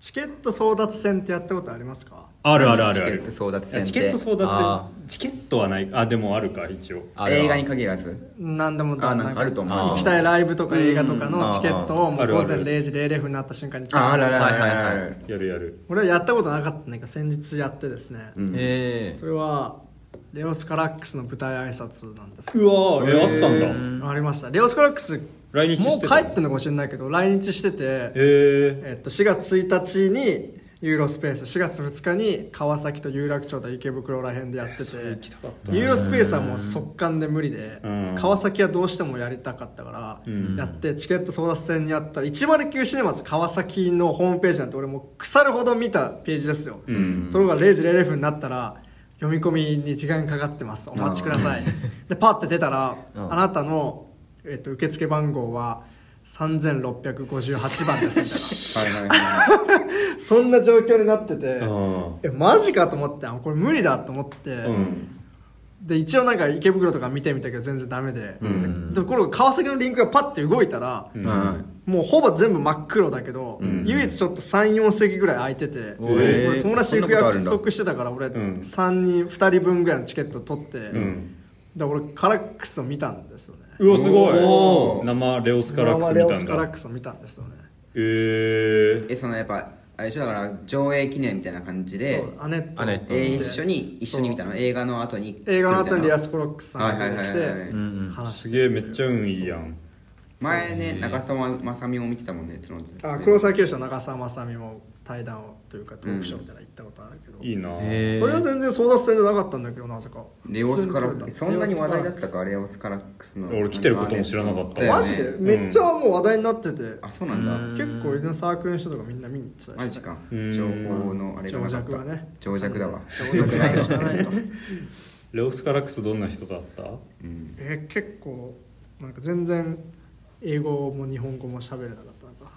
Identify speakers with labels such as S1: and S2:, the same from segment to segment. S1: チケット争奪戦ってやったことありますか
S2: あるあるあるある
S3: チケット争奪戦って
S2: チケット争奪
S3: あ
S2: 戦チケットはないあでもあるか一応
S3: ー映画に限らず
S1: 何でも
S3: あなんかあると思う
S1: 行きたいライブとか映画とか
S3: うん
S1: の
S3: うん
S1: チケットをも
S2: あ
S1: う
S2: るあ
S1: 午
S2: る
S1: 前0時00分になった瞬間に
S3: ああるあるあるあるあ
S4: はいはいは
S3: る
S2: やるやる
S1: 俺はやったことなかったんだけど先日やってですね、
S3: うん
S4: え
S1: それはレオスカラックスの舞台挨拶なんですけ
S2: うわーえあったんだ
S1: どありましたレオスカラックス
S2: 来日
S1: も
S2: し
S1: う
S2: て
S1: 帰ってん
S2: の
S1: のかもしれないけど来日してて、
S2: え
S1: えっと、4月1日にユーロスペース4月2日に川崎と有楽町と池袋ら辺でやってて、
S2: ー、行きたかったな
S1: ユーロスペースはもう速乾で無理で、
S2: うん
S1: 川崎はどうしてもやりたかったから、
S2: ん
S1: やってチケット争奪戦にあったら109シネマズ川崎のホームページなんて俺もう腐るほど見たページですよ、
S2: うん
S1: ところが0時00分になったら読み込みに時間かかってますお待ちくださいでパッて出たら
S3: うん
S1: あなたの、えっと受付番号は3658番ですみたい
S3: はいはいはい
S1: なそんな状況になってて、
S2: あ
S1: えマジかと思ってあこれ無理だと思って、
S2: ーうん
S1: で一応なんか池袋とか見てみたけど全然ダメで、
S3: ん
S1: ところが川崎のリンクがパッて動いたら、
S2: う
S3: うん
S1: もうほぼ全部真っ黒だけど、
S2: ん
S1: 唯一ちょっと34席ぐらい空いてて、
S3: ー
S1: 俺友達と行く約束してたから俺
S2: ん
S1: 3人2人分ぐらいのチケット取って、
S2: うん
S1: だから俺カラックスを見たんですよね
S2: うわすご
S3: お
S2: い
S3: ー
S2: 生レオスカラックス
S1: レオ
S2: 見
S1: ス
S2: た
S1: カ
S2: ん
S1: ラッ
S2: だ
S1: クスを見たんですよね
S2: えー、
S3: えそのやっぱあれでしょだから上映記念みたいな感じで
S1: そうアネット
S4: アネット
S1: で
S3: えー一緒に一緒に見たの映画の後に
S1: 映画の後にリア
S3: ス
S1: ス・コロックスさんが出てきて
S3: はいはいはいはいうん
S1: 話し
S2: す
S1: て
S2: げえめっちゃ運いいやん
S3: 前ね中澤まさみも見てたもんねその時
S1: あ黒沢清と長澤まさみも対談をというかトークショーみたいなの行ったことあるけど、
S2: いいな
S4: えー
S1: それは全然争奪戦じゃなかったんだけどなぜか
S3: レオスカラ
S1: 普通に撮
S3: ック
S1: れ
S3: ス
S1: た
S3: そんなに話題だったかレオスカラックスの
S2: 俺来てることも知らなかった
S3: だよね
S1: マジで、
S2: ん
S1: めっちゃもう話題になってて
S3: あそうなんだ
S1: 結構犬サークルの人とかみんな見に行ってたり
S3: マ
S1: して
S3: ジか
S2: うん
S3: 情報のあれがなか
S1: 情
S3: っ
S1: 弱はね
S3: た情弱だわ
S1: 情弱ない知らないと
S2: レオスカラックスどんな人だった
S3: うん
S1: え結構なんか全然英語も日本語も喋れなかったなんか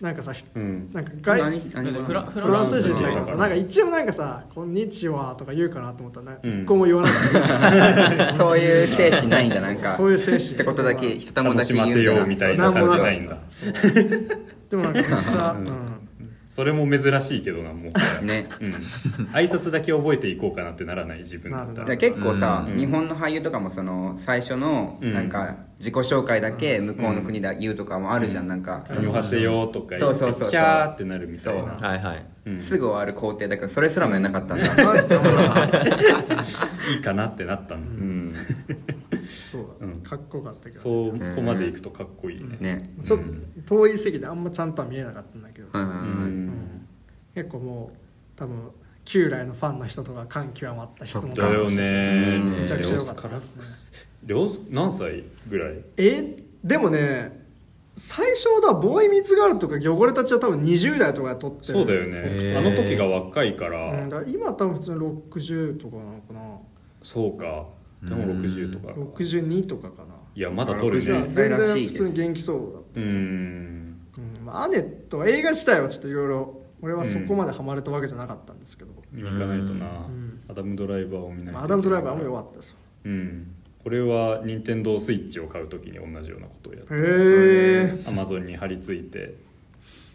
S1: なんかさ、
S2: うん
S1: なんか外
S3: 何何語
S4: フラ
S1: フランス人と
S2: フラ
S1: か
S2: ンス人
S1: さなんか一応なんかさ「こんにちは」とか言うかなと思ったら、ね
S2: うん
S1: 一個も言わなかった
S3: そういう精神ないんだなんか
S1: そういう精神
S3: ってことだけ一単語
S2: 楽
S3: だ
S2: し
S3: け
S2: ませようみたい
S3: な
S2: な感じ
S1: んも
S2: ないんだ
S1: そうでもなんかめっちゃ、うん、
S2: それも珍しいけどなもう
S3: ね
S2: うん挨拶だけ覚えていこうかなってならない自分だった
S1: な
S3: だ
S1: る
S3: か
S1: な
S3: ら
S1: る
S2: ら
S3: 結構さ、
S2: うん
S3: 日本の俳優とかもその最初の
S2: うん
S3: なんか自己紹介だけ向こうの国で言うとかもあるじゃん、なんか
S2: 「
S3: そ
S2: さよはせよ」とか言
S3: そう
S2: っ
S3: そうそうそ
S2: て
S3: う
S2: キャーってなるみたい
S3: そ
S2: な
S4: はいはい
S2: うん
S3: すぐ終わる工程だからそれすらもやんなかったんだ、
S1: マジで思わなかった
S2: いいかなってなったん
S3: う
S2: だ
S3: ん、
S1: そうだ、
S2: うん
S1: かっこよかったけど、
S2: そうそこまでいくとかっこいいね
S3: ね
S1: ちょっと遠い席であんまちゃんとは見えなかったんだけど、
S3: うん、
S2: うん
S1: 結構もう多分旧来のファンの人とか感極まった質問
S2: だよね
S3: うん
S1: めちゃくちゃ良かっ
S2: レオスカ
S1: た
S2: ラ
S1: です
S2: ッ
S1: ね
S2: クスレオス何歳ぐらい
S1: えでもね最初のだボーイミーツガールとか汚れたちは多分20代とかで撮ってる
S2: そうだよ
S4: へ
S2: ね
S4: ー
S2: あの時が若いから
S1: うん、だから今多分普通に60とかなのかな
S2: そうかでも60とか
S1: 62とかかない
S2: やまだ撮る
S3: 60
S2: ね
S3: は
S1: 全
S3: らし
S1: 然
S3: い
S1: 普
S3: です
S1: 通に元気そうだっ
S2: うん
S1: た、うんまあ、アネットは映画自体はちょっといろいろ俺はそこまでハマれたわけじゃなかったんですけど、
S2: 見に行かないとな、
S1: ん
S2: アダムドライバーを見ないと
S1: まあアダム・ドライバーも良
S2: い
S1: かったですよ
S2: うんこれは任天堂スイッチを買うときに同じようなことをやって
S1: へ
S2: アマゾンに貼り付いて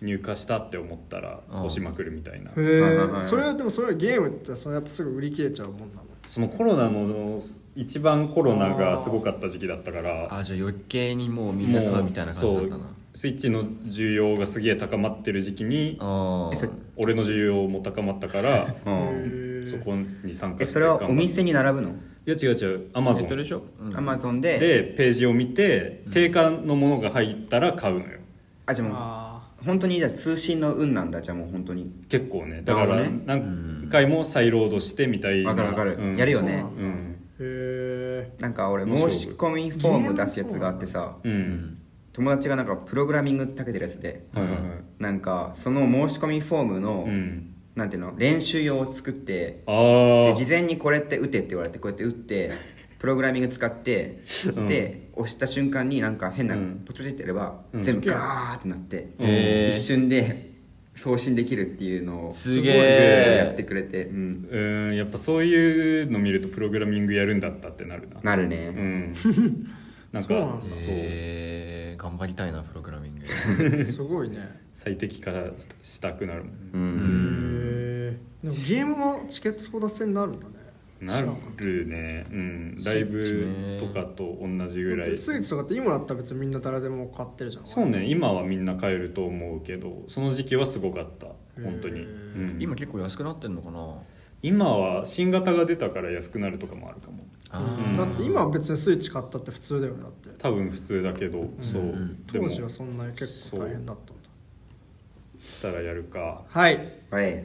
S2: 入荷したって思ったら
S4: ああ
S2: 押しまくるみたいな
S1: えへ
S3: はいはいは
S1: え
S3: い
S1: それはでもそれはゲームってそのやっぱすぐ売り切れちゃうもんなの
S2: そのコロナの一番コロナがすごかった時期だったから
S4: あじゃあ余計にもうみんな買うみたいな感じだっ
S2: も
S4: た
S2: う
S4: な
S2: そうスイッチの需要がすげえ高まってる時期に
S4: あ
S3: えそ
S4: ー
S2: 俺の需要も高まったから
S3: うん
S2: そこに参加
S3: え
S2: して
S3: それは
S2: 頑張っ
S3: お店に並ぶの
S2: いや違う違うアマゾン
S4: ネットでしょ、うん
S3: アマゾンで
S2: でページを見て定価のものが入ったら買うのよ
S3: あじゃあも
S1: あ
S3: う本当にじゃあ通信の運なんだじゃあもう本当に
S2: 結構ねだから
S3: なるほどね
S2: 何回も再ロードしてみたいな
S3: わかるわかる、
S2: うん
S3: やるよ
S1: そう
S3: ね
S1: なんだ
S2: うん
S1: ーへ
S3: なんか俺
S2: 面白い
S3: 申し込みフォーム出すやつがあってさ
S2: うん
S3: 友達がなんかプログラミングたけてるやつで
S2: はいはいはい
S3: なんかその申し込みフォームの、
S2: うん
S3: なんていうの練習用を作って
S2: あ
S3: で
S2: ー
S3: 事前にこれって打てって言われてこうやって打ってプログラミング使って打って、押した瞬間になんか変な
S2: うん
S3: ポチポチってやれば、
S2: うん
S3: 全部ガーってなって、
S4: えー
S3: 一瞬で送信できるっていうのを
S4: すげ
S3: えやって
S4: え
S3: くれて、うん、
S2: うんやっぱそういうの見るとプログラミングやるんだったってなるな
S3: なる
S2: う
S3: ね、
S2: んなんか
S1: そうなんだ
S4: へえ頑張りたいなプログラミング
S1: すごいね
S2: 最適化したくなるもんね
S1: へ
S4: うん
S1: えでもゲームもチケット争奪戦になるんだね
S2: な
S1: 知らなかっ
S2: るねうん
S4: そっち
S2: ラ
S4: ね
S2: イブとかと同じぐらい
S1: たスイーツとかって今だったら別にみんな誰でも買ってるじゃん
S2: そうね今はみんな買えると思うけどその時期はすごかった本当に、
S1: へ
S2: う
S1: ー
S2: ん
S4: 今結構安くなってんのかな
S2: 今は新型が出たから安くなるとかもあるかも
S4: あ
S1: う
S4: ー
S1: んだって今は別にスイッチ買ったって普通だよねだって
S2: 多分普通だけど、そう、
S4: うん
S2: で
S1: 当
S2: も
S1: 時はそんなに結構大変だったんだ
S2: したらやるか
S1: はい
S3: はい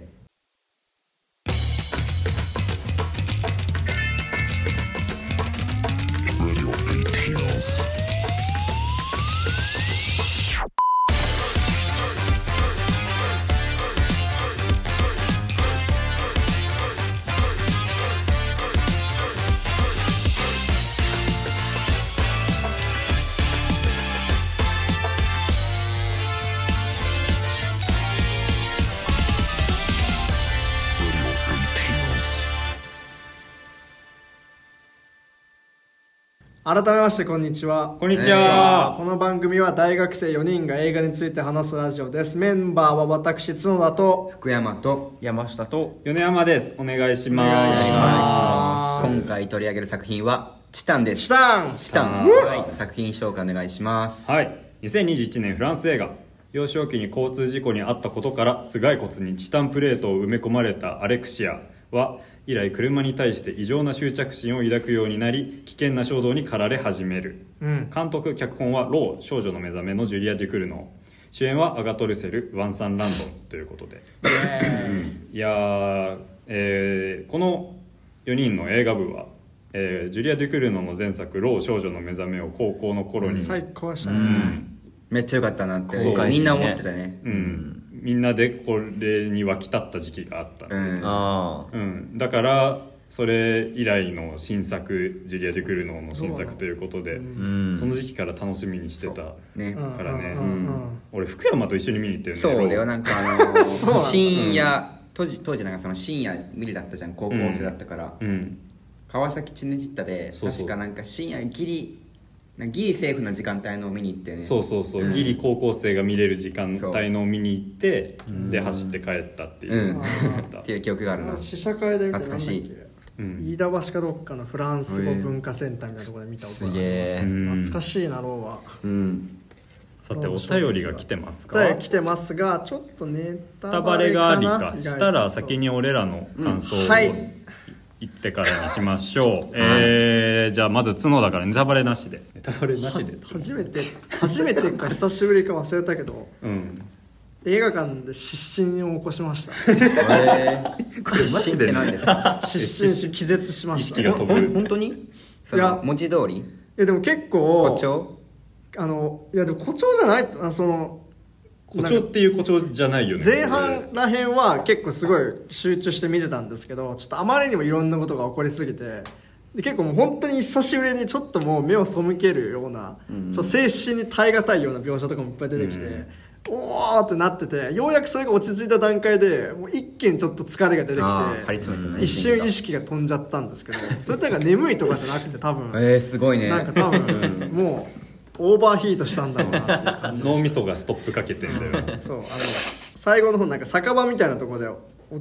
S1: 改めましてこんにちは
S2: こんにち
S1: あ
S2: は、
S1: ーこの番組は大学生4人が映画について話すラジオですメンバーは私角田と
S3: 福山と
S4: 山下と
S2: 米山ですお願いし
S1: お願
S2: ま
S1: い
S2: す
S1: しま
S3: 今回取り上げる作品は「チタン」です
S1: チタン
S3: チタン、はい、作品紹介お願いします
S2: はい2021年フランス映画幼少期に交通事故に遭ったことから頭蓋骨にチタンプレートを埋め込まれたアレクシアは以来車に対して異常な執着心を抱くようになり危険な衝動に駆られ始める
S1: うん
S2: 監督脚本は「ロー少女の目覚め」のジュリア・デュクルノー主演はアガトルセルワンサン・ランドンということでいやー、えーこの4人の映画部は、えージュリア・デュクルノの前作「ロー少女の目覚め」を高校の頃に、
S1: 最高でしたね
S3: めっちゃ良かったなって
S2: そう
S3: みんな思ってたね
S2: うん、みんなでこれに沸き立った時期があった
S3: う
S2: の、
S3: ん
S4: ああ
S2: うんだからそれ以来の新作ジュリア・デュクルノの新作ということで、
S4: うん
S2: その時期から楽しみにしてた
S3: ね
S1: うん
S2: からね
S1: うんうん
S2: 俺福山と一緒に見に行ってるん
S3: そう俺はなんかあの
S1: そうなん
S3: ー、
S1: だ
S3: 深夜当時当時なんかその深夜無理だったじゃん高校生だったから、
S2: うん
S3: 川崎チネジッタで
S2: そうそう
S3: 確かなんか深夜ギリなんかギリセーフな時間帯のを見に行ってね
S2: そうそうそう、ギリ高校生が見れる時間帯のを見に行ってで走って帰ったっていう、
S3: うんっていう記憶があるな
S1: あ試写会で見たなんだっ
S3: 懐かしい
S1: け
S2: うん
S1: 飯田橋かどっかのフランス語文化センターみたいなところで見たことがあります
S4: す
S2: え
S4: げ
S2: うん
S1: 懐かしいなろうは
S3: うん
S2: さてお便りが来てますか
S1: 答え来てますがちょっとネ
S2: ネタ
S1: タ
S2: バ
S1: バ
S2: レ
S1: レ
S2: が
S1: か
S2: あり
S1: な
S2: かしたら先に俺らの感想を
S1: うんはい
S2: 言ってからにし ましょう、えーじゃあまず角だからネタバレなしでネタバレなしで
S1: 初めて初めてか久しぶりか忘れたけど
S2: うん
S1: 映画館で失神を起こしま した
S3: これマジで何ですか
S1: 失神し気絶しま
S2: 意
S1: した
S2: 識
S1: い
S2: が
S1: や
S2: 飛
S3: ほん
S2: ぶ
S3: 本当にその
S1: いや
S3: 文字通り
S1: でも結構
S3: 誇張
S1: あのいやでも誇張じゃないあその
S2: 誇張っていう誇張じゃないよね
S1: 前半らへんは結構すごい集中して見てたんですけどちょっとあまりにもいろんなことが起こりすぎてで結構もう本当に久しぶりにちょっともう目を背けるような、ちょっと精神に耐え難いような描写とかもいっぱい出てきて、
S2: うん
S1: おーってなっててようやくそれが落ち着いた段階でもう一気にちょっと疲れが出て
S3: あー張り
S1: きて
S3: 詰めてない
S1: 一瞬意識が飛んじゃったんですけどそれってなんか眠いとかじゃなくて多分、
S3: えー、すごいね
S1: なんか 多分もうオーバーヒートしたんだろうなっていう感じでした
S2: 脳みそがストップかけてんだよ ね
S1: そうあの最後の方なんか酒場みたいなところで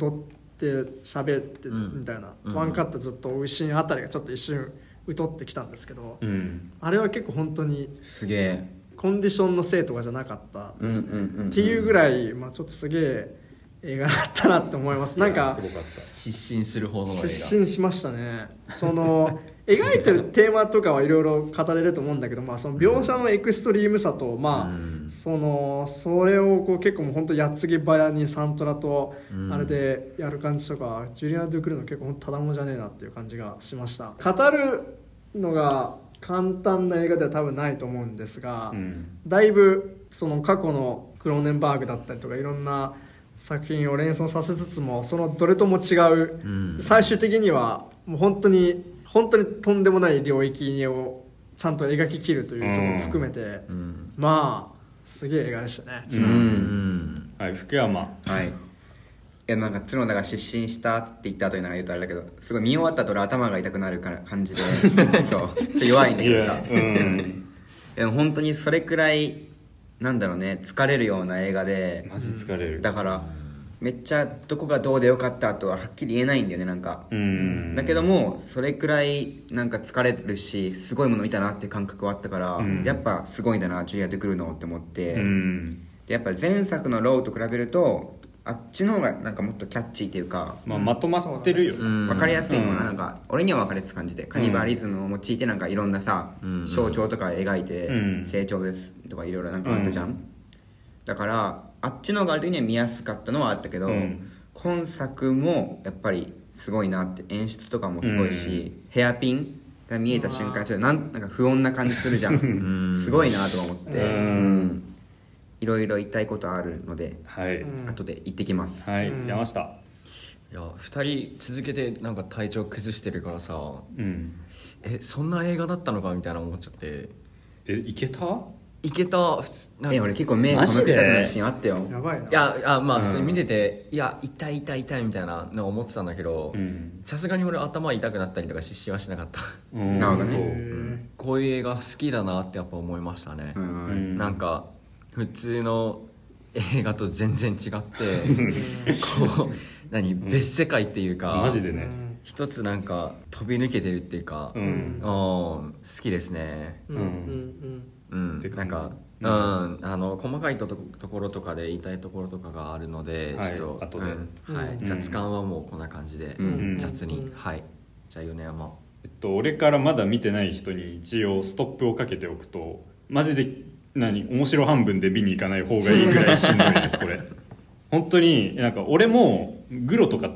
S1: 踊って喋ってみたいな、ワンカットずっと美味しいあたりがちょっと一瞬疎ってきたんですけど、
S2: うん
S1: あれは結構本当に
S3: すげえ
S1: コンディションのせいとかじゃなかった
S3: う
S1: で
S3: んうん
S1: す
S3: う
S1: ね、
S3: んうん
S1: っていうぐらい、まあ、ちょっとすげえ映画だったなって思いますなん
S2: いや
S1: か
S2: すごかった
S4: 失神するほどの映
S1: 失神しましたねその描いてるテーマとかはいろいろ語れると思うんだけど、まあ、その描写のエクストリームさと、まあそのそれをこう結構もう本当やっつぎ早にサントラとあれでやる感じとか、ジュリアン・ドゥクルの結構ほんとただものじゃねえなっていう感じがしました語るのが簡単な映画では多分ないと思うんですが、
S2: うん
S1: だいぶその過去のクローネンバーグだったりとかいろんな作品を連想させつつもそのどれとも違う、最終的にはもう本当に本当にとんでもない領域をちゃんと描ききるというところも含めて、
S4: ん
S1: まあすげえ映画でしたね、
S3: うん、
S4: うん
S2: はい福山
S3: はいやなんか角田が失神したって言った後になんか言うとあれだけどすごい見終わった後俺頭が痛くなるから 感じでそうちょっと弱いんだけどさ、
S2: いやうん
S3: でも本当にそれくらいなんだろうね疲れるような映画で
S2: マジ疲れる
S3: だからめっちゃどこがどうでよかったとははっきり言えないんだよねなんか
S2: うん
S3: だけどもそれくらいなんか疲れるしすごいもの見たなって感覚はあったから、
S2: うん
S3: やっぱすごいんだなジュリア・デクルノって思って、
S2: うん
S3: でやっぱ前作の「ロー」と比べるとあっちの方がなんかもっとキャッチーっていうか
S2: まあ、まとまってるよ、
S4: う
S3: 分かりやすいも
S2: うん
S3: な,、なんか俺には分かりやすい感じでカニバリズムを用いてなんかいろんなさ、
S4: うん
S3: 象徴とか描いて
S2: うん
S3: 成長ですとかいろいろなんかあったじゃん、だからあっちの方がある時には見やすかったのはあったけど、
S2: うん
S3: 今作もやっぱりすごいなって演出とかもすごいし、ヘアピンが見えた瞬間ちょっとなんなんか不穏な感じするじゃんすごいなと思って
S2: うん
S3: うんいろいろ言いたいことあるので
S2: はい、
S1: うん
S3: 後で行ってきます、
S2: はい、
S1: うん
S2: 山下
S4: いや2人続けてなんか体調崩してるからさ
S2: うん
S4: えそんな映画だったのかみたいな思っちゃって
S2: えいけた
S4: いけた普通なんか
S3: え俺結構目
S2: マジ
S3: 覚め
S2: で
S3: てたくなるシーンあったよ
S1: やばいない
S4: やあまあ普通に見てて、いや痛い痛い痛いみたいなのを思ってたんだけど
S2: うん
S4: さすがに俺頭痛くなったりとか失神はしなかった
S2: な
S3: なるほどね
S1: へ
S4: こういう映画好きだなってやっぱ思いましたね、
S3: うん
S2: うん
S4: なんか普通の映画と全然違って こう何別世界っていうか、
S2: マジで
S1: え
S2: ね
S4: 一つなんか飛び抜けてるっていうか、
S2: う
S4: うん
S2: ん
S4: 好きですね
S1: うんうんうん
S4: うん
S2: って感
S4: な
S2: じ
S4: んか、
S2: う
S4: うんんあの細かいとこところとかで言いたいところとかがあるので、
S2: はい
S4: ちょっと
S2: 後で
S4: うんはい
S1: うん
S4: 雑感はもうこんな感じで、
S3: うん
S4: 雑に、
S1: うん
S4: はいじゃあ米山
S2: えっと俺からまだ見てない人に一応ストップをかけておくとマジで何面白半分で見に行かない方がいいぐらいしんどいですこれ本当になんか俺もグロとか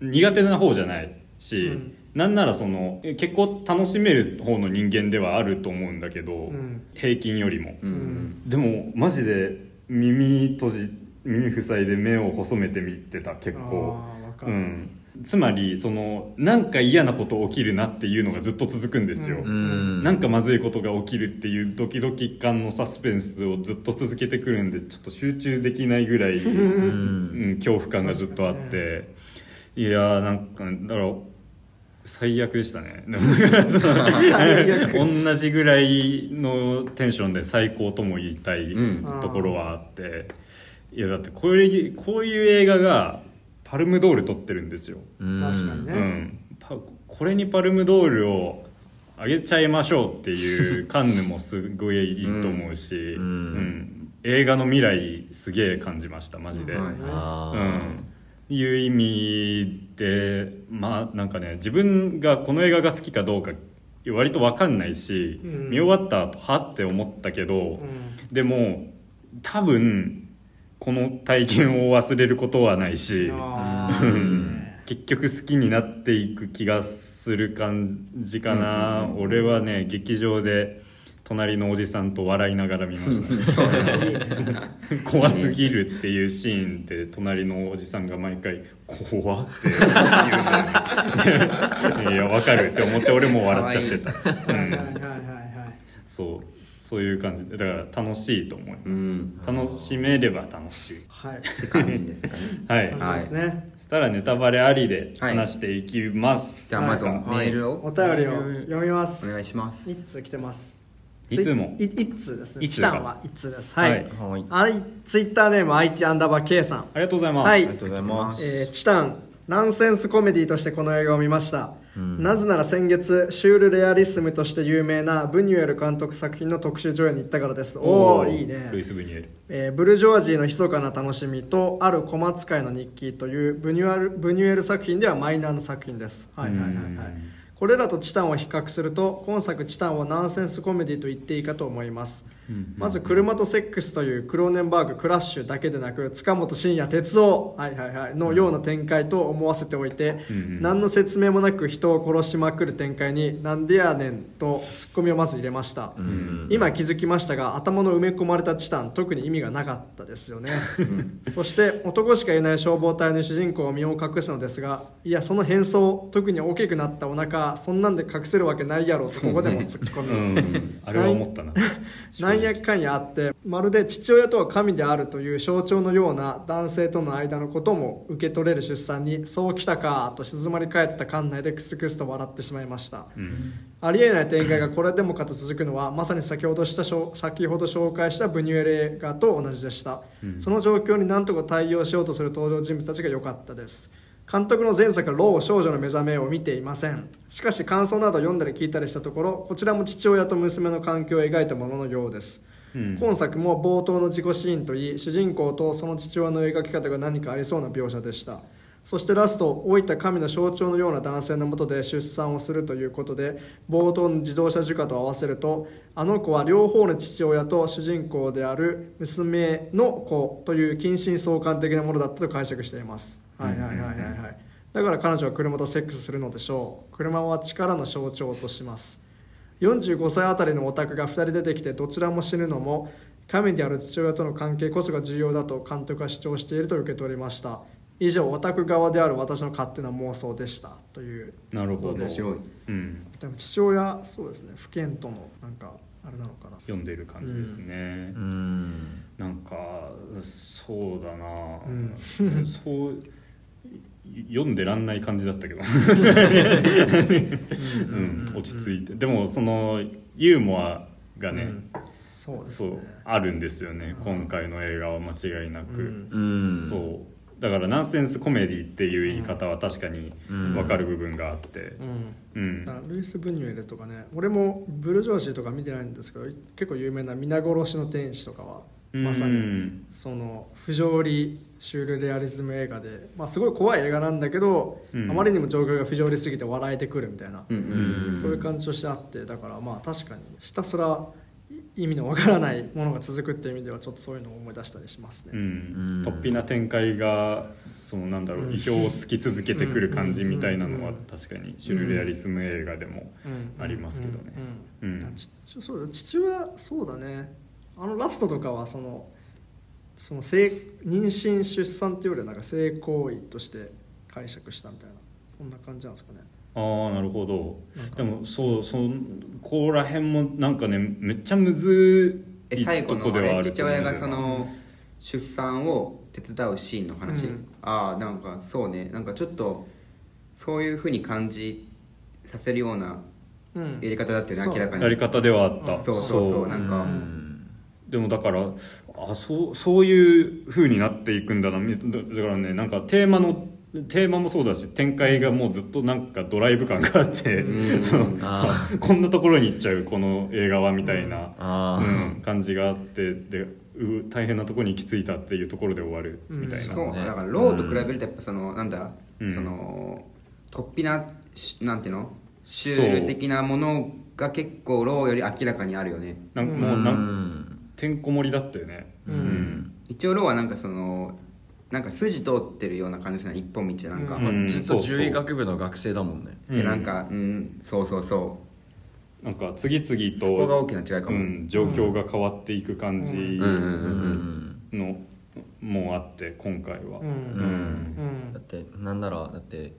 S2: 苦手な方じゃないし、
S1: うん
S2: なんならそのえ結構楽しめる方の人間ではあると思うんだけど、
S1: うん
S2: 平均よりも、
S3: うん
S2: でもマジで耳閉じ耳塞いで目を細めて見てた結構
S1: あーわか
S2: う
S1: る
S2: んつまりそのなんか嫌なこと起きるなっていうのがずっと続くんですよ、
S1: う
S4: うん
S2: なんかまずいことが起きるっていうドキドキ感のサスペンスをずっと続けてくるんでちょっと集中できないぐらい、
S4: う
S2: うんん、恐怖感がずっとあって、いやーなんかだから最悪でしたね
S1: 最悪
S2: 同じぐらいのテンションで最高とも言いたい
S3: うん
S2: ところはあって、いやだってこれこういう映画がパルムドール撮ってるんですよ、
S4: うん
S1: 確かにね
S2: うん、パこれにパルムドールをあげちゃいましょうっていうカンヌもすごいいいと思うし、
S4: うん
S2: うん映画の未来すげえ感じましたマジで。
S3: はい
S4: あ
S2: う
S4: ー
S2: んいう意味でまあなんかね自分がこの映画が好きかどうか割と分かんないし、
S1: うん
S2: 見終わった後はって思ったけど、
S1: うん
S2: でも多分この体験を忘れることはないし、
S1: あ
S2: う
S1: ー
S2: ん結局好きになっていく気がする感じかな、俺はね劇場で隣のおじさんと笑いながら見ま した、ね、怖すぎるっていうシーンで隣のおじさんが毎回「怖っ」って言うん だよねいやわかるって思って俺も笑っちゃってた
S1: はいはい
S2: うん
S1: はいはい
S2: そうそういう感じでだから楽しいと思います、
S3: うん
S2: 楽しめれば楽しい
S1: はい
S3: って感じですかね
S2: はい
S1: 感じですね
S2: そしたらネタバレありで
S3: はい
S2: 話していきます、
S3: じゃあまずメールを
S1: お便りを読みま
S3: お
S1: す
S3: 願いします
S1: 一通来てます
S2: いつも
S1: ツイ一通ですね
S2: 一
S1: 一
S2: 通か
S1: 段は一通ですはい、
S2: はい
S4: はい
S1: はい、ツイッターネーム IT アンダーバー K さん
S2: ありがとうございます、
S1: は
S4: ありがとうございます
S1: えーチタンナンセンスコメディとしてこの映画を見ました、なぜなら先月シュールレアリスムとして有名なブニュエル監督作品の特集上映に行ったからですおお
S2: ー
S1: いいね
S2: ルイス・ブニュエル
S1: えーブルジョワジーの密かな楽しみとある小松会の日記というブニュアルブニュエル作品ではマイナーな作品ですはいはいはいは
S2: う
S1: い
S2: ん
S1: これらとチタンを比較すると今作チタンはナンセンスコメディと言っていいかと思いますまず車とセックスというクローネンバーグクラッシュだけでなく塚本慎也哲夫はいはいはいのような展開と思わせておいて
S2: うん
S1: 何の説明もなく人を殺しまくる展開になんでやねんとツッコミをまず入れました今気づきましたが頭の埋め込まれたチタン特に意味がなかったですよねそして男しかいない消防隊の主人公を身を隠すのですがいやその変装特に大きくなったお腹そんなんで隠せるわけないやろとここでもツッコミ、
S2: うんあれは思ったな
S1: 内なんやかんやあってまるで父親とは神であるという象徴のような男性との間のことも受け取れる出産にそうきたかと静まり返った館内でクスクスと笑ってしまいました、ありえない展開がこれでもかと続くのはまさに先ほどしたしょ先ほど紹介したブニュエレ映画と同じでした、その状況になんとか対応しようとする登場人物たちが良かったです監督の前作「ロー少女の目覚め」を見ていませんしかし感想など読んだり聞いたりしたところこちらも父親と娘の関係を描いたもののようです、
S2: うん
S1: 今作も冒頭の自己シーンといい主人公とその父親の描き方が何かありそうな描写でしたそしてラスト老いた神の象徴のような男性のもとで出産をするということで冒頭の自動車受家と合わせるとあの子は両方の父親と主人公である娘の子という近親相関的なものだったと解釈していますはいはいはいはいはいだから彼女は車とセックスするのでしょう車は力の象徴とします45歳あたりのオタクが2人出てきてどちらも死ぬのも神である父親との関係こそが重要だと監督は主張していると受け取りました以上オタク側である私の勝手な妄想でしたという
S2: なるほど
S3: 面白い
S2: うん、
S1: でも父親そうですね不健とのなんかあれなのかな
S2: 読んでる感じですね、
S4: うん
S2: なんかそうだな、
S1: う
S2: そうい読んでらんない感じだったけど、うん、落ち着いてでもそのユーモアがね、
S1: うんそうです
S2: そう
S1: ね
S2: あるんですよね今回の映画は間違いなく、
S1: うん
S4: うん
S2: そうだからナンセンスコメディっていう言い方は確かに分かる部分があって
S1: うん
S2: うん
S1: だからルイス・ブニュエルとかね俺もブルジョージーとか見てないんですけど結構有名な「皆殺しの天使」とかはまさ
S2: う
S1: に
S2: ん
S1: その不条理シュールレアリズム映画で、まあ、すごい怖い映画なんだけど、
S2: うん
S1: あまりにも状況が不条理すぎて笑えてくるみたいな、
S3: うんうん
S1: そういう感じとしてあってだからまあ確かにひたすら意味のわからないものが続くっていう意味ではちょっとそういうのを思い出したりしますね。
S2: うん
S4: うん
S2: 突飛な展開がそのなんだろ
S1: う
S2: うん意表を突き続けてくる感じみたいなのは
S1: うん
S2: 確かにシュルレアリスム映画でも
S1: うん
S2: ありますけどね
S1: うんうん
S2: うん
S1: ちちそうだ父親そうだねあのラストとかはそのその性妊娠出産っていうよりはなんか性行為として解釈したみたいなそんな感じなんですかね
S2: ああなるほど
S1: なんか
S2: でもそうそうここら辺もなんかねめっちゃむず
S3: え
S2: い
S3: 最後
S2: とこで
S3: のあ
S2: はあ
S3: れ
S2: ると
S3: 父
S2: 思う
S3: 親
S2: んだ
S3: が
S2: よな
S3: その出産を手伝うシーンの話、
S1: うん
S3: ああなんかそうねなんかちょっとそういうふうに感じさせるような
S1: うん
S3: やり方だってね明らかに
S2: やり方ではあった
S3: そうそうそうなんか、
S2: でもだからあそうそういう風になっていくんだなみだだからねなんかテーマのテーマもそうだし展開がもうずっとなんかドライブ感があって、
S3: うん
S2: その
S4: あ
S2: こんなところに行っちゃうこの映画はみたいな、
S4: あ
S2: う
S4: ー
S2: ん感じがあってでう大変なところに行き着いたっていうところで終わるみたいな、
S3: そう
S4: ね
S3: だからローと比べるとやっぱその、なんだ、
S2: うん
S3: その突飛なしなんていうのシュール的なものが結構ローより明らかにあるよね
S2: なんかもうなんてんこ盛りだったよね
S1: う
S2: うんん
S3: 一応ローはなんかそのなんか筋通ってるような感じですね一本道なんか、
S1: う
S4: まあ
S2: うん
S4: ずっ
S2: そう
S4: と
S2: そう
S4: 獣医学部の学生だもんね
S3: でなんかうんそうそうそ
S2: なんか次々
S3: うそこが大
S2: と、
S3: きな違いか
S2: う
S3: も、
S2: ん、状況が変わっていく感じ
S1: うん
S3: うんうんうん
S2: のもあって今回は。
S1: うんう
S2: うん
S1: ん
S4: だってなんならだって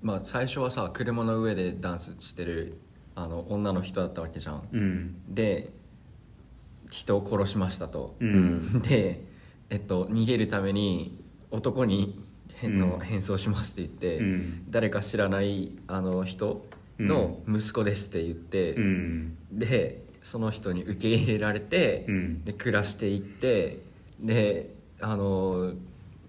S4: まあ最初はさ車の上でダンスしてるあの女の人だったわけじゃん
S2: うん
S4: で人を殺しましたと、
S2: うん
S4: で、えっと、逃げるために男に変の、
S2: うん
S4: 変装しますって言って、
S2: うん
S4: 誰か知らないあの人の息子ですって言って、
S2: うん
S4: でその人に受け入れられて、
S2: うん
S4: で暮らしていってであの、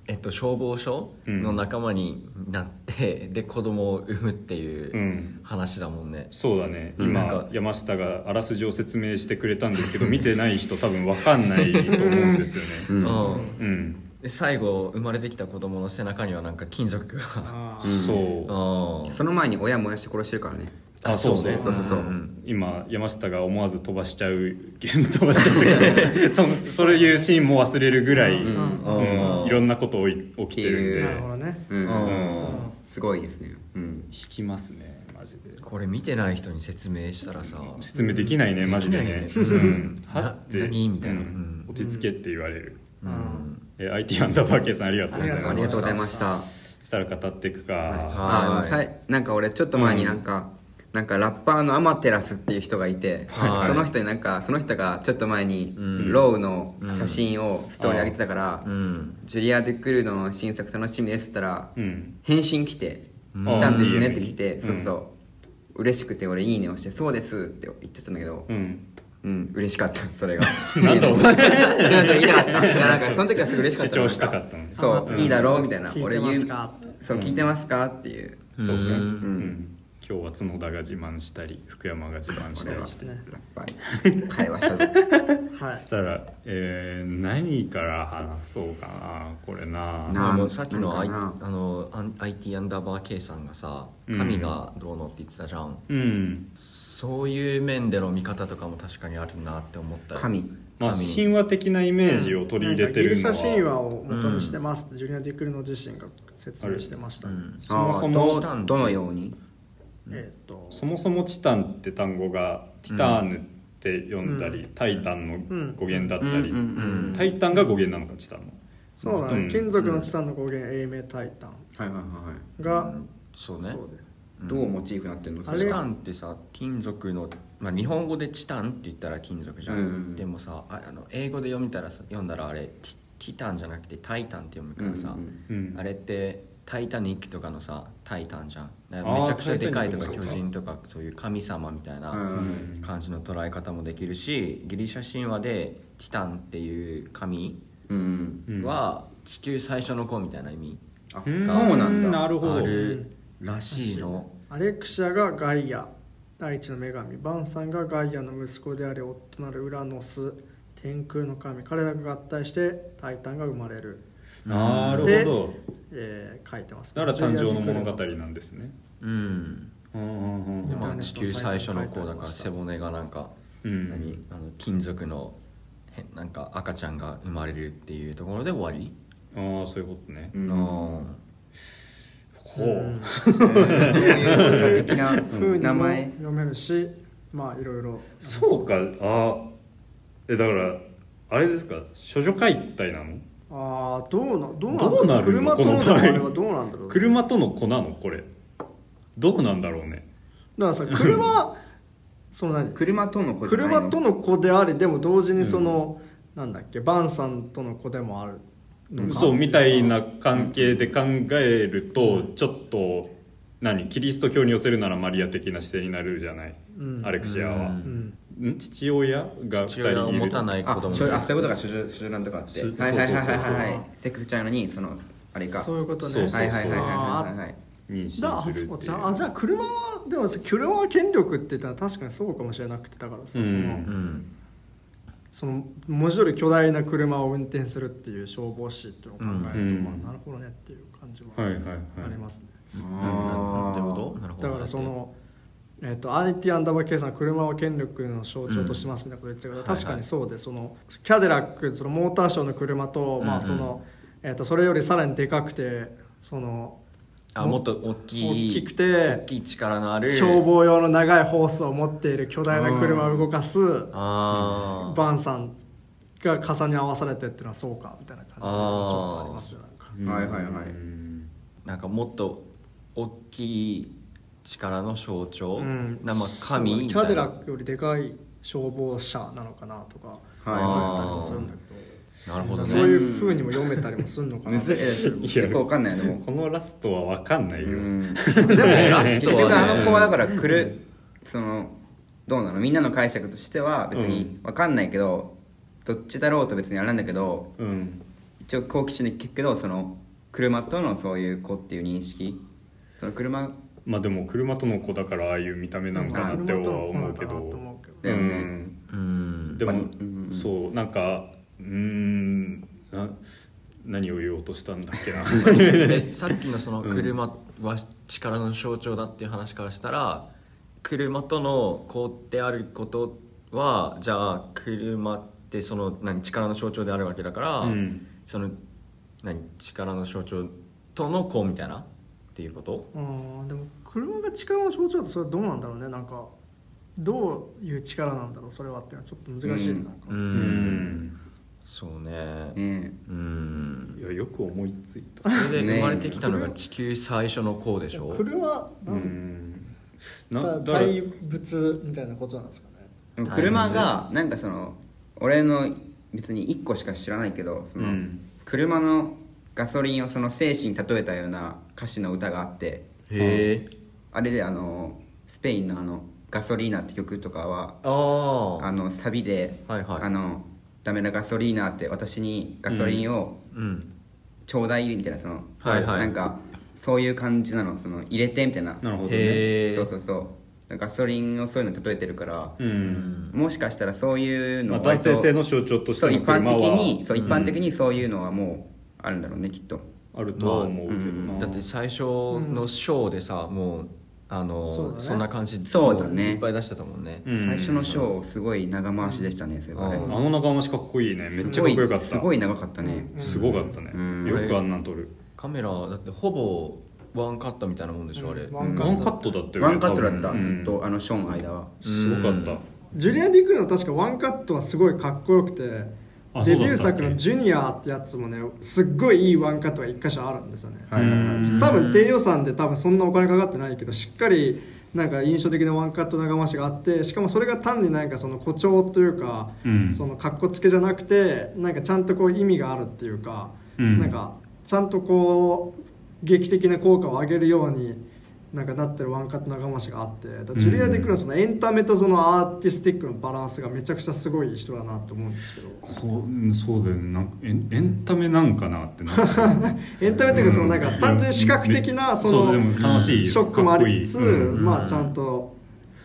S4: えっと、消防署の仲間になって、で子供を産むって
S2: う
S4: いうん話だもんね、
S2: そうだね
S4: うんなん
S2: 今
S4: か
S2: 山下があらすじを説明してくれたんですけど見てない人多分わかんないと思うんです よね。
S3: うん
S4: うん
S2: うん、
S4: で最後生まれてきた子供の背中にはなんか金属が
S1: あ
S3: うん
S2: そう
S4: うん
S3: その前に親燃やして殺してるからね
S2: あそうね
S3: そうそうそう
S2: 今山下が思わず飛ばしちゃう飛ばしちゃう けどそそういうシーンも忘れるぐらい、
S1: う
S2: うんん
S4: うん
S2: いろんなこと起き起きて
S1: あ
S2: る
S1: なるほど
S2: んで、
S1: ね
S3: うん、
S4: うん
S2: うん、
S3: すごいですねうん
S2: 引きますねマジで。
S4: これ見てない人に説明したらさ
S2: 説明できないね、マジでね
S4: でき
S2: う
S4: ないよね
S2: ん、
S4: な
S2: はって
S4: 何みたいな
S2: うん
S4: うん
S2: 落ち着けって言われる、
S1: うん
S2: えー IT アンダーバーケイさんありがとうござい
S3: あ
S2: ま
S3: りが
S2: す
S3: とうございました
S2: したら語っていくか、
S4: はい
S3: あーでもさいなんか俺ちょっと前になんか、なんかラッパーのアマテラスっていう人がいて、
S5: はい
S3: その人になんかその人がちょっと前にローの写真をストーリー上げてたから、
S5: うん
S3: ジュリア・デュクルーノの新作楽しみですって言ったら、
S2: うん
S3: 返信来て
S2: うん
S3: 「したんですね」って来て、
S2: うん
S3: そうそう、嬉しくて俺「いいね」をして「そうです」って言っちゃったんだけど
S2: うん
S3: うん嬉しかったそれが
S2: なんと
S3: いやいやいや なんかその時はすごい嬉しかった
S2: 主張したかったのね
S3: そう、いいだろうみたいな
S1: 聞い
S3: 俺
S1: て
S3: 言
S1: ま
S3: う
S1: すか
S3: そう聞いてますかっていう
S2: そうね、
S5: う
S2: うんん、今日は角田が自慢したり福山が自慢し
S3: こ
S2: た
S3: れは
S2: り
S3: ラ
S2: して
S3: ッパーに会話したぞ
S1: はい
S2: したら、えー何から話そうかなこれな
S3: な
S5: あのさっきの
S3: な
S5: I
S3: んかな
S5: あのアン IT アンダーバー K さんがさ
S2: うん
S5: 神がどうのって言ってたじゃん、
S2: うん
S5: そういう面での見方とかも確かにあるなって思ったよ
S3: 神
S2: まあ
S5: 神
S2: 神話的なイメージを取り入れてる
S1: な
S2: の
S1: んかギリシャ神話
S2: は
S1: を元にしてますってジュリア・ディクルノ自身が説明してましたね、
S5: うん
S2: そもそ
S3: あ
S2: も
S3: ーどどのように
S1: えっ、と
S2: そもそも「チタン」って単語が「ティターヌ」って読んだり「タイタン」の語源だったり、
S3: うんうんうん
S5: うん
S2: タイタンが語源なのか「チタンの」
S1: そうだね、
S2: うん
S1: 金属のチタンの光源英明タイタン
S3: はいはいはいはい
S1: が、
S5: そうね
S1: そうで
S3: どうモチーフになってんの
S1: あれ
S5: チ
S3: そ
S5: タンってさ金属の、まあ、日本語でチタンって言ったら金属じゃん、
S3: うん
S5: でもさああの英語で読みたらさ読んだらあれチティタンじゃなくてタイタンって読むからさ、
S3: うん
S2: うん
S5: あれってタイタニックとかのさタイタンじゃんだか
S2: あ
S5: ら
S2: ー
S5: めちゃくちゃでかいとか
S2: タイタ
S5: 巨
S2: ニックの
S5: 人とかそういう神様みたい
S3: うん
S5: な感じの捉え方もできるしギリシャ神話でティタンっていう神
S3: うんうん
S2: うん
S5: は地球最初の子みたいな意味
S3: あ
S2: うん
S3: そうなんだ
S2: なるほど
S5: あるらしいの
S1: アレクシアがガイア大地の女神バンさんがガイアの息子であり夫となるウラノス天空の神彼らが合体してタイタンが生まれる、
S2: なるほど
S1: えー書いてます、
S2: だから誕生の物語なんですね
S5: うん
S2: うんうんうん
S5: まあ地球最初の子だから背骨がなんか、
S2: うん
S5: 何あの金属のへんなんか赤ちゃんが生まれるっていうところで終わり、
S2: ああそういうことね
S3: うん
S5: あ
S2: ほう
S3: そうい
S1: ふ
S3: う基礎
S1: う
S3: 的な
S1: に
S3: 名
S1: も
S3: 前
S1: 読めるしまあいろいろ
S2: そうかあえだからあれですか処女解体なの
S1: ああどうなどう
S2: どうなる
S1: 車
S2: の
S1: との
S2: この場合
S1: あれはどうなんだろうね
S2: 車との子なのこれどうなんだろうね
S1: だからさ 車その何
S3: 車との子じゃないの
S1: 車との子でありでも同時にその、なんだっけバンさんとの子でもあるのか
S2: そうみたいな関係で考えるとちょっと何キリスト教に寄せるならマリア的な姿勢になるじゃない、
S1: うん
S2: アレクシアは
S5: うん、
S1: うん
S2: ん父親が
S5: あ
S2: 2
S5: 父
S2: 人い
S5: 親を
S2: る
S5: 持たない子
S3: あ
S5: 供
S3: そういうあそういうことが主従主従なんとかあって
S2: そう
S3: はいはいはいは
S2: そ
S3: い
S2: うそうそう
S3: はいはいセックスちゃうのにそのあれか
S1: そういうことね
S2: そうそうそう
S3: はいはいはいはいはいはい
S2: 妊娠する
S1: だあ
S2: ってい
S1: そううじゃああじゃあ車はでもさ車は権力って言ったら確かにそうかもしれなくてだからさ、
S2: うん
S1: その
S5: うん
S1: その文字通り巨大な車を運転するっていう消防士っていうのを考えると、
S2: うん
S1: まあ、なるほどねっていう感じは
S2: はいはいはい
S1: ありますね、
S5: なななるほどなるほど
S1: だからその、えー、と IT アンダーバー K さんは車を権力の象徴としますみたいなこと言ってたけど、
S5: うん
S1: 確かにそうで、そのキャデラックそのモーターショーの車と,、まあそのえー、とそれよりさらにでかくてその
S5: あもっと大きい
S1: 大きくて
S5: 大きい力のある
S1: 消防用の長いホースを持っている巨大な車を動かす
S5: あー
S1: バンさんが重ね合わされてっていうのはそうかみたいな感じがちょっとありますよなんか。
S3: はいはいはい
S2: うん
S5: なんかもっと大きい力の象徴、
S1: うん
S5: なまあ神み
S1: キ
S5: た
S1: ャ
S5: いな
S1: デラックよりでかい消防車なのかなとか
S3: はい
S1: 思ったりもするんだけど。
S5: なるほど
S1: そうい
S5: ね
S1: う風にも読めたりもするの かな
S3: むずいえ結構わかんないよでも
S2: このラストは分かんないうよ、
S3: ん
S5: でもラ
S3: 結
S5: ストはね
S3: 局あの子はだから来るそのどうなのみんなの解釈としては別にわかんないけどどっちだろうと別にあれなんだけど
S2: うん
S3: 一応好奇心で聞くけどその車とのそういう子っていう認識その車
S2: まあでも車との子だからああいう見た目なんかなっては思うけ
S1: 車
S2: ど
S1: との子なんかなと思うけど
S3: だよね
S5: うん
S2: でも、
S3: まあうんうん
S2: そうなんかうーんな何を言おうとしたんだっけな
S5: でさっきのその車は力の象徴だっていう話からしたら車との子ってあることはじゃあ車ってその何力の象徴であるわけだから、
S2: うん
S5: その何力の象徴との子みたいなっていうこと
S1: うんでも車が力の象徴だとそれはどうなんだろうねなんかどういう力なんだろうそれはっていうのはちょっと難しいねなんか、
S5: う
S2: うんん
S5: そうね
S3: ね
S5: うん
S2: いやよく思いついた
S5: それで生まれてきたのが地球最初の子でしょ、
S1: 車
S2: う
S1: なん
S2: んな
S1: た
S2: 誰
S1: 怪物みたいなことなんですかね
S3: でも車がなんかその俺の別に1個しか知らないけどその
S2: うん
S3: 車のガソリンをその精子に例えたような歌詞の歌があって
S4: へえ
S3: あれであのスペインのあのガソリーナって曲とかは
S4: あ
S3: あ
S4: あ
S3: のサビで、
S4: はいはい
S3: あのダメなガソリーナって私にガソリンを
S4: うん
S3: ちょうだいみたいなその、
S4: はいはい
S3: なんかそういう感じなのその入れてみたいな
S2: なるほどね
S4: へえ
S3: そうそうそうガソリンをそういうのに例えてるから、
S2: うん
S3: もしかしたらそういう
S2: ま
S3: の
S2: あ
S3: は
S2: 男性性の象徴として
S3: そう
S2: の
S3: 一般
S2: 車
S3: 的
S2: は
S3: にそう一般的にそういうのはもうあるんだろうねきっと
S2: あるとは思うけど
S3: ま
S2: な
S4: だって最初のショーでさ、もうあの
S1: そう
S4: そ,、
S1: だね
S4: んな感じ
S3: そうだね
S4: いっぱい出してたもんね、
S2: うん
S3: 最初のショーすごい長回しでしたねそれはね
S2: あの中回しかっこいいねめっちゃかっこよかった
S3: すごい長かったね
S2: すごかったね
S3: うん
S2: よくあんなん撮る
S4: カメラだってほぼワンカットみたいなもんでしょ、あれ、
S1: ワンカ
S2: ワ
S1: ッ
S2: ンカ
S1: ト
S2: ットだったよ
S3: ワ
S2: ね
S3: ンカットだった
S2: 多分
S3: ずっ
S2: うん
S3: とあのショーの間は
S2: すごかった
S1: ジュリアン・ディ・クルーの確かワンカットはすごいかっこよくてデ
S2: あそうだったっけ
S1: ビュー作の「ジュニア」ってやつもねすっごいいいワンカットが一箇所あるんですよね
S3: はいはいはい
S1: 多分低予算で多分そんなお金かかってないけどしっかりなんか印象的なワンカット長回しがあってしかもそれが単になんかその誇張というか、
S2: うん
S1: そのかっこつけじゃなくてなんかちゃんとこう意味があるっていうか、
S2: うん
S1: なんかちゃんとこう劇的な効果を上げるようになんかなってるワンカット長回しがあってだからジュリア・ディ・クルーのそのエンタメとそのアーティスティックのバランスがめちゃくちゃすごい人だなって思うんですけど
S2: こうんそうだよねなんかエンエンタメなんかなってなっ て
S1: エンタメというかそのなんか単純に視覚的なその、
S2: うでも楽しい
S1: ショックもありつつ、
S2: かっこいいうん
S1: まあちゃんと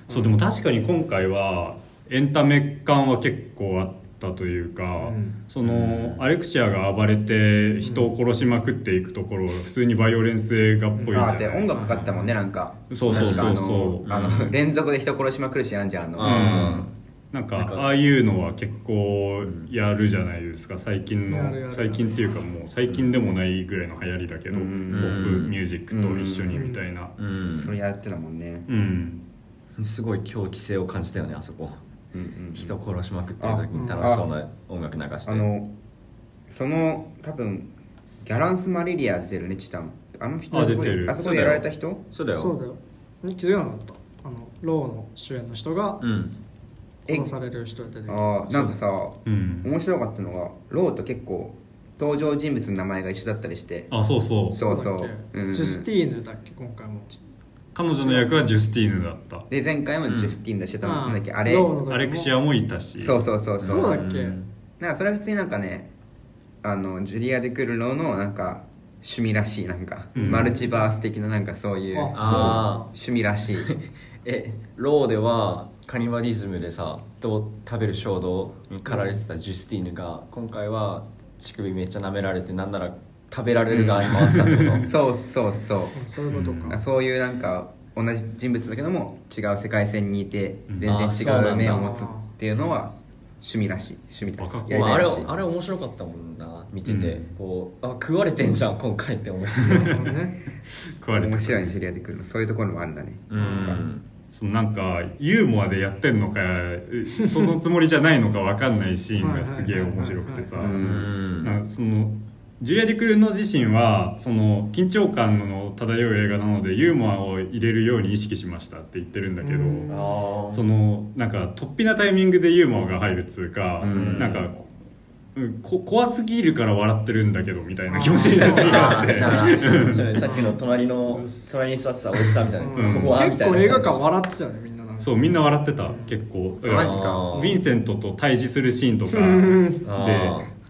S2: そうでも確かに今回はエンタメ感は結構あったというか、
S1: ん
S2: そのアレクシアが暴れて人を殺しまくっていくところ普通にバイオレンス映画っぽいじゃ
S3: あ
S2: な
S3: ー
S2: い
S3: って音楽かかったもんねなんか
S2: そうそうそうそう
S3: 確かあのあの連続で人殺しまくるしなんじゃんあの
S2: うんなん
S4: なんか
S2: かああいうのは結構やるじゃないですか最近
S1: やるやる
S2: の最近っていうかもう最近でもないぐらいの流行りだけど
S3: う
S2: ポ
S3: ん
S2: ップミュージックと一緒にみたいな
S4: うん
S3: それやってたもんね
S2: うん
S4: すごい狂気性を感じたよねあそこ
S3: うんうん
S4: 人殺しまくってる時に楽しそうな音楽流して
S3: あのその多分ギャランス・マレリア出てるねチタンあの人
S2: あ
S3: あそこ
S2: 出てる
S3: あそこでやられた人
S4: そうだよ
S1: そうだよ気づかなかったあのローの主演の人が
S4: うん
S3: え
S1: 殺される人が出てきま
S3: あ
S1: す
S3: ーなんかさ
S2: うん
S3: 面白かったのがローと結構登場人物の名前が一緒だったりして
S2: あそうそう
S3: そうそう
S1: だっけ
S3: うんうん
S1: ジュスティーヌだっけ今回も
S2: 彼女の役はジュスティーヌだった
S3: で前回もジュスティンだしてた
S1: うん
S3: なんだっけあれ
S1: ローの時も
S2: アレクシアもいたし
S3: そうそうそう
S1: そうだっけ
S3: なんかそれは普通になんかねあのジュリア・デクルロのなんか趣味らしいなんか、
S2: うん
S3: マルチバース的ななんかそういう
S1: あ
S3: 趣味 らしい
S4: えローではカニバリズムでさと食べる衝動に駆られてたジュスティーヌが今回は乳首めっちゃ舐められてなんなら食べられる側に回したって こと
S3: そうそうそう
S1: そうそういうことか
S3: そういうなんか同じ人物だけども違う世界線にいて
S2: うん
S3: 全然
S4: あそうな
S3: 違
S4: ん
S3: う
S4: だ
S3: 目を持つっていうのは趣味らしい趣味だ
S2: バカ
S3: し
S2: 怖
S3: や
S2: い
S3: りたい
S4: まあ、あれ
S3: らしい
S4: あれ面白かったもんな見てて、
S2: うん
S4: こうあ食われてんじゃん今回って思って
S1: なるほどね
S2: 食われて
S3: 面
S2: た
S3: 白いね知り合ってくるのそういうところもあるんだね
S4: うん
S2: そのなんかユーモアでやってんのかそのつもりじゃないのかわかんないシーンがすげえ面白くてさ
S1: は
S3: いう
S1: い
S3: ん
S2: なんかそのジュリア・ディ・クルーノ自身はその緊張感の漂う映画なのでユーモアを入れるように意識しましたって言ってるんだけど、
S1: うん
S4: あー
S2: そのなんか突飛なタイミングでユーモアが入るっつうか、
S3: うん
S2: なんかこうんこ怖すぎるから笑ってるんだけどみたいな気持ちになったりがあ って
S4: だからそうさっきの隣の隣に座ってたおじさんみたいな、
S1: うん
S4: ここはみ
S1: 結
S4: たい
S1: 構
S4: な
S1: 映画館笑ってたよねみんななんか
S2: そうみんな笑ってた結構だから
S3: マジか
S2: ヴィンセントと対峙するシーンとか
S1: うん
S4: あ
S1: はい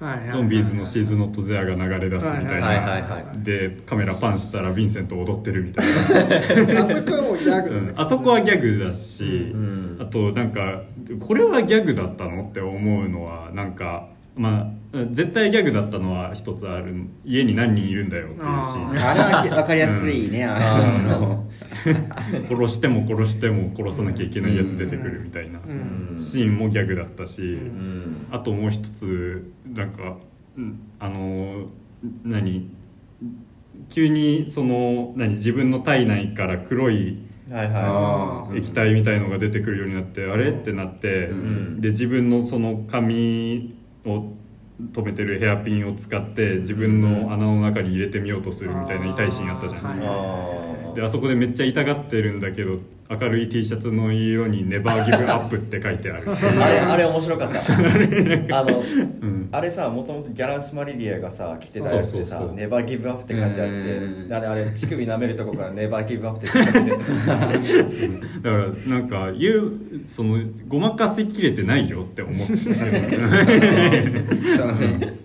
S1: はい
S2: でゾンビーズの「シーズノット・ゼア」が流れ出すみたい
S4: はいはいはい
S2: な
S4: は
S2: でカメラパンしたらヴィンセント踊ってるみたいな。
S1: あそこはもうギャグだ
S2: う
S1: ね
S2: んあそこはギャグだし、
S4: ん
S2: あとなんかこれはギャグだったのって思うのはなんかまあ絶対ギャグだったのは一つある家に何人いるんだよっていうシーン
S3: あれは分かりやすいね、あの
S2: 殺しても殺しても殺さなきゃいけないやつ出てくるみたいな、
S1: うん
S2: シーンもギャグだったし、
S1: う
S4: うん
S2: あともう一つなんかうんあのー何急にその何自分の体内から黒い
S4: はい
S3: あー
S2: 液体みたいのが出てくるようになって、あれってなって、
S3: ん
S2: で自分のその髪を留めてるヘアピンを使って自分の穴の中に入れてみようとするみたいな痛いシーンあったじゃん、
S1: うんはい
S4: あ
S2: であそこでめっちゃ痛がってるんだけど明るい T シャツの色に「ネバーギブアップ」って書いて ある
S5: あれあれ面白かったあの、あれさもともとギャランス・マリリアがさ着てたやつでさ
S2: そうそうそう
S5: 「ネバーギブアップ」って書いてあっ
S3: うん
S5: てあれあれ乳首舐めるとこから「ネバーギブアップ」って書いてあって
S2: だからなんか言うそのごまかしきれてないよって思って
S3: そう ね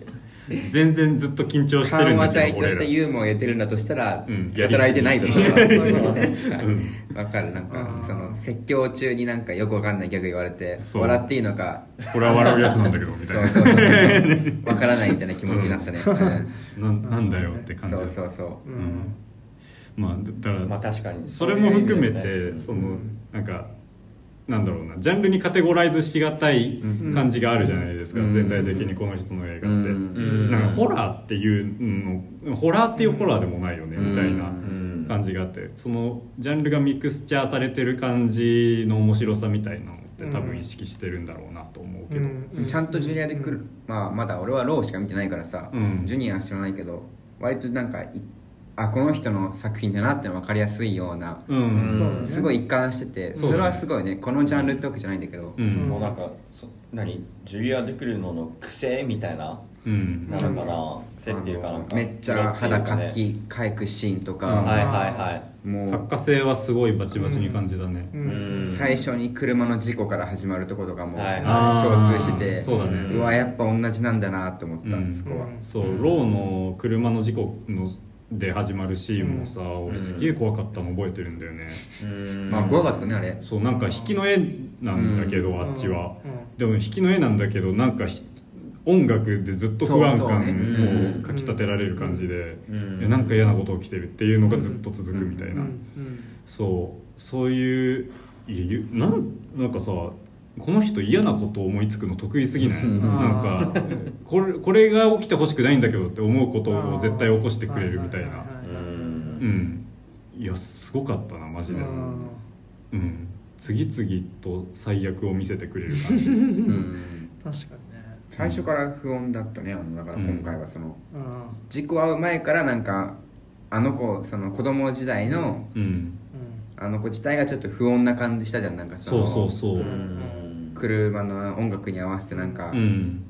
S2: 全然ずっと緊張してる
S3: 緩
S2: んだ
S3: 和
S2: け
S3: 剤
S2: ど
S3: と
S2: 俺
S3: して
S2: ら
S3: ユーモアを入れてるんだとしたら、
S2: うんやりすぎ
S3: 働いてないとそれはそういうことね
S2: うん
S3: わかるなん
S1: あ
S3: か
S1: ー
S3: その説教中になんかよくわかんないギャグ言われて
S2: そう
S3: 笑っていいのか
S2: これは笑うやつなんだけどみた
S3: そう
S2: い
S3: そうそうわからないみたいな気持ちになったね、う
S2: なななんだよって感
S3: ん、
S2: じ
S3: そ
S2: だ
S3: う
S2: った
S3: そうそう
S2: うんんまあだから、
S5: まあ確かに
S2: それも含め
S5: そういう意味
S2: てその
S1: うん
S2: なんかなんだろうなジャンルにカテゴライズしがたい感じがあるじゃないですか、
S3: うん
S2: 全体的にこの人の映画って、
S3: うん
S2: なんかホラーっていうのホラーっていうホラーでもないよね、みたいな
S3: うん
S2: 感じがあってそのジャンルがミクスチャーされてる感じの面白さみたいなのって多分意識してるんだろうなと思うけど、
S1: う
S3: ちゃんとジュニアで来る、まあ、まだ俺はローしか見てないからさ、
S2: うん
S3: ジュニアは知らないけど割となんかいあこの人の作品だなって分かりやすいような、
S2: うん
S1: そうだね
S3: すごい一貫してて
S2: そうだね
S3: それはすごいねこのジャンルってわけじゃないんだけど、
S2: うん
S5: もうなんかそ何ジュリア・デクルノの癖みたいな
S2: うん
S5: なのかな癖っていうかなんか
S3: めっちゃ肌か
S5: ね
S3: き回復シーンと
S2: うん
S3: か、
S5: はいはいはい
S3: もう
S2: 作家性はすごいバチバチに感じだね、
S1: う
S5: うんん
S3: 最初に車の事故から始まるとことかも
S5: はい
S2: あー
S3: 共通してて
S2: そうだね
S3: わやっぱ同じなんだなと思った、
S2: うん
S3: そこは、
S2: そう、ローの車の事故ので始まるシーンもさ、俺すげえ怖かったの覚えてるんだよね、
S5: うん
S3: まあ怖かったねあれ
S2: そうなんか引きの絵なんだけど、
S1: ん
S2: あっちは、
S1: うん
S2: でも引きの絵なんだけどなんかひ音楽でずっと不安
S3: そうそう
S2: 感
S3: ね
S2: をかきたてられる感じで、
S5: うん
S2: えなんか嫌なこと起きてるっていうのがずっと続くみたいな、
S1: うん
S2: そうそういういやゆなんなんかさこの人嫌なことを思いつくの得意すぎない
S3: うん
S2: なんかこれこれが起きてほしくないんだけどって思うことを絶対起こしてくれるみたいな
S1: ははは
S5: う
S1: は
S2: うんんいやすごかったなマジで
S1: うん
S2: うん次々と最悪を見せてくれる感 じ
S3: うん
S1: 確かにね
S3: 最初から不穏だったねあのだから
S2: うん
S3: 今回はその、
S1: うん
S3: 事故会う前からなんかあの子その子供時代の
S2: うん
S3: あの子自体がちょっと不穏な感じしたじゃんなんか
S2: そう
S3: の
S2: そうそう
S5: う
S2: うん
S5: ん
S3: 車の音楽に合わせてなんか
S2: うん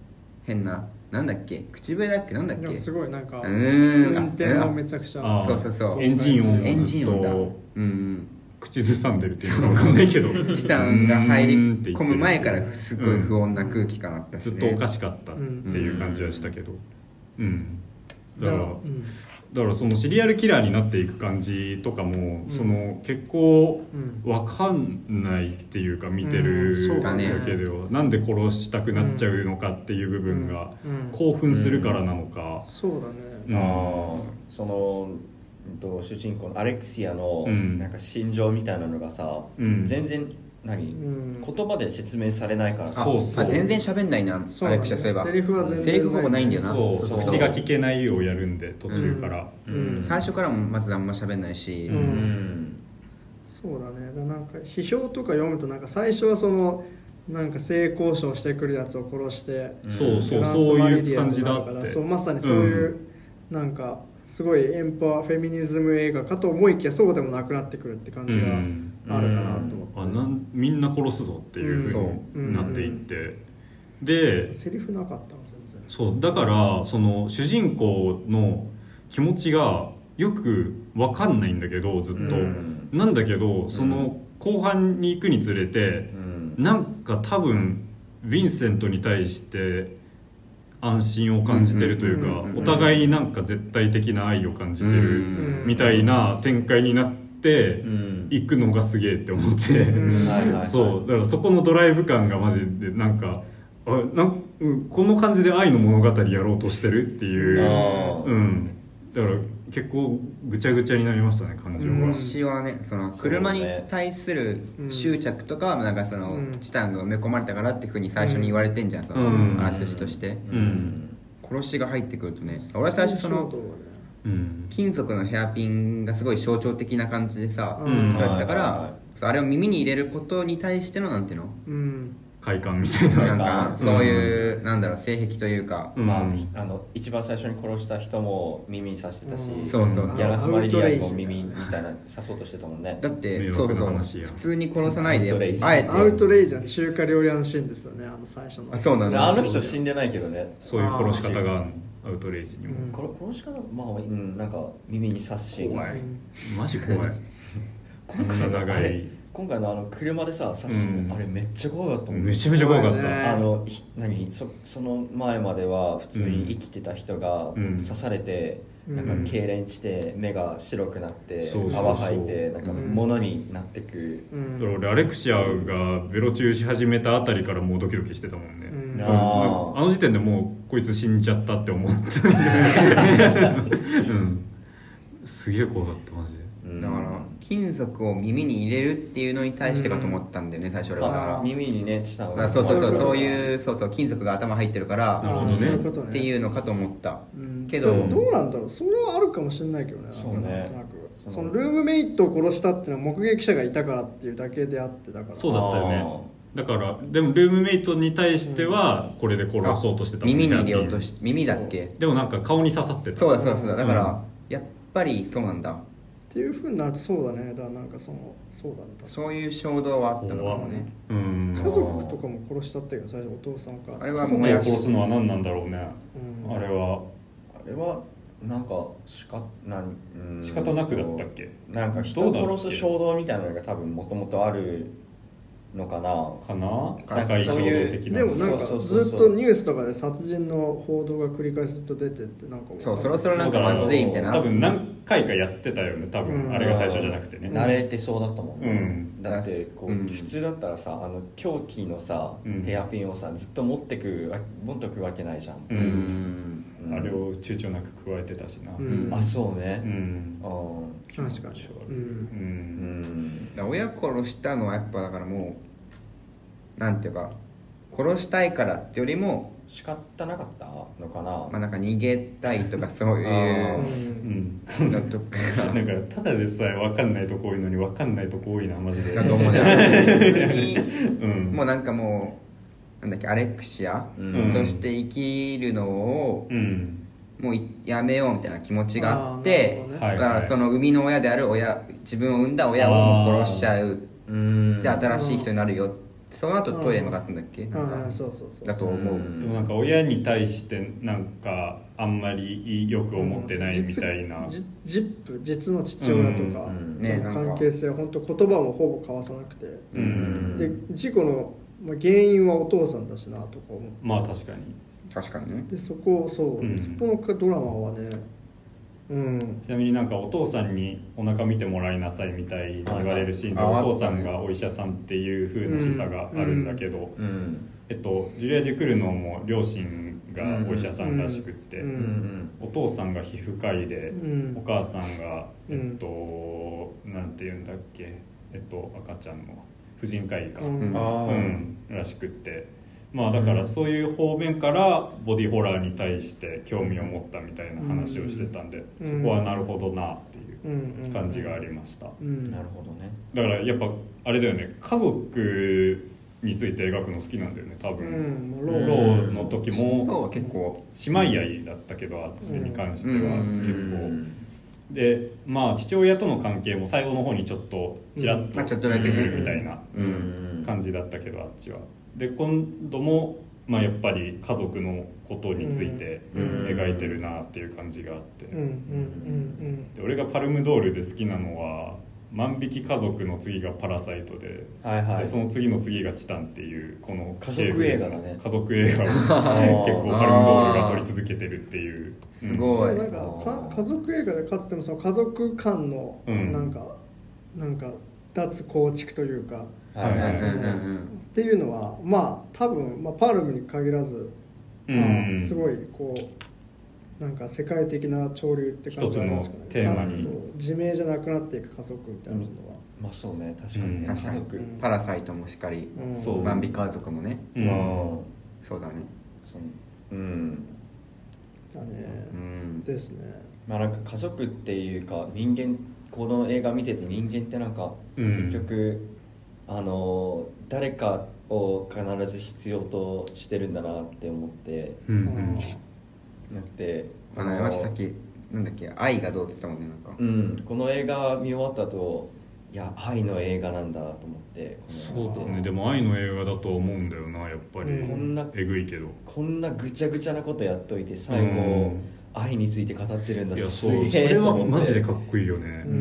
S3: 変な、なんだっけ口笛だっけなんだ
S1: う
S3: っ
S1: んで
S3: け
S1: もすごいなんか
S3: うーん
S1: 運転をめちゃくちゃ
S2: あー
S3: そうそうそう
S2: エンジン音
S3: エ
S2: を
S3: ンジ
S2: ずっ
S3: ン音だうん
S2: と
S3: うん
S2: 口ずさんでるっていうのわかんないけど
S3: チタンが入り
S2: うーんって言って
S3: 込
S2: る
S3: む前からすごい不穏な空気感あったし、
S2: ず
S3: ね
S2: っとおか
S3: し
S2: しかったっていう感じはしたけどうん、だ
S1: だ
S2: か
S1: か
S2: ら
S1: らうん
S2: だからそのシリアルキラーになっていく感じとかも、
S1: ん
S2: その結構
S1: うん
S2: わかんないっていうか見て
S1: うん
S2: る
S1: そう
S3: だね
S2: だけでは、なんで殺したくなっちゃうのかっていう部分が
S1: うんうん
S2: 興奮するからなのか、
S1: そうだね
S2: うん
S5: あーそのうんと主人公のアレクシアの
S2: うん
S5: なんか心情みたいなのがさ、
S2: うん
S5: 全然何、
S1: ん
S5: 言葉で説明されないからさ
S2: そうそう
S3: 全然喋んないな
S1: そう
S3: アレクシャそういえば
S1: セリフは全然ない
S3: セリフほぼないんだよな
S2: そう
S5: そう
S2: 口が聞けないようやるんで途中から、
S1: う
S5: うん
S1: ん
S3: 最初からもまずあんま喋んないし、
S2: うん
S5: うん
S1: そうだねだからなんか批評とか読むとなんか最初はそのなんか性交渉してくるやつを殺して
S2: そうそう
S1: フラン
S2: そ
S1: ス
S2: う
S1: マリ
S2: い
S1: リ
S2: う
S1: ア
S2: 感
S1: と
S2: じ
S1: か
S2: だ
S1: だか
S2: っ
S1: ら
S2: て
S1: そうまさにそういう、なんかすごいエンパワーフェミニズム映画かと思いきやそうでもなくなってくるって感じ
S2: うん
S1: があるかなと思って、
S2: あなんみんな殺すぞっていうふうになっていって、で
S1: セリフなかったの全然
S2: そうだからその主人公の気持ちがよく分かんないんだけどずっと、
S5: うん
S2: なんだけどその後半に行くにつれて
S5: う、ん
S2: なんか多分ヴィンセントに対して安心を感じてるというか、
S1: うんうん
S3: うんうん
S2: お互いになんか絶対的な愛を感じて
S3: う
S2: る
S3: ん
S2: みたいな展開になって
S5: うん
S2: 行くのがすげえって思って。
S1: うん
S5: はいはいはい
S2: そうだからそこのドライブ感がマジでなんかあなんうんこの感じで愛の物語やろうとしてるっていう、
S5: あー
S2: うん、だから結構ぐちゃぐちゃになりましたね感情
S1: う
S2: が
S1: ん。
S3: 私はねその
S5: そうね
S3: 車に対する執着とかはなんかその、
S1: うん
S3: チタンが埋め込まれたからっていうふうに最初に言われてんじゃん、そ
S2: うん
S3: のあらすじとして、
S2: うん
S3: 殺しが入ってくるとね俺は最初その
S2: うん
S3: 金属のヘアピンがすごい象徴的な感じでさ、
S1: うん
S3: そうやったから、
S5: はいはいはい
S3: そうあれを耳に入れることに対してのなんていうの
S1: うん
S2: 快感みたいな
S3: なんかそういうなんだろう性癖というか
S2: うん
S5: まあ、あの一番最初に殺した人も耳に刺してたし、
S1: うん
S3: そうそうそう
S5: ギャラスマリリアも耳みたいな刺そうとしてたもんね
S3: だって
S2: 迷
S3: そう
S2: 惑な
S3: そう
S2: 話や
S3: 普通に殺さないで
S5: アウトレイジ
S3: あえ
S1: アウ
S3: て
S1: トレイジは中華料理屋のシーンですよねあの最初の
S3: あそうなんだ
S5: あの人死んでないけどね
S2: そういう殺し方がアウトレイジにも、
S1: うん
S5: 殺殺し方まあ、うん、なんか耳に刺すし
S2: 怖
S1: う
S2: い
S1: ん
S2: マジ怖い
S5: 今回
S2: こ
S5: の
S2: んな
S5: あ
S2: 長い
S5: れ今回のあの車でさ刺す、
S2: うん
S5: あれめっちゃ怖かったもん
S2: めちゃめちゃ怖かっ
S1: 怖い
S2: た
S1: ね
S5: あのひ何そその前までは普通に生きてた人が
S2: うん
S5: 刺されて、
S1: うん
S5: なんか痙攣して目が白くなって、
S2: そうそうそう
S5: 泡吐いてなんか
S1: うん
S5: 物になってく、
S1: うん
S2: だから俺アレクシアがベロ中し始めたあたりからもうドキドキしてたもんね、
S1: うん
S2: なんか
S5: あー
S2: あの時点でもうこいつ死んじゃったって思って、 うん、すげえ怖かったマジで
S5: うん
S3: だから金属を耳に入れるっていうのに対してかと思ったんだよね最初俺はだから
S5: あ耳にねしたの
S3: だからそうそうそうそう
S5: う
S3: いうそうそう金属が頭入ってるか
S1: あ
S3: ら
S2: なるほ
S1: ー
S2: どね
S1: そういうことね
S3: っていうのかと思った
S1: うん
S3: けど
S1: でもどうなんだろうそれはあるかもしれないけどね
S5: そうね
S1: なんとなく
S5: その
S1: そのルームメイトを殺したっていうのは目撃者がいたからっていうだけであってだから
S2: そうだったよねだからでもルームメイトに対してはこれで殺そうとしてたもんね
S3: 耳に入れようとし耳だっけ
S2: でもなんか顔に刺さってた
S3: そうだそうだそうだだか
S2: うん
S3: らやっぱりそうなんだ
S1: っていうふうになるとそうだねだからなんかそのそうだね確か
S3: そういう衝動はあったのかもね
S2: うん
S1: に家族とかも殺しちゃったけど最初お父さんから
S3: あれはもう
S2: 親を殺すのは何なんだろうね、
S1: うん
S2: あれは
S5: あれはなんかしかなんうん
S2: 仕方なくだったっけ
S5: なんか人
S2: どうだっけ
S5: を殺す衝動みたいなのが多分もともとあるのかな
S2: かな
S5: な
S2: 高
S5: んか
S2: い衝
S5: そういう
S2: 動的な
S1: でもなんか
S5: そうそうそう
S1: ず
S5: そう
S1: っとニュースとかで殺人の報道が繰り返しずっと出てってなんか
S3: そうそろそろなんかまずいみたいな
S2: 多分何回かやってたよね多分、
S1: うん
S2: あれが最初じゃなくてね
S5: 慣れてそうだったもん、
S2: うん
S5: だってこう、
S3: うん
S5: 普通だったらさあの凶器のさ、
S2: うん
S5: ヘアピンをさずっと持ってくわ持っとくわけないじゃん、
S2: う
S3: うんん
S5: うん
S2: あれを躊躇なく加えてたしな
S1: う
S2: うん
S5: あそうね、
S2: ん
S5: あー
S1: 確かにう
S2: うんん
S5: うん
S3: だから親殺したのはやっぱだからもうなんていうか殺したいからってよりも、
S5: 仕方なかったのかな、
S3: まあ、なんか逃げたいとかそうい
S5: あ
S1: う
S3: うん
S2: うん
S3: のとか
S2: なんかただでさえ分かんないとこ多いのに分かんないとこ多いなマジで
S3: だと思うね普通に
S2: うん
S3: もうなんかもうなんだっけアレクシア
S5: うん
S3: として生きるのを
S2: うん
S3: もういやめようみたいな気持ちがあっ
S1: あーなる
S3: て
S1: ほどね
S3: だか
S2: はいは
S3: ら
S2: い
S3: その生みの親である親自分を産んだ親をもう殺しちゃう
S5: うん
S3: で新しい人になるよその後トイレ向かったんだっけな
S1: あ
S3: んか
S1: ーそうそうそう
S3: だと思う
S2: でもなんか親に対してなんかあんまりよく思ってないみたいな
S1: 実ジップ実の父親とか、
S2: うんうん
S3: ねなんか
S1: 関係性本当言葉もほぼ交わさなくて、
S2: うん
S1: で事故のまあ原因はお父さんだしなとか思って
S2: まあ確かに
S3: 確かにね
S1: でそこをそう、
S2: うん
S1: そこのドラマはねうん
S2: ちなみになんかお父さんにお腹見てもらいなさいみたいに言われるシーンで
S3: はい
S2: お
S3: はい
S2: 父さんがお医者さんっていう風な示唆があるんだけど、
S5: うん
S2: えっと、ジュリア・デュクルノーも両親がお医者さんらしくって、
S1: うんう
S5: うんん
S2: お父さんが皮膚科医で、
S1: うん
S2: お母さんが
S1: う
S2: え
S1: ん
S2: っと、なんて言うんだっけえっと赤ちゃんの婦人科医か、
S1: うん
S3: うん
S5: ああ
S2: うん、らしくってまあだからそういう方面からボディホラーに対して興味を持ったみたいな話をしてたんで、
S1: うん
S2: そこはなるほどなって
S1: う
S2: い
S1: んうん
S2: う感じがありました、
S1: うん
S5: なるほどね
S2: だからやっぱあれだよね家族について描くの好きなんだよね多
S1: う
S2: 分、
S1: んもう
S2: ロ
S1: ロ
S2: ー
S1: ー
S2: の時
S3: 今日
S2: も
S3: は結構
S2: 姉妹愛だったけどあれに関しては結構
S5: ん
S2: でまあ父親との関係も最後の方にちょっとちらっ
S3: まあち
S2: と
S3: ょっとだ
S2: 出
S3: け
S2: て
S3: ね
S2: くるみたいな
S3: うん
S2: 感じだったけどあっちはで今度も、まあ、やっぱり家族のことについて
S5: うん
S2: 描いてるなっていう感じがあって、
S1: うんうんうん
S2: で俺がパルムドールで好きなのは「万引き家族」の次が「パラサイトで」
S5: はいは
S2: で
S5: い
S2: その次の次が「チタン」っていうこの
S5: 家族映画だね
S2: 家族映 画を
S5: ー
S2: 結構パルムドールが撮り続けてるっていう、
S3: す
S1: う
S3: ご
S1: ん
S3: い
S1: でもなんかか家族映画でかつてもその家族間の
S2: うん
S1: なんか、なんか脱構築というか
S5: はいはい
S3: うんうん
S1: っていうのはまあ多分、まあ、パルムに限らず、
S2: うん
S1: まあ、すごいこうなんか世界的な潮流って感じありますかね
S2: 一つのテーマに
S1: あそう自明じゃなくなっていく家族みたいなのは、
S5: まあそうね確かにね、
S3: 確
S5: 家
S3: かに
S5: 族、
S1: ん
S3: パラサイトもしっかり
S1: うん
S2: そう
S3: 万引き家族もね
S2: うん
S5: まあ
S3: そうだね
S5: そのうん
S1: だね
S3: う、ん
S1: ですね
S5: まあなんか家族っていうか人間この映画見てて人間ってなんか
S2: うん
S5: 結局、あの誰かを必ず必要としてるんだなって思って
S2: うんうん
S5: なって
S3: あの山下さっきなんだっけ愛がどうって言ったもんねなんか
S5: うん、この映画見終わった後いや愛の映画なんだと思ってこ
S2: そ
S5: の
S2: うだ
S5: 映画
S2: ね
S5: で
S2: でも愛の映画だとは思うんだよなやっぱり、
S1: うん
S5: こんな
S2: えぐいけど
S5: こんなぐちゃぐちゃなことやっといて最
S2: う
S5: 後
S2: ん
S5: 愛について語ってるんだ
S2: いや
S5: す
S2: そうそ
S5: げえ
S2: れ
S5: と
S2: は
S5: 思って
S2: マジでかっこいいよね
S1: うん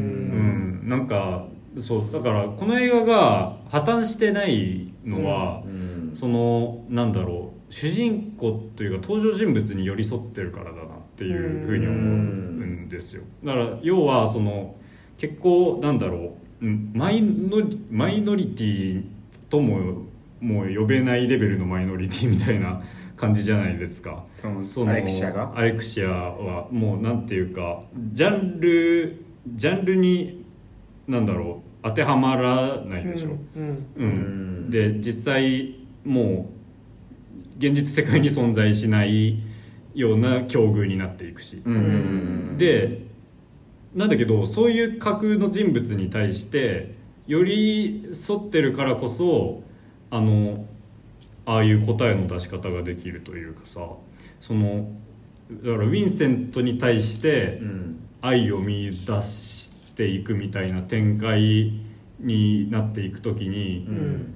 S2: うんなんかそうだからこの映画が破綻してないのは、
S5: うん
S2: そのなんだろう主人公というか登場人物に寄り添ってるからだなっていうふうに思うんですよだから要はその結構なんだろううんマイノリマイノリティとももう呼べないレベルのマイノリティみたいな感じじゃないですか。
S3: そのアレクシアが
S2: アレクシアはもうなんていうかジャンルジャンルになんだろう当てはまらないでしょ、
S1: うん
S2: うん
S5: うん
S2: で実際もう現実世界に存在しないような境遇になっていくし、
S3: うんうんうん
S2: でなんだけどそういう架空の人物に対してより沿ってるからこそあのああいう答えの出し方ができるというかさそのだからウィンセントに対して
S5: うん
S2: 愛を見出していくみたいな展開になっていく時に、
S1: うん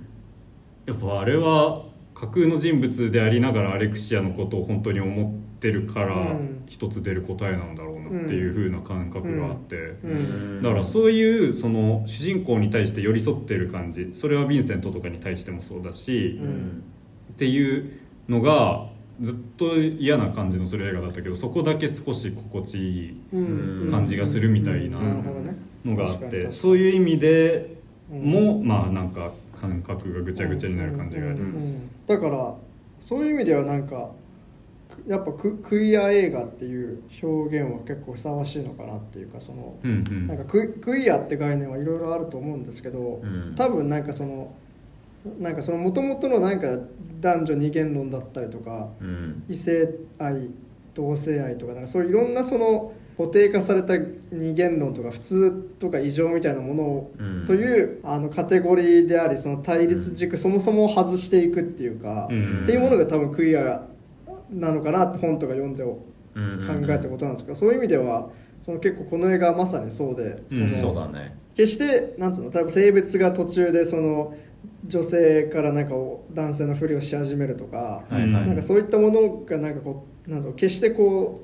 S2: やっぱあれは架空の人物でありながらアレクシアのことを本当に思ってるから
S1: うん
S2: 一つ出る答えなんだろうなっていう風な感覚があって、
S1: うん
S2: だからそういうその主人公に対して寄り添ってる感じそれはヴィンセントとかに対してもそうだし、
S1: う
S2: っ
S1: ん
S2: ていうのがずっと嫌な感じのする映画だったけどそこだけ少し心地いい
S1: うん
S2: 感じがするみたいな
S1: なるほどね
S2: のがあっ
S1: 確かに確か
S2: て
S1: に
S2: そういう意味で
S1: うん
S2: も、まあなんか感覚がぐちゃぐちゃになる感じがあります。
S1: うんだからそういう意味ではなんかくやっぱククイア映画っていう表現は結構ふさわしいのかなっていうかその、
S2: うんうん
S1: なんかクイクイアって概念はいろいろあると思うんですけど、
S3: うん
S1: 多分なんかそのなんかその元々のなんか男女二元論だったりとか
S3: うん
S1: 異性愛同性愛とかなんかそういういろんなその固定化された二元論とか普通とか異常みたいなものを、
S3: うん
S1: というあのカテゴリーでありその対立軸、そもそも外していくっていうか、
S2: うん
S1: っていうものが多分クイアなのかなって本とか読んで考
S3: うん
S1: えたことなんですけど、そういう意味ではその結構この映画はまさにそうでその、
S2: うん
S5: そうだね
S1: 決してなんつうの例えば性別が途中でその女性からなんかを男性のふりをし始めるとか、
S2: はいはい
S1: なんかそういったものがなんかこうなんだろう決してこう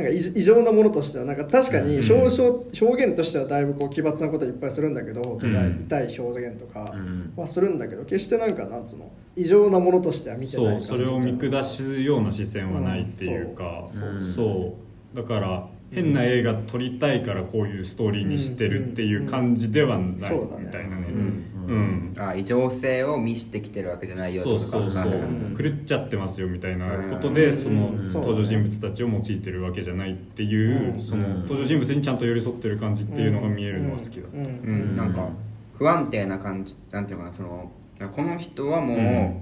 S1: なんか異異常なものとしてはなんか確かに表彰、表現としてはだいぶこう奇抜なこといっぱいするんだけどとか、
S2: うん
S1: 痛い表現とか
S3: うん
S1: はするんだけど決してなんかなんつうの異常なものとしては見てない
S2: そ
S1: 感
S2: う
S1: じ
S2: それを見下すような視線はないっていうか、
S1: うん
S2: そ
S1: そうう
S2: そうだから変な映画撮りたいからこういうストーリーにしてるっていう感じではないみたい
S1: うんうんうん
S2: なね
S3: う
S2: うんん
S3: あ異常性を見してきてるわけじゃないよって
S2: そ
S3: こ
S2: う
S3: とか
S2: そうそ
S3: な
S2: う
S3: るほど
S1: ん
S2: 狂っちゃってますよみたいなこと
S3: う
S2: で
S3: ん
S2: その
S1: うん
S2: 登場人物たちを用いてるわけじゃないっていううんその登場人物にちゃんと寄り添ってる感じっていうのが見えるのは好きだった
S1: うんうん
S2: うん
S3: なんか不安定な感じなんていうのかなそのこの人はもう、
S2: うん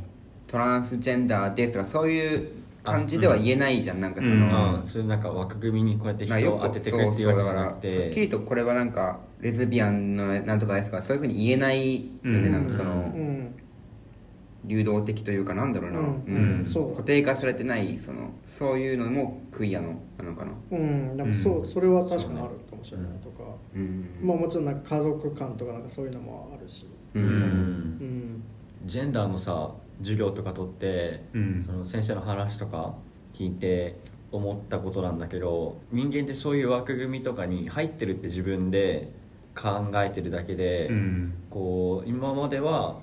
S3: トランスジェンダーですとかそういう感じでは言えないじゃんなんかその、
S2: うん
S4: うん、そういうなんか枠組みにこうやって
S3: まあ
S4: 人
S3: よ
S4: を
S3: く
S4: 当ててくれって言われて
S3: そうそうだか
S4: なく
S3: らはっきり
S4: て
S3: とこれはなんかレズビアンのなんとかですとかそういうふうに言えないので、
S2: うん
S3: なんかその、
S1: うん
S3: 流動的というかなんだろうな、
S1: うん
S2: うん
S1: そう
S3: 固定化されてないそのそういうのもクイアのなのかな
S1: うん、でもそう、それは確かにあるかもしれないとか、
S3: うん
S1: まあもちろんなんか家族感とかなんかそういうのもあるし、
S3: う
S4: うんん
S1: うん、
S4: ジェンダーのさ授業とか取って、
S2: うん
S4: その先生の話とか聞いて思ったことなんだけど人間ってそういう枠組みとかに入ってるって自分で考えてるだけで、
S2: うん
S4: こう今までは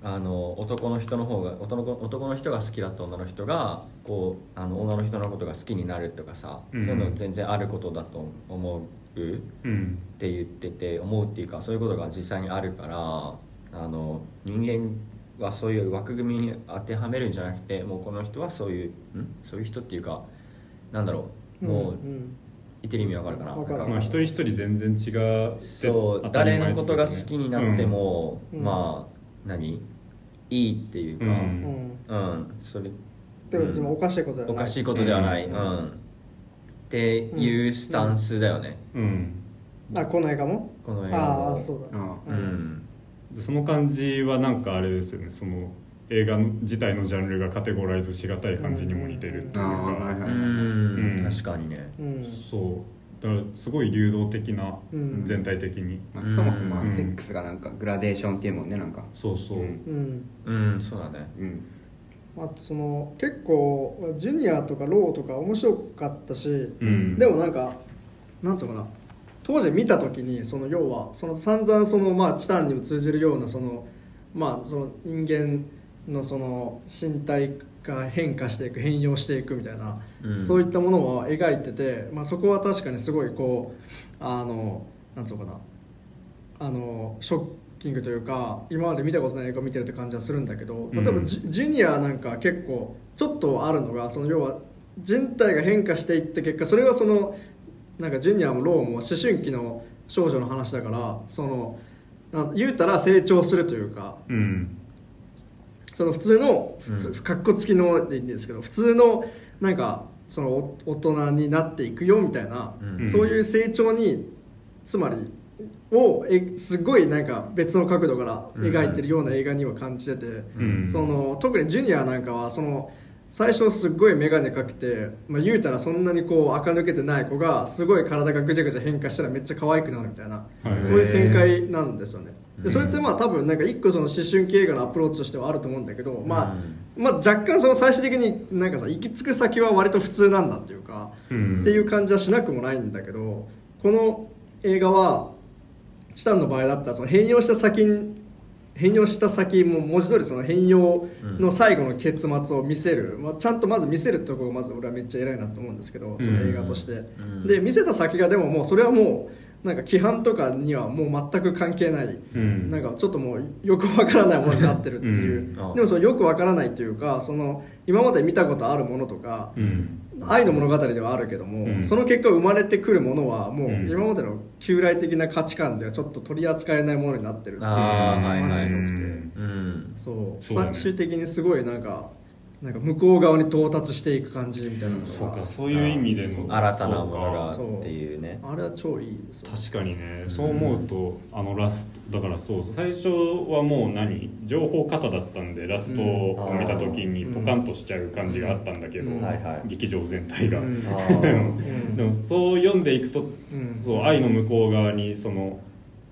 S4: あの男の人の方が男の子男の人が好きだった女の人がこうあの女の人のことが好きになるとかさ、
S2: うん
S4: そういうの全然あることだと思うっ
S2: うん
S4: て言ってて思うっていうかそういうことが実際にあるからあの人間はそういう枠組みに当てはめるんじゃなくてもうこの人はそういうんそういう人っていうかなんだろうもう
S1: うん
S4: 言ってる意味わかるかな
S1: わかる
S4: なん
S2: まあ一人一人全然違うって
S4: そう
S2: 当たり前
S4: 誰の
S2: で
S4: こ
S2: すよ
S4: と
S2: ね
S4: が好きになっても、
S1: うん
S4: まあ何いいっていうか、
S2: う
S1: うんん、
S4: うん、それ
S1: でも別におかしいことではない、
S4: おかしいことではない、うんっていうスタンスだよね、
S2: うん
S1: あこの映画も
S4: この映画
S1: ああ
S4: も
S1: そうだ、
S3: あ
S4: うん
S2: でその感じはなんかあれですよねその映画自体のジャンルがカテゴライズしがたい感じにも似てるっていう
S3: ああ
S2: か、
S3: はいはい、
S2: う
S5: ん
S2: ん
S5: 確かにね
S1: うん
S2: そうだからすごい流動的な、
S1: うん
S2: 全体的に
S3: まあ、そもそも
S2: う
S3: は
S2: ん
S3: セックスがなんかグラデーションっていうもんねなんか
S2: そうそう、
S3: うん
S1: うん
S4: うんそうだね
S3: うん
S1: まあ、その結構ジュニアとかローとか面白かったし、
S2: うん
S1: でもなんかなんつうのかな当時見た時にその要はその散々そのまあチタンにも通じるようなそのまあその人間のその身体が変化していく変容していくみたいな、
S4: うん
S1: そういったものは描いてて、まあ、そこは確かにすごいこうあのなんつうのかなあのショッキングというか今まで見たことない映画を見てるって感じはするんだけど例えばジ,、ジュニアなんか結構ちょっとあるのがその要は人体が変化していって結果それはそのなんかジュニアもローも思春期の少女の話だからそのなん言うたら成長するというか
S2: うん
S1: その普通の普通、かっこつきのでいいんですけど普通のなんかそのお大人になっていくよみたいな、
S2: うん
S1: そういう成長につまりをえすごいなんか別の角度から描いてるような映画には感じてて、
S2: うん
S1: その特にジュニアなんかはその最初すっごい眼鏡かけて、まあ、言うたらそんなにこう垢抜けてない子がすごい体がぐちゃぐちゃ変化したらめっちゃ可愛くなるみたいな、
S2: はい
S1: そういう展開なんですよね。でそれってまあ多分なんか一個その思春期映画のアプローチとしてはあると思うんだけど、まあまあ、若干その最終的になんかさ行き着く先は割と普通なんだっていうか、
S2: うん
S1: っていう感じはしなくもないんだけどこの映画はチタンの場合だったらその変容した先に変容した先も文字通りその変容の最後の結末を見せる、まあ、ちゃんとまず見せるところがまず俺はめっちゃ偉いなと思うんですけどその映画として、で見せた先がでももうそれはもうなんか規範とかにはもう全く関係ない、
S2: うん
S1: なんかちょっともうよくわからないものになってるっていう、
S4: うんあ
S1: でもそのよくわからないというかその今まで見たことあるものとか、
S2: うん
S1: 愛の物語ではあるけども、
S2: うん
S1: その結果生まれてくるものはもう
S2: うん
S1: 今までの旧来的な価値観ではちょっと取り扱えないものになってるっていう
S4: あーはいはい
S1: マジでよくて、
S4: うん
S1: そう
S2: そうだね
S1: 最終的にすごいなんかなんか向こう側に到達していく感じみたいなのが
S2: そうかそういう意味での
S5: 新たなもの
S2: そうか
S5: がっていうね
S1: あれは超いいですよ
S2: 確かにねそう思うとあのラストだからそう最初はもう何情報型だったんでラストを見た時に
S1: うん
S2: ポカンとしちゃう感じがあったんだけど
S1: うん
S5: はいはい
S2: 劇場全体が
S1: う。ん
S5: あー
S2: でもそう読んでいくと
S1: うん
S2: そう愛の向こう側にその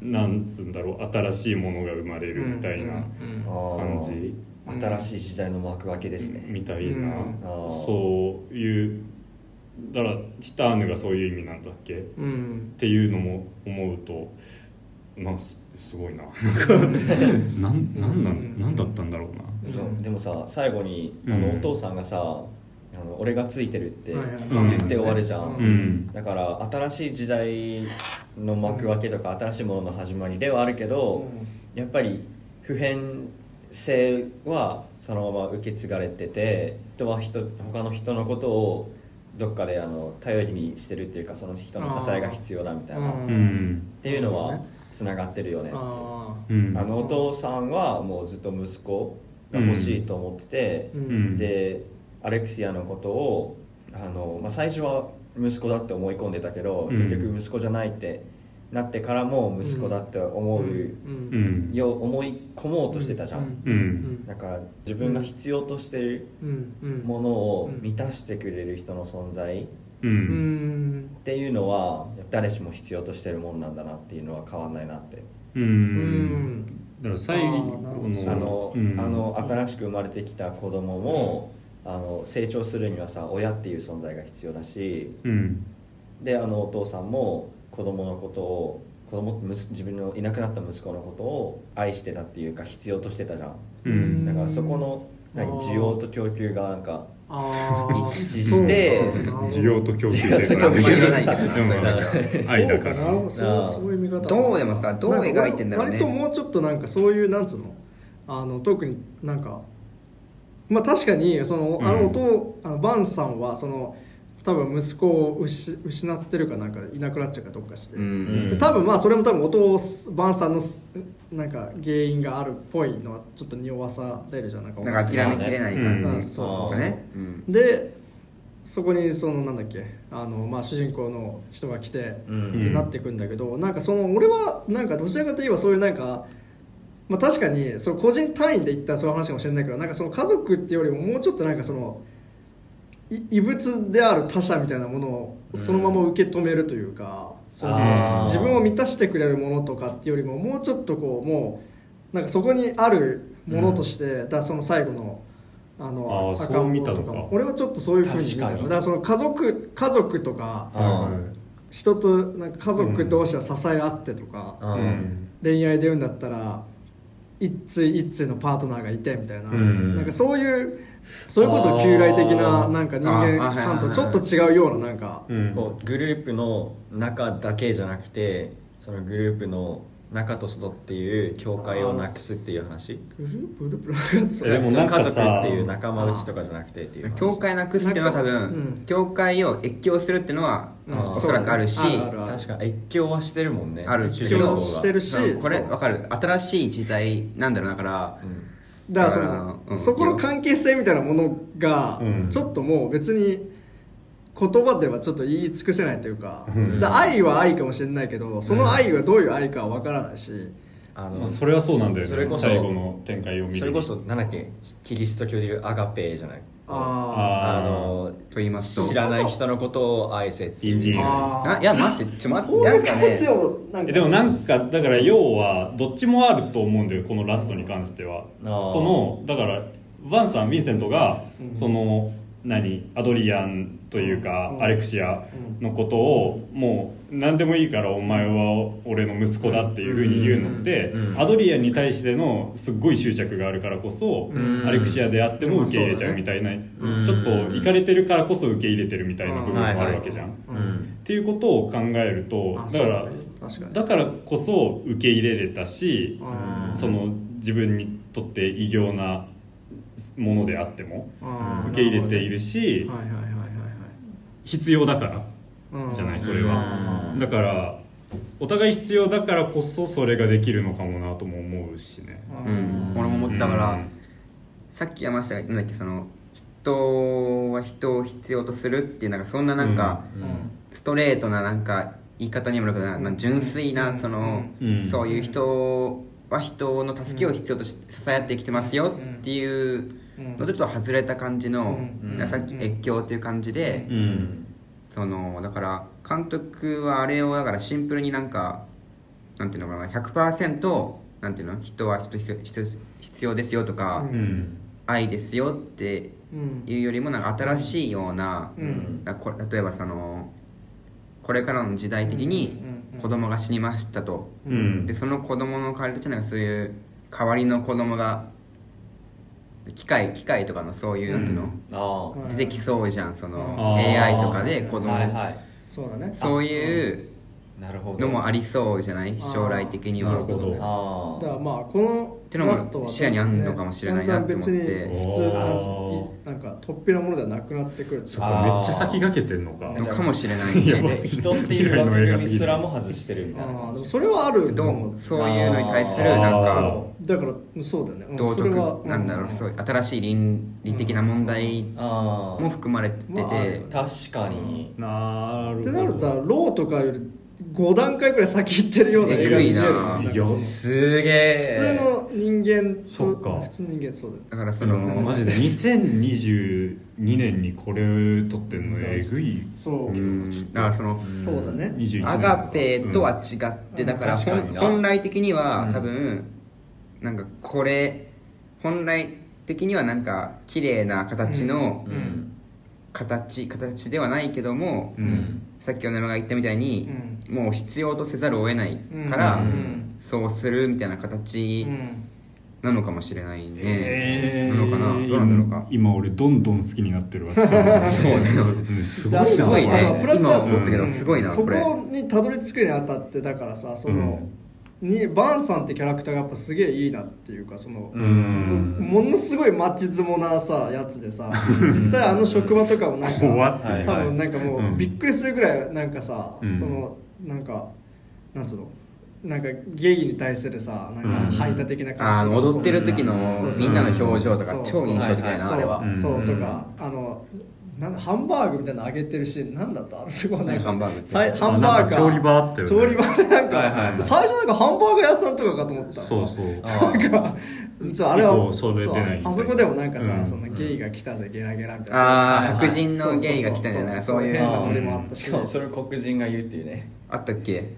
S2: なんつうんだろう新しいものが生まれるみたいな
S1: うん
S5: あ
S2: 感
S5: ー
S2: じ
S5: 新しい時代の幕開けですね
S2: みたいな
S1: うん
S5: あー
S2: そういうだからチターヌがそういう意味なんだっけ
S1: うんうん
S2: っていうのも思うとなんすすごいななんかなんなんなんだったんだろうな
S5: そうでもさ最後にあ
S2: う
S5: の
S2: ん
S5: お父さんがさ、あの俺がついてるって
S1: はいはい
S2: うん
S5: 言って終わるじゃん、
S1: うん
S2: うん
S5: だから新しい時代の幕開けとか新しいものの始まりではあるけど、やっぱり普遍性はそのまま受け継がれてて人は人他の人のことをどっかであの頼りにしてるっていうかその人の支えが必要だみたいな
S1: あ
S5: っ
S1: ーうん
S2: うん
S5: ていうのはつながってるよね
S1: あ
S2: うん
S5: あのお父さんはもうずっと息子が欲しいと思ってて、
S1: ーう
S2: うんん
S5: でアレクシアのことをあの、まあ、最初は息子だって思い込んでたけど、
S2: うん
S5: 結局息子じゃないってなってからも息子だって思
S1: う
S5: う、
S1: ん
S2: う、ん
S5: よ思い込もうとしてたじゃん、
S2: う
S1: うんん
S5: だから自分が必要としてる
S1: うんうん
S5: もの
S1: う
S5: を
S1: ん
S5: 満たしてくれる人の存在っ
S2: う
S1: うんん
S5: ていうのは誰しも必要としてるもんなんだなっていうのは変わんないなって
S1: う
S2: う
S1: んん
S2: だから最後の
S5: あの,、
S2: うん
S5: あの新しく生まれてきた子供も、あの成長するにはさ親っていう存在が必要だし
S2: うん
S5: であのお父さんも子供のことを子供むす自分のいなくなった息子のことを愛してたっていうか必要としてたじゃん、
S2: うん
S5: だからそこの何
S1: あー
S5: 需要と供給がなんか
S1: あ
S5: 一致して
S2: 需要と供給
S5: 需要と
S2: でも
S5: 供給あんまり言わない
S3: けど
S2: でも
S3: なそれなんか
S2: 愛
S1: 愛だ
S2: だか
S1: かららそうかな
S5: あー
S1: そうそういう見方
S3: どうでもさどう描いてんだろう
S1: な
S3: ね
S1: んか割ともうちょっとなんかそういうなんつうのあの特になんかまあ確かにそのあの音、あのバンさんはその多分息子を失失ってるかなんかいなくなっちゃうかどっかして、
S3: うん
S1: で多分まあそれも多分お父ばんさんのすなんか原因があるっぽいのはちょっと匂わされるじゃんなんか
S3: なんか諦めきれない
S2: まあ
S3: 感
S2: ね
S3: じ
S1: うんそうそうそう
S3: ねうん
S1: でそこにそのなんだっけあの、まあ、主人公の人が来て、
S5: うん
S1: ってなっていくんだけどなんかその俺はなんかどちらかといえばそういうなんかまあ、確かにその個人単位で言ったらそういう話かもしれないけどなんかその家族っていうよりももうちょっとなんかそのい異物である他者みたいなものをそのまま受け止めるというか、その
S5: あー
S1: 自分を満たしてくれるものとかっていうよりももうちょっとこうもうなんかそこにあるものとして、だからその最後の。あの
S2: あー
S1: 赤
S2: そうん見た
S1: 坊
S2: の
S1: と
S2: か
S1: かも俺はちょっとそういうふうに見たの
S5: 確かに
S1: だからその家族家族とか
S5: あ
S1: 人となんか家族同士は支え合ってとか、
S5: あ
S2: うん
S1: 恋愛で言うんだったら一対一対のパートナーがいてみたいな,、
S2: うん
S1: なんかそういうそれこそ旧来的ななんか人間観とちょっと違うようななんか
S2: うん
S4: こうグループの中だけじゃなくてそのグループの中と外っていう境界をなくすっていう話
S1: グループグループなんかそう
S2: えでもなんか
S4: 家
S2: さ
S4: 族っていう仲間内とかじゃなくてっていう話
S3: 教会なくすっていうのは多
S1: なんかうん
S3: 分教会を越境するっていうのは
S1: うん
S3: おそらくあるし
S1: そうだねあるある
S4: 確かに越境はしてるもんね
S3: ある
S4: 主
S1: 影
S4: 人公
S1: 響
S4: が
S1: してるし
S3: これ
S1: そう
S3: わかる新しい時代なんだろうだから
S4: うん
S1: だからそ
S3: だから
S1: の、
S3: うん
S1: そこの関係性みたいなものが
S2: うん
S1: ちょっともう別に言葉ではちょっと言い尽くせないというか,、
S2: うん
S1: だから愛は愛かもしれないけどその愛はどういう愛かは分からないし、
S4: あの
S2: まあそれはそうなんだよ
S4: それ
S2: ね
S4: こそ
S2: 最後の展開を見る
S4: それこそなんだっけキリスト教でいうアガペじゃない
S1: あ
S2: あー
S4: あの
S3: と言いますと
S4: 知らない人のことを愛せっていう
S2: 隣人
S1: ーあー
S3: ないや待ってちょ待っ
S1: そ
S3: て
S1: う
S3: ないん
S1: う
S3: か
S1: 感
S3: ね
S1: じをなんか
S2: えでもなんかだから要はどっちもあると思うんだよこのラストに関しては
S4: あー
S2: そのだからヴァンさんヴィンセントがその何アドリアンというか
S1: うん
S2: アレクシアのことをもう何でもいいからお前は俺の息子だっていうふうに言うのって
S4: うん
S2: アドリアンに対してのすっごい執着があるからこそ
S3: うん
S2: アレクシアであっても受け入れちゃうみたいな
S3: うん
S2: ちょっといかれてるからこそ受け入れてるみたいな部分もあるわけじゃん。っ
S3: うん
S2: ていうことを考えると
S1: あ
S2: だから
S1: そうだね確か
S2: だからこそ受け入れれたし
S1: にあー
S2: その自分にとって異形なものであっても
S1: あー
S2: 受け入れているし
S1: はいはいはいはい
S2: 必要だから
S1: はいうん
S2: じゃないそれはだからお互い必要だからこそそれができるのかもなとも思うしね
S1: あー
S3: うん俺も思ったから、
S2: うん
S3: さっき山下が言ったんだっけその人は人を必要とするっていうなんかそんななんか、
S1: うん
S3: ストレートななんか言い方にもなくな、まあ、純粋なその、
S2: うん
S3: そういう人は人の助けを必要とし支え合ってきてますよっていう
S1: うん
S3: のとちょっと外れた感じの、
S1: うん
S3: なんかさっき
S1: うん
S3: 越境っていう感じで、
S2: うん
S3: そのだから監督はあれをだからシンプルになんかなんていうのかな100%なんていうの人は人必要人必要ですよとか、
S1: うん
S2: うん
S3: 愛ですよって
S1: うん
S3: いうよりもなんか新しいような、
S1: うん
S3: だこ例えばそのこれからの時代的に
S1: うん
S3: 子供が死にましたと、
S2: うん
S3: でその子供の代わりとしてなんかそういう代わりの子供が機械機械とかのそういう、なんていうの
S5: あ
S1: うん
S3: 出てきそうじゃんその
S2: うん
S3: AI とかで子供、
S5: はいはい
S1: そうだね
S3: そういう
S5: なるほど
S3: のもありそうじゃな
S1: あ
S3: い
S1: ー
S3: 将来的に
S2: な
S3: は
S2: るほど
S5: あ
S1: だから
S5: あ
S1: まあこ
S3: ての
S1: の
S3: も
S1: ラストは
S3: 視野にあんのかもしれないなって思っ
S1: だ
S3: て
S1: んだん別に普通なんつう
S2: お
S1: いなんか突飛なものではなくなってくる
S2: そっかめっちゃ先駆けてんのか
S5: あー
S3: かもしれない
S2: や
S3: ね
S2: ば
S5: で人っていう枠組みすらも外してるみたいな
S1: あーでもそれはあると
S3: どう
S1: 思
S3: も
S1: う
S3: そういうのに対するなん
S2: あ
S3: か
S2: ー
S1: だからそうだよねうん
S3: 道
S1: それは
S3: 徳なんだろうそういう新しい倫理的な問題
S5: あ
S3: も含まれてて、
S1: まあある
S5: 確かに
S2: な
S1: っ
S2: るほ
S1: て
S2: ど
S1: なるとローとかより5段階くらい先行ってるような映画に見える
S3: え
S2: ぐいな
S1: なんかその
S5: すげえ
S1: 普通の人間と
S2: そっか
S1: 普通の人間そうだよ
S3: だからそ
S2: その
S3: の
S2: マジで2022年にこれ撮ってんのえぐい
S1: そう、
S3: うんだからその
S1: そうだね
S2: 21年
S3: アガペとは違って、
S1: うん
S3: だから
S5: うん
S3: ほん
S5: 確かにな
S3: 本来的には
S2: うん
S3: 多分、なんかこれ本来的にはなんか綺麗な形の
S4: うん
S3: 形、形ではないけども、
S2: うん
S3: さっきおなが言ったみたいに、もう必要とせざるを得ないから、
S1: うん
S3: そうするみたいな形
S1: うん
S3: なのかもしれないね、
S2: え
S3: なのかなどうなんだろうか
S2: 今俺どんどん好きになってるわそうねすごいな
S3: すごいね
S1: あとはプラスだ
S3: 今思ったけど
S1: うん
S3: すごいな
S1: そ
S3: これ
S1: こにたどり着くにあたってだからさその、にバンさんってキャラクターがやっぱすげえいいなっていうかその、
S2: うん
S1: ものすごい街相撲なさやつで さ実際あの職場とかもなんか
S2: 怖って
S5: はい
S1: 多分なんかも
S2: うん
S1: うびっくりするぐらいなんかさ、
S2: うん
S1: そのなんかなんつうのなんかゲイに対するさなんか
S2: うん
S1: 排他的な
S3: あ
S1: 感
S3: の
S1: じとか
S3: 踊ってる時の
S1: そうそうそう
S3: みんなの表情と
S1: そ
S3: か
S1: う
S3: 超印象的だよ
S1: そう
S3: なあれは
S1: そう
S2: うん
S1: とかあのなんだハンバーグみたいなの揚げてるシーンなんだったあれすごいなんか
S3: ハンバーグって
S1: さいハンバーガー
S2: あなんか調理場あったよね
S1: 調理場でなんか、
S2: はいはいはい
S1: 最初なんかハンバーガー屋さんとかかと思った
S2: そうそう
S1: なんかそうあれ
S2: 結
S1: は
S2: 構それ出ない
S1: そうあそこでもなんかさ、
S2: うん
S1: そのゲイが来たぜゲラゲラみたい
S3: あ
S1: な
S3: ー白人のゲイが来たんじゃないそういう
S1: 変な俺もあった
S5: し
S1: し
S5: かもそれを黒人が言うっていうね
S3: あったっけ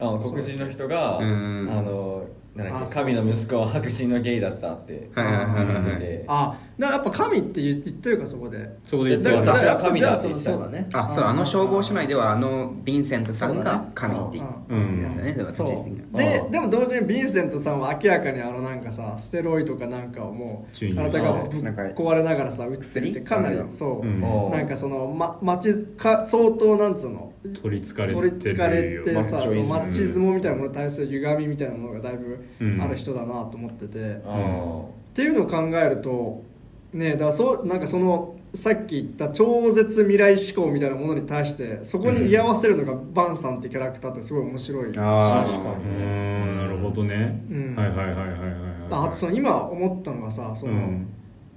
S5: あの黒人の人があ
S3: うん
S5: のなんだっ
S1: あ
S5: け
S1: そう
S5: 神の息子は白人のゲイだったって
S3: はいはいはいはい
S5: 言ってて
S1: あだからやっぱ神って言ってるかそこで
S2: そこで言って
S1: だから
S5: 私は
S1: やっぱ
S5: 神
S1: じゃ
S5: だ
S1: あ
S5: って
S1: そ
S5: 言
S1: の
S5: ってた
S1: そうだね
S3: あそうあの消防姉妹ではあのヴィンセントさんが神って
S1: そ
S3: 言
S1: う
S2: だね
S3: うんですよねでも
S1: そ
S3: 立ち位置的
S1: う
S3: に
S1: で
S5: うん
S1: でも同時にヴィンセントさんは明らかにあのなんかさステロイドかなんかをもう
S2: 注入
S1: 体がぶっ壊れながらさ打ってるって
S3: 薬
S1: かなり
S3: あれ
S1: そう、
S2: うん
S5: もう
S1: なんかその、ま、町か相当なんつうの
S2: 取りつかれて
S1: 取りつかれ
S2: る
S1: て
S2: よ
S1: さ
S5: マッチョイズ
S1: そう
S5: ム
S1: マッチ相撲みたいなものに対する歪みみたいなものがだいぶある人だなと思ってて、っ
S5: あ
S1: ていうのを考えるとねだからそうなんかそのさっき言った超絶未来思考みたいなものに対してそこに居合わせるのがバンさんってキャラクターってすごい面白いし
S3: あ
S5: 確か
S2: うーんなるほどね、
S1: うん
S2: はいはいはいはいはいはい
S1: ああとその今思ったのがさその、
S2: うん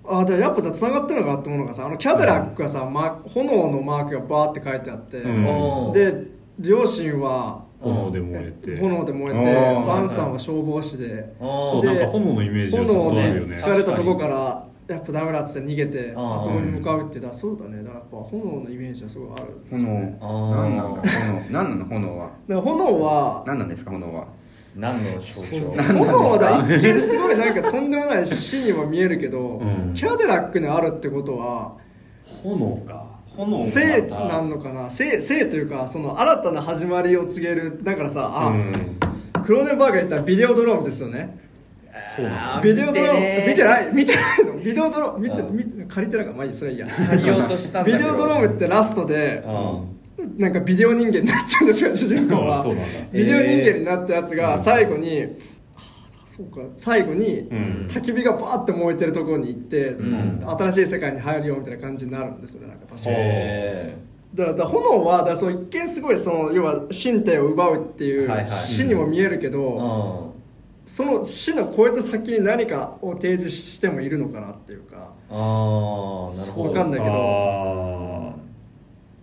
S1: あだからやっぱさつながってるのかなって思うのがさあのキャデラックがさ、ま、炎のマークがバーって書いてあって、
S2: うん
S5: おー
S1: で両親は
S2: 炎で燃えて
S1: 炎で燃え
S2: あ
S1: て
S2: ー
S1: バンさんは消防士で
S2: そう
S1: で
S2: なんか炎のイメージがずっと
S1: 炎
S2: あるよ
S1: で
S2: ね
S1: 疲れたとこからやっぱダメだっつって逃げて
S5: あー
S1: あそこに向かうってだそうだねだからやっぱ炎のイメージはすごいあるんですよね
S3: 炎何なんだ炎何なの炎は
S1: だから炎は
S3: 何なんですか炎は
S5: 何の象徴
S1: 炎はだ一見すごいなんかとんでもない死にも見えるけど、
S2: うん
S1: キャデラックにあるってことは
S2: 炎か炎が
S1: 生なんのかな生生というかその新たな始まりを告げるだからさあ、
S2: うん
S1: クローネンバーグが言ったらビデオドローンですよね
S2: そうなんだ
S1: ビデオドロ
S5: 見て
S1: ー
S5: ね
S1: ン見てない見てないのビデオドローン見て
S5: うん
S1: 見て借りてないからまあいいそれはいいや
S5: 借りようとしたんだけ
S1: ビ
S5: ど
S1: デオドローンってラストで
S5: うん
S1: なんかビデオ人間になっちゃうんです よ主人公
S2: あ
S1: は
S2: そうなんだ
S1: ビデオ人間になったやつが最後に、あーそうか最後に、
S2: ん
S1: 焚き火がバーって燃えてるところに行って、
S2: ん
S1: 新しい世界に入るよみたいな感じになるんですよねなんか確かに
S5: へ
S1: だからだから炎はだからその一見すごいその要は身体を奪うってい
S5: はいは
S1: う
S5: い
S1: 死にも見えるけど、
S5: ーうん
S1: その死の超えた先に何かを提示してもいるのかなっていうか
S5: ああなるほ
S1: わ
S5: ど
S1: かんないけど
S2: あ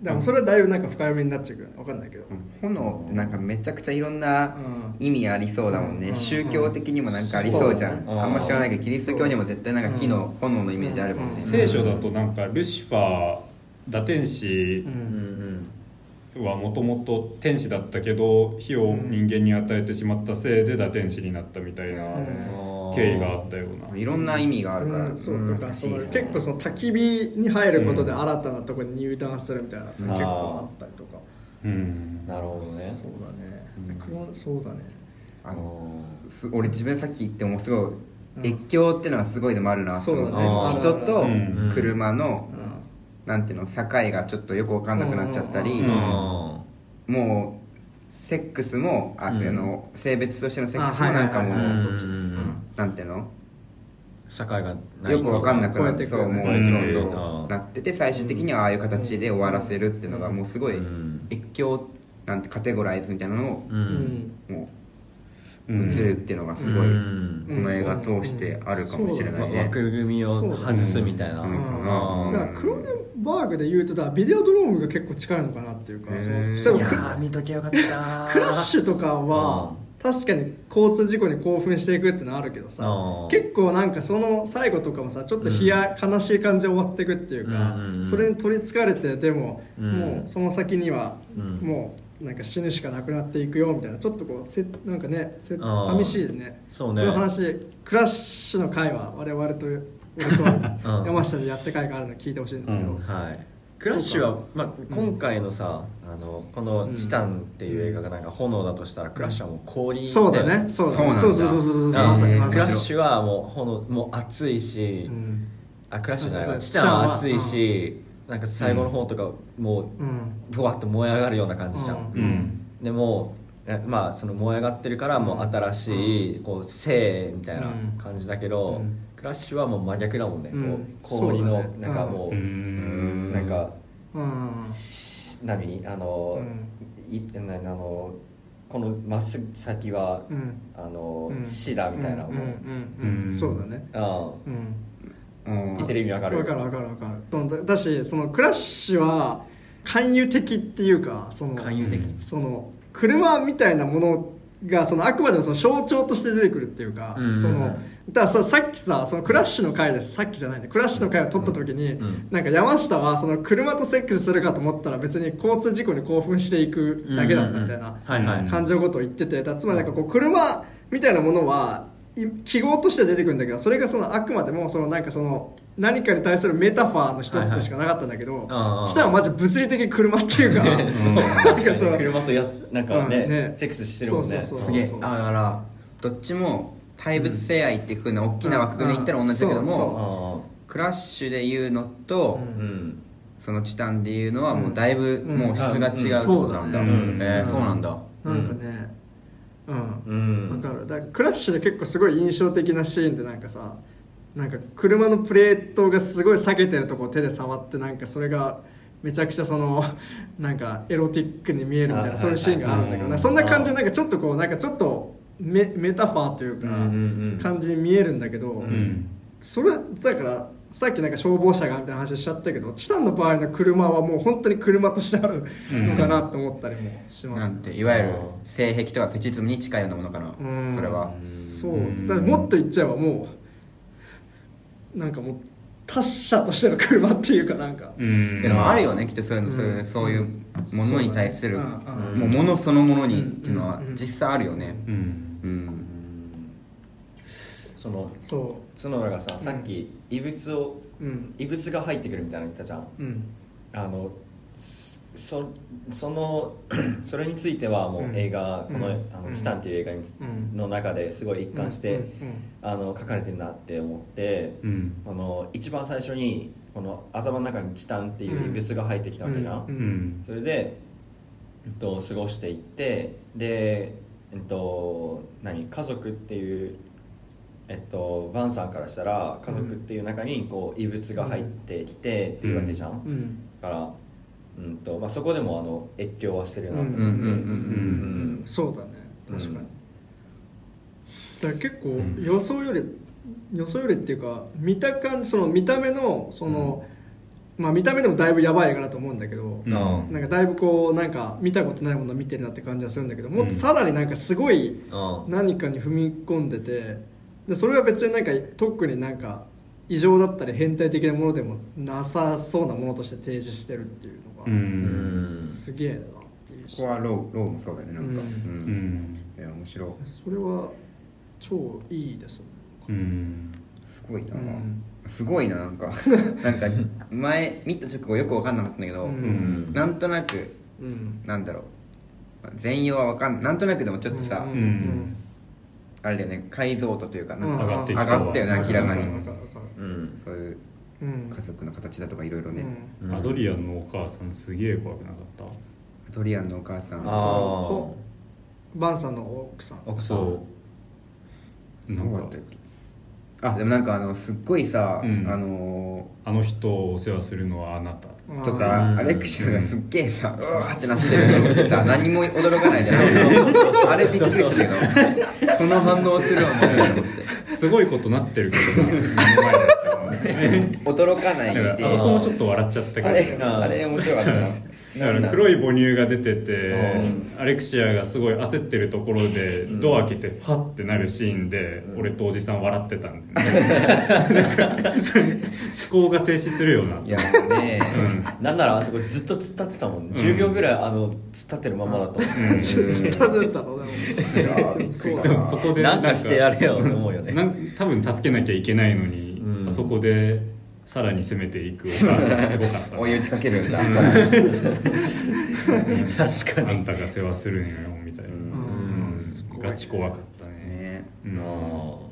S1: でもそれはだいぶなんか深読みになっちゃうけどねわかんないけど、
S3: 炎ってなんかめちゃくちゃいろんな
S1: う
S3: 意味ありそうだもん
S1: う
S3: ね
S1: ん
S3: 宗教的にもなんかありそうじゃん
S5: そう
S3: あんま知らないけどキリスト教にも絶対なんか火の炎のイメージあるもんね
S2: ー聖書だとなんかルシファー堕天使
S1: うん
S2: はもともと天使だったけど火を人間に与えてしまったせいで堕天使になったみたいな経緯があったような、
S3: いろんな意味があるか
S1: う
S3: ら
S1: んそうとか
S3: 難し
S1: そ
S3: い
S1: の
S3: ですね
S1: 結構その焚き火に入ることで新たなところに入団するみたいなさ、
S5: うん
S1: 結構あったりとか
S2: うん
S5: なるほどね
S1: そうだね、クローそうだね
S3: あのす俺自分さっき言ってもすごい
S1: うん
S3: 越境ってのがすごいのもあるなと思って、
S1: そう
S5: だね
S3: 人と
S2: うん
S3: 車の、
S1: うん
S3: なんていうの境がちょっとよく分かんなくなっちゃったり、
S2: うんうん
S3: もうセックスもあ、そういうの性別としてのセックス
S1: あ
S3: も
S1: はい
S3: なんかもう、
S1: はいはい
S3: そっちなんていうの
S4: 社会がない
S3: よく分かんなくなっ
S1: 超えて
S3: て
S1: く
S3: そ
S1: る
S3: うもう
S2: 超えてく
S3: そう
S2: る
S3: そうなってて最終的にはああいう形で終わらせるっていうのがもうすごい
S4: うん
S3: 越境なんてカテゴライズみたいなのを
S1: う
S4: う
S1: んん
S3: も
S2: う
S3: うん映るっていうのがすごい。
S4: うん
S3: この映画通してあるかもしれない
S4: わ
S3: ね
S4: 枠組みを外すみたいな
S3: なのか
S1: だ
S3: な
S1: からクローネンバーグで言うとだからビデオドロームが結構近いのかなっていうか、
S3: へー
S1: その多分
S3: いやー
S1: ク
S4: 見とけよかった
S1: クラッシュとかは確かに交通事故に興奮していくってのはあるけどさ
S4: うん
S1: 結構なんかその最後とかもさちょっと冷や、悲しい感じで終わっていくっていうか、
S4: うんうんうん
S1: それに取りつかれてでも、
S4: うん
S1: もうその先には、
S4: うん
S1: もうなんか死ぬしかなくなっていくよみたいなちょっとこうせなんかねせ
S4: あー
S1: 寂しいね
S4: そうね
S1: いう話クラッシュの回は我々と俺と山下でやった回があるの聞いてほしいんですけど、
S2: うん
S4: はいクラッシュは、まあ、今回のさ、あのこの「チタン」っていう映画がなんか炎だとしたら、クラッシュはもう氷だよ
S1: そうだねそうだねそ
S3: そうう
S1: そ
S3: な
S1: うんそうそうそうそうま
S3: だ
S4: うん
S1: さにま
S4: ク
S1: さ
S4: ラ
S1: に
S4: ッシュはもう炎もう熱いし、
S1: うん
S4: あクラッシュじゃない
S1: そう
S4: わチタンは熱いし、なんか最後の方とかも
S1: うん
S4: うブワッと燃え上がるような感じじゃん、
S1: うん
S2: うん
S4: でもえまあその燃え上がってるからもう新しい、こう生みたいな感じだけど、
S1: うん
S4: クラッシュはもう真逆だもんね、
S1: うん
S4: こう氷の
S1: そうだね
S4: なんかも
S2: う
S4: う、
S2: ん
S4: なんか
S1: うん
S4: し何あの、いなあのこのまっすぐ先は、
S1: うん
S4: あの、
S1: うん
S4: 死だみたいなも
S1: うんうんうんうん
S2: うん
S1: そうだね
S4: あ
S1: うん
S3: うん
S1: あと
S5: ってる意味わかる
S1: わかるわかるわかるそのだだしそのクラッシュは勧誘的っていうかその
S5: 勧誘的
S1: その車みたいなものがそのあくまでもその象徴として出てくるっていうか、
S5: うん
S1: そのだからささっきさそのクラッシュの回ですさっきじゃないねクラッシュの回を撮った時に、なんか山下はその車とセックスするかと思ったら別に交通事故に興奮していくだけだったみたいな
S5: はいはい
S1: 感情ごとを言っててだからつまりなんかこう車みたいなものはい記号として出てくるんだけどそれがそのあくまでもそのなんかその何かに対するメタファーの一つでしかなかったんだけど、
S5: ああ
S1: したらマジ物理的に車っていう か なんかその
S5: 車とやなんか
S1: う
S5: ね,、
S1: んね
S5: セックスしてるもんね
S1: そうそうそう
S3: すげえあだからどっちも対物性愛っていうふうな大きな枠組みで言ったら同じだけど
S1: うんそうそ
S3: も
S5: あ
S3: クラッシュで言うのと
S5: あうん
S3: そのチタンで言うのはもうだいぶ
S1: うん
S3: もう質が違うってことなんだ
S1: うん
S3: えーそうなんだ
S1: なんかねうん
S5: う
S1: わ
S5: ん
S1: かるだからクラッシュで結構すごい印象的なシーンでなんかさなんか車のプレートがすごい下げてるとこを手で触ってなんかそれがめちゃくちゃその なんかエロティックに見えるみたいな
S5: あ
S1: そういうシーンがあるんだけど
S5: うん
S1: なんかそんな感じでなんかちょっとこうなんかちょっとメメタファーというか
S5: うんうんうん
S1: 感じに見えるんだけど
S2: うん
S1: それだからさっきなんか消防車がみたいな話しちゃったけどチタンの場合の車はもう本当に車としてあるのかなって思ったりもしま
S3: な
S1: すね
S3: んていわゆる性癖とかフェチズムに近いようなものかな
S1: うん
S3: それは
S1: そうだからもっと言っちゃえばもうなんかもう達者としての車っていうかなんか
S2: うん
S3: いやでもあるよねきっとそういうの
S1: うん
S3: そういうそういうものに対する
S1: そう
S3: も
S1: だね
S3: うものそのものにっていうのは
S1: うんうん
S3: 実際あるよね
S2: うん
S3: うん
S5: その
S1: そ
S5: 角田がささっき異物を
S1: ううん
S5: 異物が入ってくるみたいなの言ったじゃん
S1: うん
S5: あのそそその それについてはもう映画、
S1: うん
S5: この
S1: うん
S5: 「あ
S1: う
S5: の
S1: ん
S5: チタン」っていう映画につ、
S1: うん
S5: の中ですごい一貫して、
S1: うん
S5: あの書かれてるなって思って、
S2: うん
S5: あの一番最初にこの頭の中にチタンっていう異物が入ってきたわけじゃん、
S1: うん
S2: うん
S5: それで、えっと、過ごしていってで、えっと、何家族っていう、えっと、バンさんからしたら家族っていう中にこう異物が入ってきてっていうわけじゃん、
S1: うんうん
S5: だから、うんとまあ、そこでもあの越境はしてるなと、
S1: うん
S3: うんうんうん
S2: うん
S5: うん
S1: そうだね確かに、
S5: うん
S1: だから結構予想より、予想よりっていうか見た感じその見た目のその、まあ見た目でもだいぶやばい映画だと思うんだけど、
S2: うんあ
S1: なんかだいぶこうなんか見たことないものを見てるなって感じはするんだけどもっとさらになんかすごい
S5: あ
S1: 何かに踏み込んでてでそれは別になんか特になんか異常だったり変態的なものでもなさそうなものとして提示してるっていう
S2: う
S1: の
S2: ん
S1: がすげえなっていうし
S3: ここはローローもそうだよねなんか
S1: う
S3: うんんいや面白い
S1: それは超いいですね
S2: うん
S3: すごいな、
S1: うん
S3: すごいななんか なんか前見た直後よく分かんなかったんだけど、
S1: うん
S3: なんとなく
S1: うん
S3: なんだろう全容は分かんなんとなくでもちょっとさ、
S1: うん
S2: ん
S3: あれだよね解像度というかなんか
S2: 上がってい
S3: 上
S2: きそう
S3: がったよね明らかに
S1: わるわかるわかる
S5: うん
S3: そういう
S1: うん
S3: 家族の形だとかいろいろね、
S2: アドリアンのお母さんすげえ怖くなかった
S3: ドリアンのお母さん
S5: あー
S1: ほバンさんの奥さん
S5: 奥さん
S2: そうな
S3: どうんだ
S2: か
S3: ったっけあでもなんかあのすっごいさ、
S2: うん
S3: あの
S2: あの人をお世話するのはあなた
S3: ーと
S1: あ
S3: かアレクシアがすっげえさうわーってなってるのってさ何も驚かないじゃないあれびっくりしたけどその反応するわもうと思って
S2: すごいことなってるけどな目の前だったから ね
S3: 驚かな
S2: だ
S3: い
S2: か
S3: で
S2: らあそこもちょっと笑っちゃったけ
S3: あ
S2: ど
S3: れあれ面白かったな
S2: だから黒い母乳が出ててアレクシアがすごい焦ってるところでドア開けてパッてなるシーンで俺とおじさん笑ってたんだよねなんかそれ思考が停止するようない
S3: やもうね
S5: なんならあそこずっと突っ立ってたもん、10秒ぐらいあの突っ立ってるままだと思
S2: うんうん
S1: 伝わったのでも
S3: いやーびっくり
S2: で
S3: だ
S2: も
S3: な
S2: そ
S3: そ
S2: こ
S5: う
S2: で
S5: なんかしてやれよって思うよね
S2: なん多分助けなきゃいけないのに、
S5: うん
S2: あそこでさらに攻めていくお母さんがすごかった
S3: 追い打ちかけるんだ
S5: 確か
S2: あ
S5: に
S2: んたが世話するんよみたいな、
S1: うん
S2: うん
S1: すごい
S2: ガチ怖かったね
S3: ね
S2: うん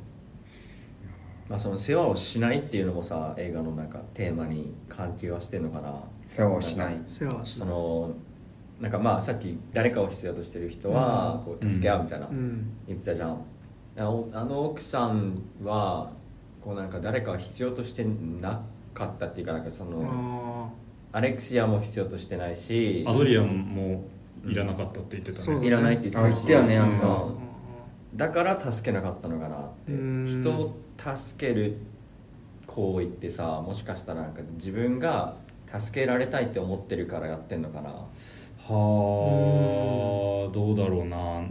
S5: まあ、その世話をしないっていうのもさ映画のなんかテーマに関係はしてんのかな
S3: 世話をしない
S1: 世話はし
S5: そ
S1: ない
S5: のなんかまあさっき誰かを必要としてる人はこう助け合うみたいな
S1: うん
S5: 言ってたじゃんあのあの奥さんはこうなんか誰かを必要としてなかったっていうかなんかその
S1: あ
S5: アレクシアも必要としてないし
S2: アドリアンもいらなかったって言ってた
S1: そうだ
S2: ね
S1: ね
S5: いらないって言ってたし
S3: あ言ったよねなんか
S5: う
S1: ー
S5: んだから助けなかったのかなって
S1: うん
S5: 人を助ける行為ってさもしかしたらなんか自分が助けられたいって思ってるからやってんのかな
S2: はあどうだろうな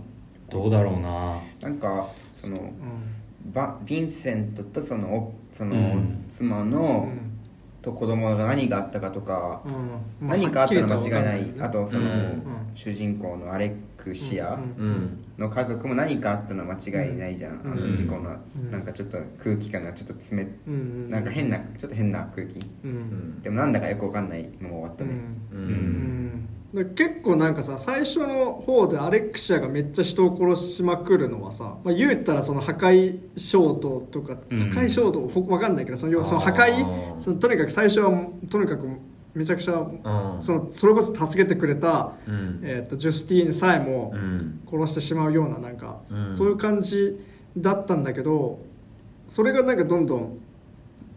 S2: どうだろうな
S3: なんかその
S1: うん
S3: バヴィンセントとそのおその、
S2: うん
S3: 妻
S1: う
S3: の、
S1: ん
S3: と子供が何があったかとか、
S1: うんま
S3: 何かあったの
S1: は
S3: 間
S1: きり
S3: 違
S1: とはい
S3: ないあとその、
S4: うん
S3: 主人公のアレクシア
S1: うん
S4: うん
S3: の家族も何かあったのは間違いないじゃん、
S1: うん
S3: あの事故の、
S1: うん
S3: なんかちょっと空気感がちょっと冷
S1: うんうん
S3: なんか変なちょっと変な空気
S1: うん
S4: うん
S3: でもなんだかよくわかんないのも終わった
S1: う
S3: ね、
S1: ん
S4: う
S1: うんんだから結構なんかさ最初の方でアレクシアがめっちゃ人を殺しまくるのはさ、まあ、言ったらその破壊衝動とか、
S2: うん
S1: 破壊衝動ほわかんないけどその要はその破
S4: あ
S1: 壊
S4: ー
S1: そのとにかく最初はとにかくめちゃくちゃ
S4: うん
S1: そのそれこそ助けてくれた、
S4: うん
S1: えー、とジュスティーヌさえも
S4: うん
S1: 殺してしまうようななんか、
S4: うん
S1: そういう感じだったんだけどそれがなんかどんどん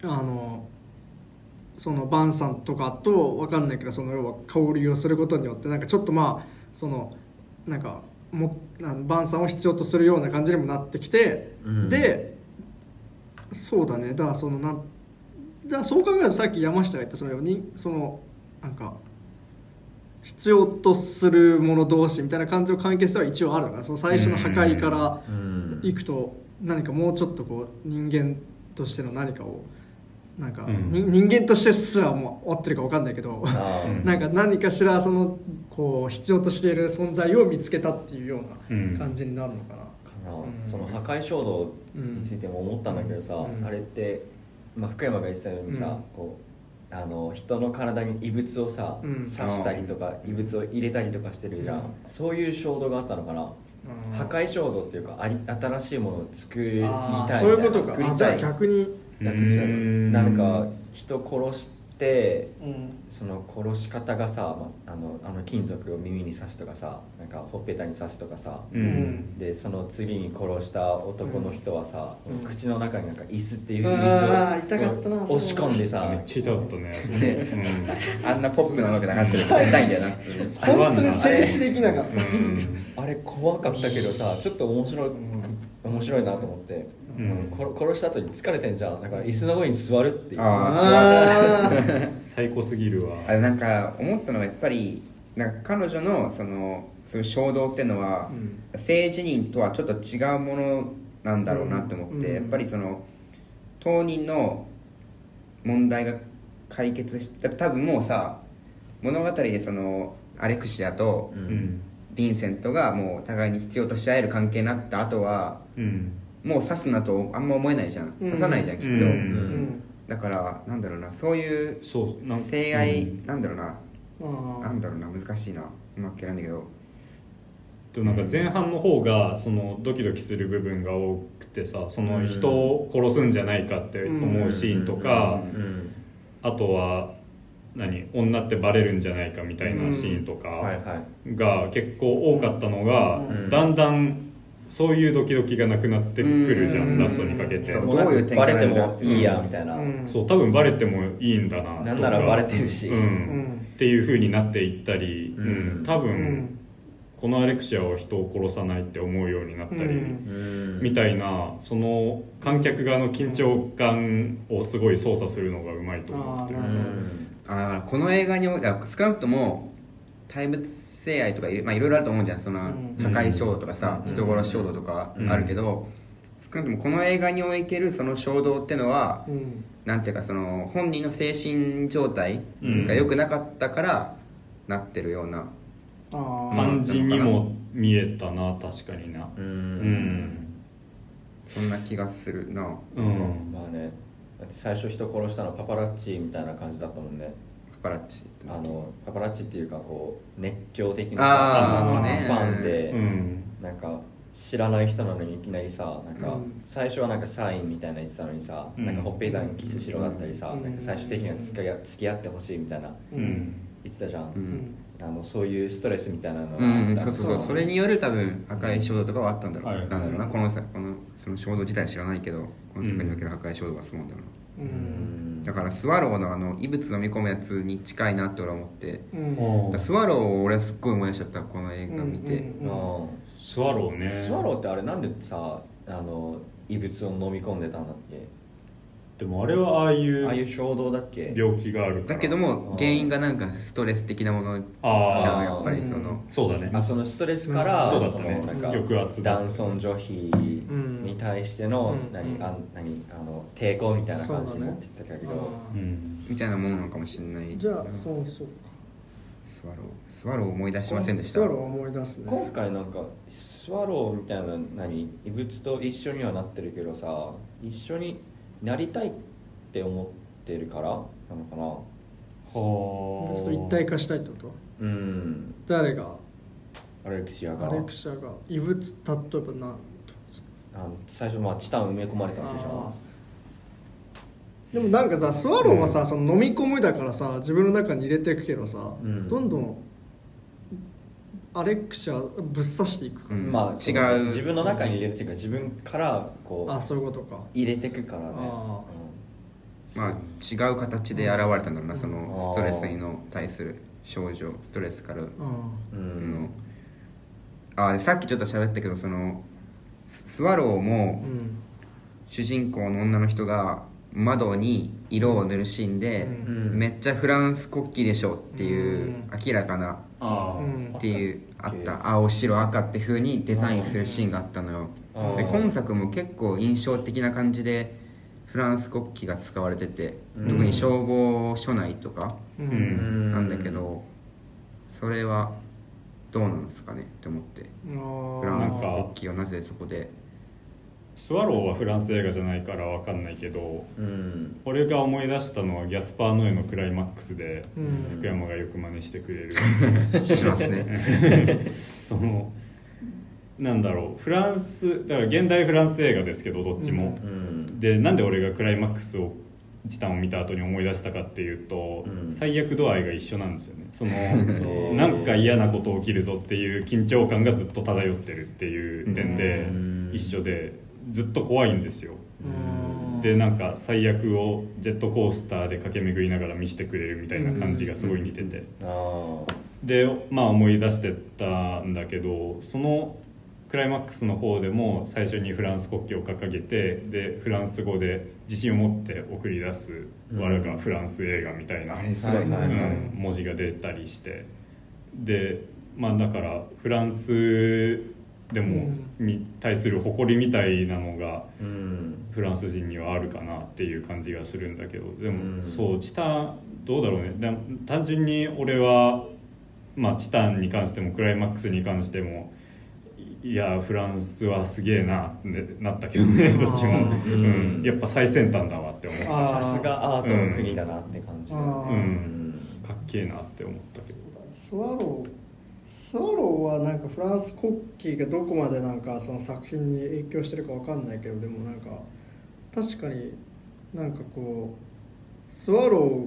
S1: あのそのバンさんとかと分かんないけどその要は香りをすることによってなんかちょっとまあそのなんかもあのバンさんを必要とするような感じにもなってきて、
S4: うん
S1: でそうだねだからそのなんだからそう考えるとさっき山下が言ったそのようにそのなんか必要とする者同士みたいな感じの関係性は一応あるのかなその最初の破壊から
S4: うん
S1: いくと何かもうちょっとこう人間としての何かをなんか、
S2: うん
S1: に人間としてすらもう終わってるか分かんないけど
S5: あー
S1: なんか何かしらそのこう必要としている存在を見つけたっていうよう
S2: うん
S1: な感じになるのかな。
S5: かな
S1: うん
S5: その破壊衝動についても思ったんだけどさ、
S1: うん
S5: あれって、まあ、福山が言ってたようにさ、
S1: うん
S5: こうあの人の体に異物をさ、
S1: うん
S5: 刺したりとか異物を入れたりとかしてるじゃん、
S1: うん
S5: そういう衝動があったのかな、
S1: うん
S5: 破壊衝動っていうかあり新しいものを作りたいみ
S1: あ
S5: た
S1: ー
S5: いな
S1: そういうことか
S5: 作り
S1: あじゃ
S5: た
S1: あ
S5: い
S1: 逆に、
S5: やつじゃ
S2: うんん
S5: なんか人殺して
S1: うん
S5: その殺し方がさ、まあ、あのあの金属を耳に刺すとかさなんかほっぺたに刺すとかさ、
S2: うん
S5: でその次に殺した男の人はさ、
S1: うん
S5: 口の中になんか椅子っていう
S1: う
S5: 水
S1: わ
S5: を
S1: ー痛かったな
S5: 押し込んでさ
S2: めっちゃ痛かったねそれ
S3: あんなポップな音楽流してるから痛いんだよな普通に
S1: 本当に静止できなかったです、
S5: あれ怖かったけどさちょっと面白い、面白いなと思って、
S2: うん
S5: こ殺した後に疲れてんじゃんだから椅子の上に座るっていう
S3: あ
S2: う
S3: ー
S2: ん最高すぎるわ
S3: あなんか思ったのはやっぱりなんか彼女のそのそういう衝動っていうのは、
S1: うん
S3: 性自認とはちょっと違うものなんだろうなって思って、
S1: うんうん
S3: やっぱりその当人の問題が解決しだって多分もうさ物語でそのアレクシアと
S2: うん
S3: ヴィンセントがもう互いに必要とし合える関係になった後は
S2: うん
S3: もう刺すなとあんま思えないじゃん
S1: うん
S3: 刺さないじゃんきっと、
S2: うん
S1: うん
S3: だからなんだろうなそういう
S2: そうなん
S3: 性愛、
S2: うん
S3: なんだろうな
S1: あ
S3: なんだろうな難しいなうまく言えないんだけど
S2: となんか前半の方がそのドキドキする部分が多くてさその人を殺すんじゃないかって思うシーンとか
S4: うん
S2: あとは何女ってバレるんじゃないかみたいなシーンと
S5: はい
S2: か
S5: はい
S2: が結構多かったのが
S1: うん
S2: だんだんそういうドキドキがなくなってくるじゃ
S1: うん
S2: んラストにかけて
S3: そう
S5: もなんか
S3: どういう展
S5: バレ
S3: 開
S5: て
S3: なんだ
S5: もいいやみたいな、
S1: うん
S2: そう多分バレてもいいんだなとか
S5: なんならバレてるし
S2: うん
S1: ん
S2: っていう風になっていったり、
S4: うん
S2: うん多
S1: う
S2: 分、
S1: ん
S2: このアレクシアは人を殺さないって思うようになったり、
S1: うん
S4: うん
S2: みたいなその観客側の緊張感をすごい操作するのがうまいと思ってる
S1: あーなる
S3: あだからこの映画においては少なくとも対物性愛とかいろ,、まあ、いろいろあると思うじゃんその
S1: う
S3: 破
S1: ん
S3: 壊衝動とかさ、
S1: うん
S3: 人殺し衝動とか
S2: うん
S3: あるけど、少なくともこの映画におけるその衝動ってのは、
S1: うん
S3: なんていうかその本人の精神状態
S2: うん
S3: が良くなかったからなってるような、
S1: あー
S2: 感じにも見えたな確かにな
S4: う
S2: うんん
S3: そんな気がするな
S2: うん、
S5: まあねだって最初人殺したのパパラッチみたいな感じだったもんね
S3: パパラッチ
S5: あのパパラッチっていうかこう熱狂的な
S3: あ
S1: ー
S5: ファン
S3: ね
S5: ファンで、
S2: うん
S5: なんか知らない人なのにいきなりさなんか
S1: うん
S5: 最初はなんかサインみたいなの言ってたのにさ、
S2: うん
S5: なんかほっぺたにキスしろだったりさ、
S1: うん
S5: なんか最終的には付き合付き合ってほしいみたいな
S1: う
S2: うんん
S5: 言ってたじゃん、
S3: うん
S5: あのそういうストレスみたいなの
S3: う
S5: があ
S3: ん、
S5: った
S3: そ
S5: の
S3: うそうそうそれによる多分破壊衝動とかはあったんだろう、
S2: はい
S3: なんだろうなこのさこのその衝動自体は知らないけどこの世界における破壊衝動はそうなんだろうな、
S1: う
S5: うんん
S3: だからスワローのあの異物飲み込むやつに近いなって俺は思って
S1: うん
S3: だからスワローを俺はすっごい思い出しちゃったこの映画見て、
S1: うん
S5: うん
S2: スワローね
S5: スワローってあれなんでさあの異物を飲み込んでたんだっけ
S2: でもあれはああい
S5: ああいう
S2: う
S5: 衝動だっけ
S2: 病気があるから
S3: だけども原因がなんかストレス的なものじ
S2: あー
S3: ゃんやっぱりその
S2: そうだね
S5: あそのストレスから、
S2: うんそうだったね
S5: のなんか
S2: 抑圧だ
S5: 男尊女卑に対しての、
S1: うん
S5: 何
S1: うん
S5: あ何あの抵抗みたいな感じになってたけど、
S1: あ
S2: うん
S3: みたいなものなのかもしれない
S1: ーじゃあ
S3: うんス
S1: そうそう
S3: ワロースワロー思い出しませんでした
S1: スワロー思い出すね
S5: 今回なんかスワローみたいな何異物と一緒にはなってるけどさ一緒になりたいって思ってるからなのか
S1: もう
S2: はあ
S1: ちょっと一体化したいってこと
S5: なうん
S1: 誰が
S5: アレクシアが
S1: アレクシアが異物例えばな
S5: あの最初まあチタン埋め込まれたわけじゃ
S1: あ
S5: ん
S1: ーでもなんかさスワローはさ、その飲み込むだからさ自分の中に入れていくけどさ、
S5: うん
S1: どんどんアレクシアぶっ刺していくから、
S3: うん
S5: まあ
S3: 違う
S5: その自分の中に入れるっていうか自分からこ
S1: あ
S5: う
S1: そういうことか
S5: 入れてくからね
S1: あ
S3: まあ違う形で現れたんだろうなそのストレスに対する症状ストレスから
S1: うん
S5: うん、う
S3: うんんあさっきちょっと喋ったけどそのススワローも
S1: うん
S3: 主人公の女の人が窓に色を塗るシーンで、
S5: うん
S3: めっちゃフランス国旗でしょっていう
S1: う
S3: 明らかな
S2: あ
S1: う
S2: ー
S1: ん
S3: っていう
S5: あ
S3: あ
S5: っ
S3: ったた青白赤って風にデザインするシーンがあったのよ
S5: あ
S3: で
S5: ー
S3: 今作も結構印象的な感じでフランス国旗が使われてて、
S5: うん
S3: 特に消防署内とか
S1: う
S2: うんん
S3: なんだけど、それはどうなんですかねって思ってフラ
S1: あ
S3: ン
S1: ー
S3: ス国旗をなぜそこで
S2: スワローはフランス映画じゃないからわかんないけど
S5: うん
S2: 俺が思い出したのはギャスパー・ノエのクライマックスで
S1: うん
S2: 福山がよく真似してくれる
S3: しますね
S2: そのなんだろうフランスだから現代フランス映画ですけどどっちも、
S1: うん
S5: うん
S2: でなんで俺がクライマックスをチタンを見た後に思い出したかっていうと、
S5: うん
S2: 最悪度合いが一緒なんですよねその
S5: ー
S2: なんか嫌なこと起きるぞっていう緊張感がずっと漂ってるっていう点で
S5: うん
S2: 一緒でずっと怖いんですよ
S1: うん
S2: でなんか最悪をジェットコースターで駆け巡りながら見せてくれるみたいな感じがすごい似てて、
S5: ああ
S2: でまあ思い出してたんだけどそのクライマックスの方でも最初にフランス国旗を掲げてでフランス語で自信を持って送り出す「
S5: うん
S2: 我がフランス映画」みたいな、
S3: あれすごいな、
S5: はいはいはい
S2: うん文字が出たりしてでまあだからフランスでもに対する誇りみたいなのが
S5: うん
S2: フランス人にはあるかなっていう感じがするんだけどでも、
S5: うん
S2: そうチタンどうだろうねでも単純に俺は、まあ、チタンに関してもクライマックスに関してもいいやフランスはすげえなってなったけどねどっちも、
S5: ー
S2: うんやっぱ最先端だわって思った
S1: あー
S5: さすがアートの国だなって感じだ
S1: うんあー
S2: う、
S5: うんん
S2: かっけえなって思ったけど
S1: スワロースワローはなんかフランス国旗がどこまでなんかその作品に影響してるかわかんないけどでもなんか確かになんかこうスワロ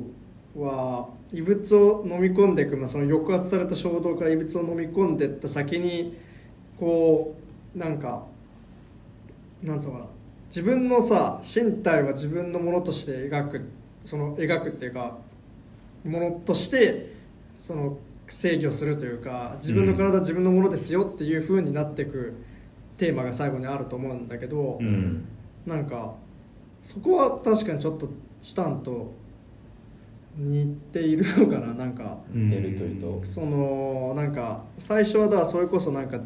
S1: ーは異物を飲み込んでいく、まあ、その抑圧された衝動から異物を飲み込んでいった先にこうなんかなんつうのかな自分のさ身体は自分のものとして描くその描くっていうかものとしてその制御するというか自分の体は自分のものですよっていう風になっていくテーマが最後にあると思うんだけど、
S2: うん
S1: なんかそこは確かにちょっとチタンと似ているのかな なんか
S5: 出るというと
S1: そのなんか最初はだからそれこそなんか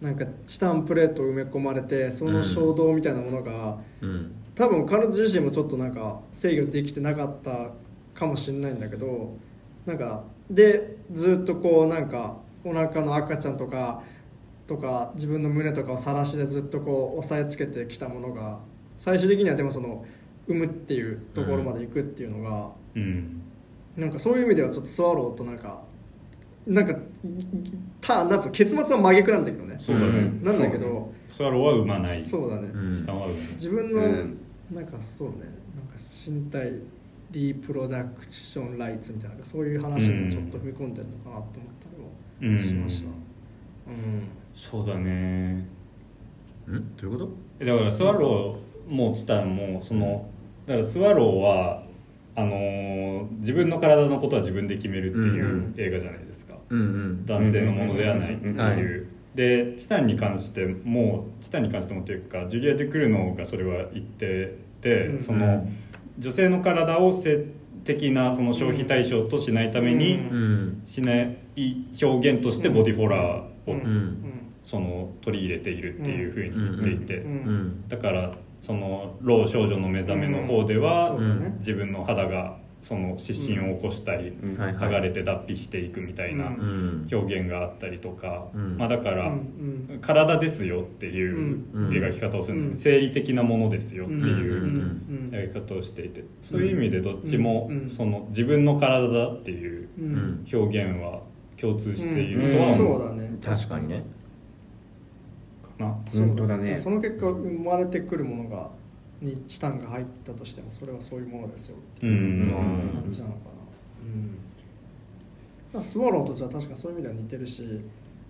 S1: なんかチタンプレートを埋め込まれてその衝動みたいなものが、
S5: うん
S1: 多分彼女自身もちょっとなんか制御できてなかったかもしれないんだけどなんかでずっとこうなんかお腹の赤ちゃんとかとか自分の胸とかを晒しでずっとこう押さえつけてきたものが最終的にはでもその産むっていうところまで行くっていうのが、
S2: うん
S1: なんかそういう意味ではちょっとスワローとなんかなんかたなんつうの結末は真逆なんだけどね
S2: そうだね、
S3: うん
S1: なんだけど
S2: スワローは生まないチ
S1: そうだね、
S5: うん
S2: タンは生まない
S1: 自分の、
S3: うん
S1: なんかそうねなんか身体リプロダクションライツみたいななんかそういう話にちょっと踏み込んでるのかなと思ったりもしました、うん
S2: そうだね
S5: んどういうこと
S2: えだからスワローもチタンもそのだからスワローはあのー自分の体のことは自分で決めるってい
S5: ん
S2: う映画じゃないですか、
S5: うんうん
S2: 男性のものではないっていう、
S5: うんはい
S2: でチタンに関してもチタンに関してもというかジュリア・デ・クルノがそれは言ってて、
S1: うん
S2: その女性の体を性的なその消費対象としないために、
S1: うん
S5: うん
S2: しない表現としてボディフォラーを、
S1: うん
S2: その取り入れているっていうふうに言っていて、
S1: うん
S5: うんうん
S2: だからその老少女の目覚めの方では、
S1: うんそうだね
S2: 自分の肌がその湿疹を起こしたり、
S3: うん
S5: はい
S2: 剥
S5: は
S2: が
S5: い
S2: れて脱皮していくみたいな
S1: うん
S5: うん
S2: 表現があったりとか、
S5: うん
S2: まあだから、
S1: うんうん
S2: 体ですよっていう
S5: うん
S2: 描き方をするので、
S1: うん
S2: 生理的なものですよっていう。
S1: うん
S2: やり方をしていてそういう意味でどっちも
S1: うん
S2: その自分の体だっていう
S1: う
S5: うんん
S2: 表現は共通してい
S3: ん
S2: るとは
S1: うん
S2: 思
S1: そうう
S2: か
S1: だね
S5: 確かにね
S2: な
S3: 本当だね
S1: その結果生まれてくるものがにチタンが入ったとしてもそれはそういうものですよって
S2: う
S1: いうん感じなのかな、うんまあスワローとじゃあ確かそういう意味では似てるし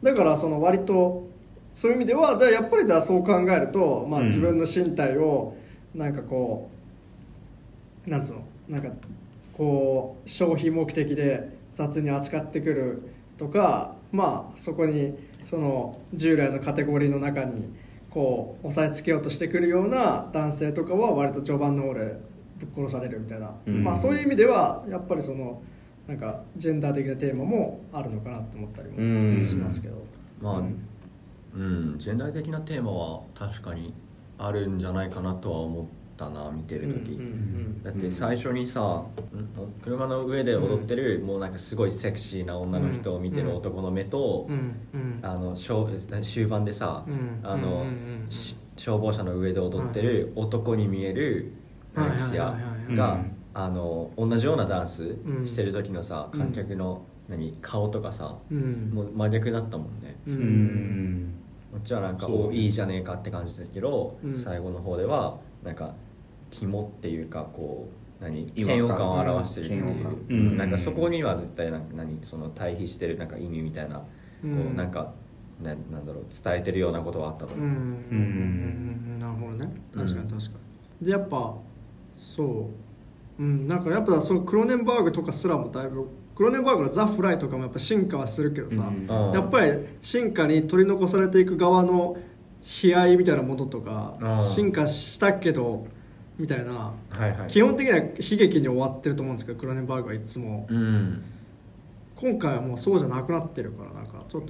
S1: だからその割とそういう意味ではじゃあやっぱりじゃあそう考えると、まあ、
S2: うん
S1: 自分の身体をなんかこう、なんつうのなんかこう消費目的で雑に扱ってくるとかまあそこにその従来のカテゴリーの中にこう押さえつけようとしてくるような男性とかは割と序盤の方でぶっ殺されるみたいな、
S2: うん
S1: まあそういう意味ではやっぱりそのなんかジェンダー的なテーマもあるのかなと思ったりもしますけど。
S5: まあうん全体的なテーマは確かにあるんじゃないかなとは思ったな見てる時、
S1: うんうん
S5: だって最初にさ、車の上で踊ってる、もうなんかすごいセクシーな女の人を見てる男の目と、
S1: うんうん
S5: あのしょう終盤でさ、
S1: うん
S5: あの、
S1: うんうんうん
S5: し消防車の上で踊ってる男に見える
S1: はい
S5: アレクシア
S1: はいはいはい
S2: はい
S5: が、
S2: うん
S5: あの同じようなダンス
S1: うん
S5: してる時のさ、観客の何顔とかさ、
S1: うん
S5: もう真逆だったもんね。
S1: う
S2: うんん
S5: こっちはなんか
S2: そう
S5: おいいじゃねえかって感じですけど、
S1: うん
S5: 最後の方ではなんか肝っていうかこう何
S3: 違和
S5: 嫌
S3: 感
S5: 悪感を表してるって
S3: 嫌
S5: い
S3: 悪
S5: う
S3: 感、
S2: うん
S5: なんかそこには絶対なんか何その対比してるなんか意味みたいな、こうなんかななんだろう伝えてるようなことはあったと
S1: うん
S5: 思
S1: う
S5: う、
S1: んうんなるほどね確かに確かに、でやっぱそううんなんかやっぱそのクロネンバーグとかすらもだいぶクロネンバーグのザ・フライとかもやっぱ進化はするけどさ、
S2: うん
S5: あー
S1: やっぱり進化に取り残されていく側の悲哀みたいなものとか
S5: あー
S1: 進化したけどみたいな
S5: はいはい
S1: 基本的には悲劇に終わってると思うんですけどクロネンバーグはいつも
S5: うん
S1: 今回はもうそうじゃなくなってるからなんかちょっと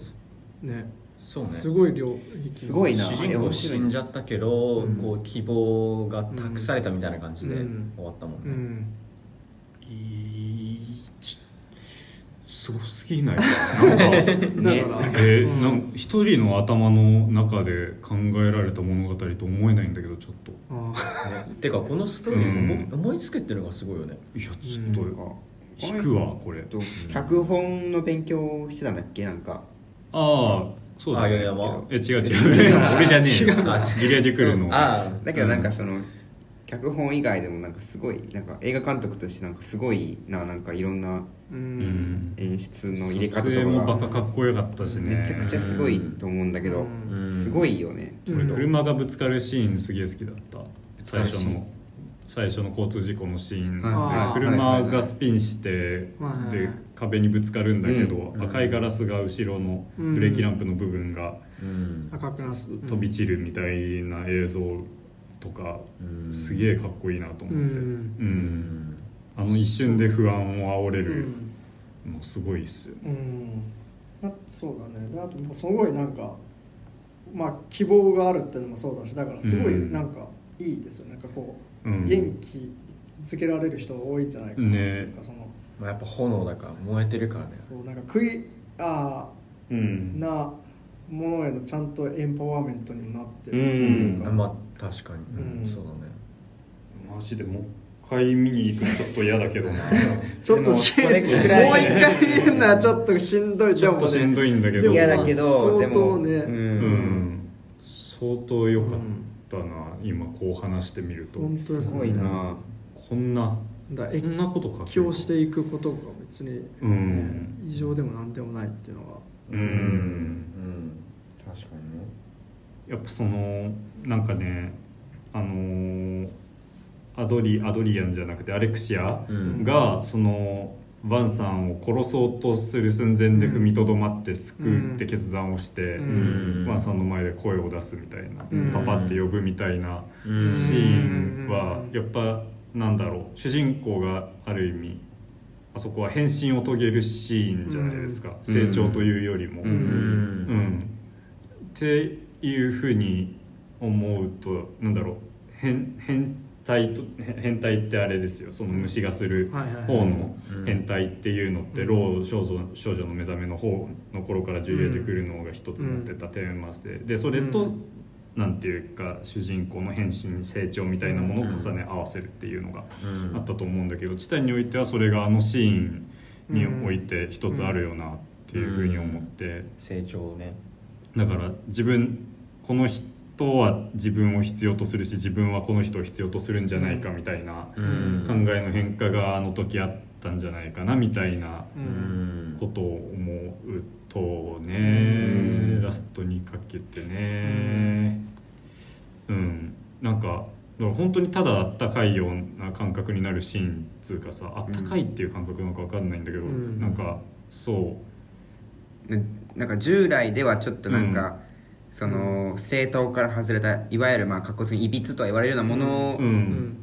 S1: ね
S5: そうね
S1: すごい領域
S3: すごいな
S5: 主人公死んじゃったけど、
S1: うん
S5: こう希望が託されたみたいな感じで
S1: うん
S5: 終わったもん
S1: う
S5: ね、
S1: ん
S2: すごすぎ ないか
S1: だから、
S2: えーなんか一人の頭の中で考えられた物語と思えないんだけどちょっと
S1: ああ
S5: ねてかこのストーリー思,、
S2: うん
S5: 思いつくっていうのがすごいよね
S2: いやちょっと
S1: うん
S2: 引くわこれ
S3: えっと脚本の勉強をしてたんだっけなんか
S2: ああそうだ、ね、
S5: あいやいやまあ
S2: え違う 違うそれじゃねえよ
S5: 違うな
S2: ジュリア・デュクルの
S3: ああだけどなんかその、脚本以外でもなんかすごいなんか映画監督としてなんかすごいななんかいろんな
S1: う
S2: うんん
S3: 演出の入れ
S2: 撮
S3: 方
S2: 影もバカ
S3: とか
S2: かっこよかったし
S3: が
S2: ね
S3: めちゃくちゃすごいと思うんだけど、
S1: うん
S3: すごいよね、
S1: うん
S2: 俺車がぶつかるシーンすげえ好きだった
S3: つか
S2: 最
S3: るシ
S2: 初
S3: ーン
S2: の最初の交通事故のシーンで
S1: あー
S2: 車がスピンして
S1: はいはいはい
S2: で壁にぶつかるんだけど
S3: うん
S2: 赤いガラスが後ろのブレーキランプの部分が
S5: うん
S1: 赤くなって
S2: 飛び散るみたいな映像とか
S5: うん
S2: すげえかっこいいなと思
S1: う
S2: って
S1: ん
S2: う
S5: うんん
S2: あの一瞬で不安を煽れ
S1: う
S2: る
S1: ん
S2: のすごいっすよね
S1: うんあそうだねであとすごいなんかまあ希望があるっていうのもそうだしだからすごい
S2: うん
S1: なんかいいですよなんかこう、
S2: うん
S1: 元気づけられる人多いんじゃないかな
S2: ね
S1: なんかその
S5: まあ、やっぱ炎だから燃えてるからね
S1: そうなんか食いあ
S2: うん
S1: ーなものへのちゃんとエンパワーメントにもなってる
S3: うん
S1: なんか
S5: まあ確かに、
S1: うん
S5: そうだね
S2: マジでもう一回見に行くのちょっと嫌だけ どな
S1: ちょっとし
S3: で
S1: もう
S3: もそれ
S1: 一
S3: くらい
S1: 回見るのはちょっとしんどい
S2: ちょっと
S1: で
S2: し
S1: も
S2: ん
S1: ね
S2: どいんだけど
S3: 嫌だけど
S1: で
S3: で
S1: もまあ相当
S3: も
S1: ね
S2: う
S3: うん
S2: ん相当良かったな今こう話してみると
S1: 本当ですす
S3: ご
S1: ね
S3: いな
S2: こんな
S1: だ
S2: こんなこと書ける
S1: 越境していくことが別に、ね
S2: うん
S1: 異常でもなんでもないっていうのは
S2: う
S5: うん確かにね
S2: やっぱそのなんかねあのーアドリアドリアンじゃなくてアレクシア
S5: うん
S2: がそのヴァンさんを殺そうとする寸前で踏みとどまって救うって決断をして、
S1: うん
S5: うん
S2: ワンさんの前で声を出すみたいな、
S1: うん
S2: パパって呼ぶみたいなシ
S5: うん
S2: ーンはやっぱなんだろう主人公がある意味あそこは変身を遂げるシーンじゃないですか、成長というよりも。
S3: うん
S2: うん、っていうふうに思うとなんだろう変変態と変変態ってあれですよその虫がする
S1: はいはいはい
S2: 方の変態っていうのって「老少女少女の目覚め」の方の頃からジュリア・デュクルノーが一つ持ってたテーマ性でそれ
S1: う
S2: と
S1: ん
S2: なんていうか主人公の変身成長みたいなものを重ね合わせるっていうのがあったと思うんだけど「地帯においてはそれがあのシーンにおいて一つあるよなっていうふうに思って。
S5: 成長をね
S2: だから自分この人は自分を必要とするし自分はこの人を必要とするんじゃないかみたいな考えの変化があの時あったんじゃないかなみたいなことを思うとねラストにかけてねうんなんかだから本当にただあったかいような感覚になるシーンつうかさあったかいっていう感覚なのか分かんないんだけど
S1: うん
S2: なんかそう
S3: ねなんか従来ではちょっとなんか、その正統から外れたいわゆるまあかっこつにいびつとは言われるようなもの
S2: う
S1: うんん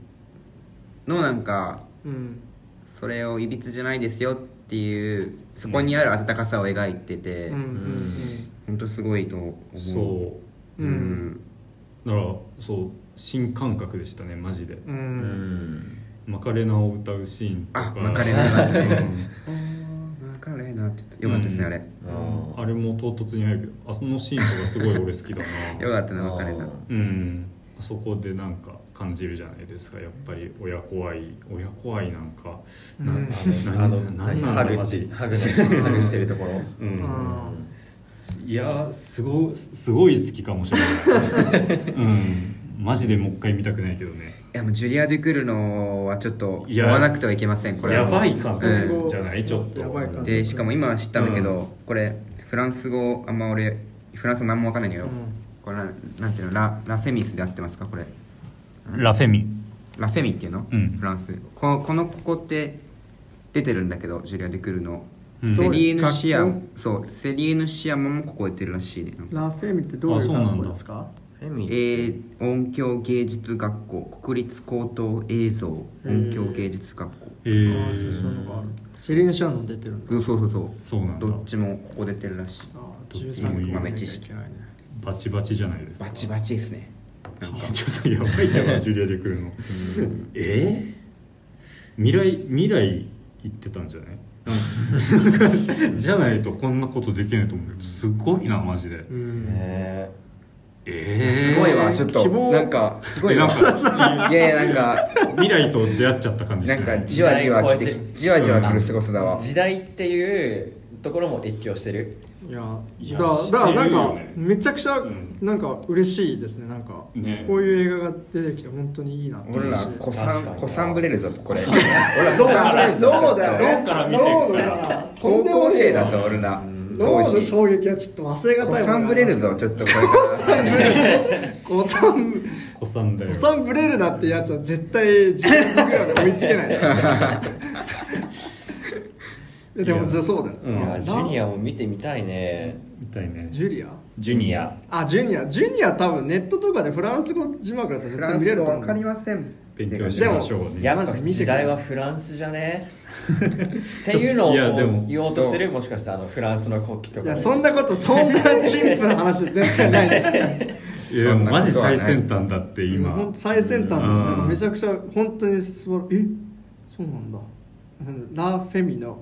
S3: のなんか
S1: うん
S3: それをいびつじゃないですよっていうそこにある温かさを描いてて、
S1: うんうん
S3: ほんとすごいと思う
S2: そう
S1: う
S3: うんん
S2: だからそう新感覚でしたねマジで、
S1: う
S4: うんん
S2: マカレナを歌うシーンとか
S3: あマカレナだったね
S2: う
S3: あーかるなってよかったですね、
S2: うん
S3: あれ
S2: んあれも唐突に入るけどあそのシーンとかすごい俺好きだな
S3: よかったな別れた
S2: うんあそこでなんか感じるじゃないですかやっぱり親子愛親子愛なんかな
S1: うん
S2: な
S5: あの
S2: ななん
S5: ハ
S2: なんだマ
S5: グし
S2: ジ
S5: てハグしてるところ
S2: うん
S1: あ
S2: いやーすごすごい好きかもしれない、 うん、マジでもう一回見たくないけどね
S3: いやもうジュリア・デュクルノはちょっと
S2: い
S3: 追
S2: や
S3: わなくてはいけませんこれは
S2: やばいか
S3: うん
S2: じゃないちょっと
S1: やばいか
S3: でしかも今知ったんだけど、
S2: うん
S3: これフランス語あんま俺フランス語何も分かんないのよ、
S1: うん
S3: これななんていうのララフェミスで合ってますかこれ
S2: ラフェミ
S3: ラフェミっていうの、
S2: うん
S3: フランスこのこのここって出てるんだけどジュリア・デュクルノ、
S2: うん
S3: セリーヌ・シア
S1: そうよ
S3: そうセリーヌ・シアマもここ出てるらしいね
S1: ラフェミってどう
S2: あ
S1: いう
S2: そうなんだ
S1: 学校ですか
S5: フェミ
S3: えー音響芸術学校国立高等映像音響芸術学校
S2: え
S1: あ
S2: ー
S1: ーそうそういうのがあるセリーヌ・シャンの出てるんだ
S3: うんそうそうそう
S2: そうなんだ
S3: どっちもここ出てるらしい
S1: あー
S2: どっちもいい
S1: 13個
S3: 豆知識
S1: いけないね
S2: バチバチじゃないですか
S3: バチバチですね
S2: なんかちょっとやばいんだからジュリア・デュクルの えー、未来未来行ってたんじゃないなんかじゃないとこんなことできないと思うけどすごいなマジで
S1: うん
S5: ね
S2: えー、
S3: すごいわちょっ
S1: 希
S3: と
S1: 望
S3: なんかすごい
S2: えな
S3: わ
S2: んか
S3: いやいやなんか
S2: 未来と出会っちゃった感じ
S3: な
S2: し
S3: ん
S2: な
S3: か
S2: い
S3: じわじわ来て
S5: 時代を超えて
S3: じわじわ来るすごさだわ
S5: 時代っていうところも越境してる
S1: いや
S2: いや
S1: だだからなんか
S2: してるよね
S1: めちゃくちゃ
S2: ん
S1: なんか嬉しいですねなんか
S2: ね
S1: こういう映画が出てきて本当にいいなって
S3: 俺
S1: 思う
S3: ら
S1: し
S3: 子さ
S5: 確か
S3: ん
S5: に
S3: 子さんぶれるぞこれ俺ら
S1: ローだよね
S2: ローから見てる
S1: ローのさ
S3: 高校生だ
S1: とんでもねえ
S3: ぞ俺ら
S1: ロ
S3: 当
S1: ーの
S3: 時
S1: 衝撃はちょっと忘れがたいもん
S3: 子
S1: ね
S3: さんぶれるぞちょっとこれから
S1: 子さん
S2: 子さんだよ
S1: 子さんブレるなってやつは絶対自分のらで追いつけ ないいやでもそうだよ、
S2: うん
S5: いやジュニ
S1: ア
S5: アも見てみたいね
S2: みたいね
S1: ジュリア
S5: ジュニア
S1: あジュニアジュニア多分ネットとかでフランス語字幕だったら
S3: フ
S1: 絶
S3: ラ
S1: 対
S3: ン
S1: 見れ
S3: ス
S1: る
S3: 語
S1: と思う
S3: わかりません
S2: 勉強しましょうね
S5: やっ
S1: マジ
S5: ぱ
S1: で見てくれ
S5: 時代はフランスじゃねっていうの
S2: いやで
S5: を
S2: も
S5: 言おうとしてるもしかしてあのフランスの国旗と
S1: い
S5: か
S1: やそんなことそんなチンプな話絶対ないです
S2: いやでもマジ最先端だって
S1: 今
S2: 今
S1: ほんと最先端だしなんか
S2: うん
S1: めちゃくちゃ本当にすばらえそうなんだラ・フェミの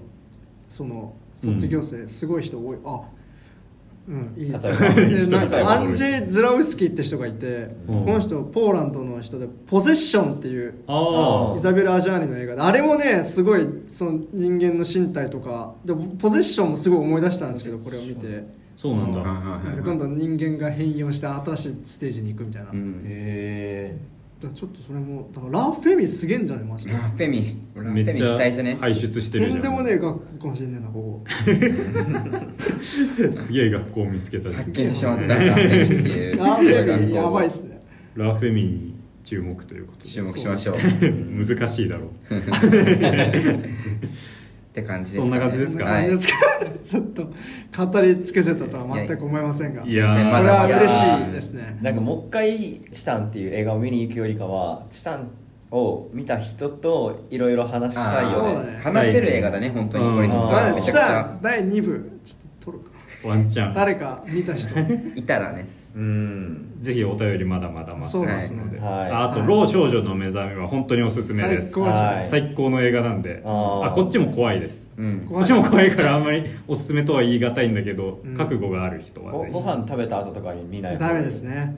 S1: その卒業生すごい人多い、あうんいいです
S5: 例
S2: えば
S1: でなん
S2: 例え
S1: か
S2: ば
S1: アンジェ・ズラウスキーって人がいて、
S2: うん
S1: この人ポーランドの人で「ポゼッション」っていう
S2: ああ
S5: うん
S1: イザベル・アジャーニの映画であれもねすごいその人間の身体とかでポゼッションもすごい思い出したんですけどこれを見て
S2: そうなんだ
S1: そのなんかどんどん人間が変容して新しいステージに行くみたいな、だか
S5: へ
S1: らちょっとそれもだからラ・フェミすげえんじゃねマジで
S3: ラフェミ俺ラフ
S2: め
S3: ェ
S2: っ
S3: ミ期
S2: ちゃ
S3: 待してね
S2: 排出して
S1: と
S2: るじゃん
S1: んでもねえ学校かもしれないなここ
S2: すげえ学校を見つけた
S3: 発
S2: し
S3: 見しまったラフェミっていう
S1: ラ・フェミ やばいっすね
S2: ラフェミに注目ということで
S3: 注目しましょうっ
S2: 難しいだろう
S3: て感じです
S2: そ
S3: かね
S2: んな感じですか
S3: はい
S1: ですかちょっと語り尽くせたとは全く思いませんが
S2: いや
S1: こ
S2: ー
S1: れは
S5: や
S1: 嬉しいですね
S5: なんかもう一回チタンっていう映画を見に行くよりかはチタンを見た人といろいろ話したい
S1: あーそう
S5: よ
S1: だ
S5: ね
S1: ね
S3: 話せる映画だね本当にこれ実
S1: ま
S3: は
S1: あ
S3: めちゃく
S1: し
S3: ち
S1: たら
S3: ゃ
S1: 第2部ちょっと撮るか
S2: ワンチャン
S1: 誰か見た人
S3: いたらね
S5: うん
S2: ぜひお便りまだまだ待
S1: そ
S2: っ
S1: う
S2: て
S1: ですね、
S2: ますので、
S5: はい
S2: ああと「老少女の目覚め」は本当におすすめです
S1: 最高
S5: でしたね
S2: はい最高の映画なんで
S5: あー
S2: あこっちも怖いです
S3: うん
S2: こっちも怖いからあんまりおすすめとは言い難いんだけど、
S1: うん
S2: 覚悟がある人は
S5: ご
S2: ぜ
S5: ご
S2: ひ
S5: 飯食べた後とかに見ない方が
S1: ダ
S5: いい
S1: メですね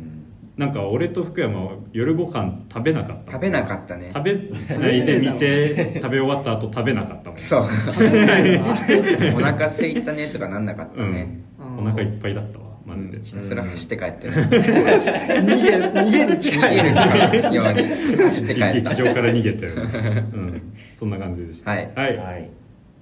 S2: なんか俺と福山は夜ご飯食べなかった
S3: 食べなかったね
S2: 食べないで見て食べ終わった後食べなかったもん
S3: そうお腹空いたねとかなんなかったね
S1: うん
S2: お腹いっぱいだったわマジで、
S3: ひたすら走って帰ってね
S1: 逃げ逃げに
S3: 逃
S1: 近
S3: げる
S1: い
S3: からように走って帰っ
S2: 劇
S3: た
S2: 場から逃げたよ、 うん、そんな感じでした
S3: はい
S5: はい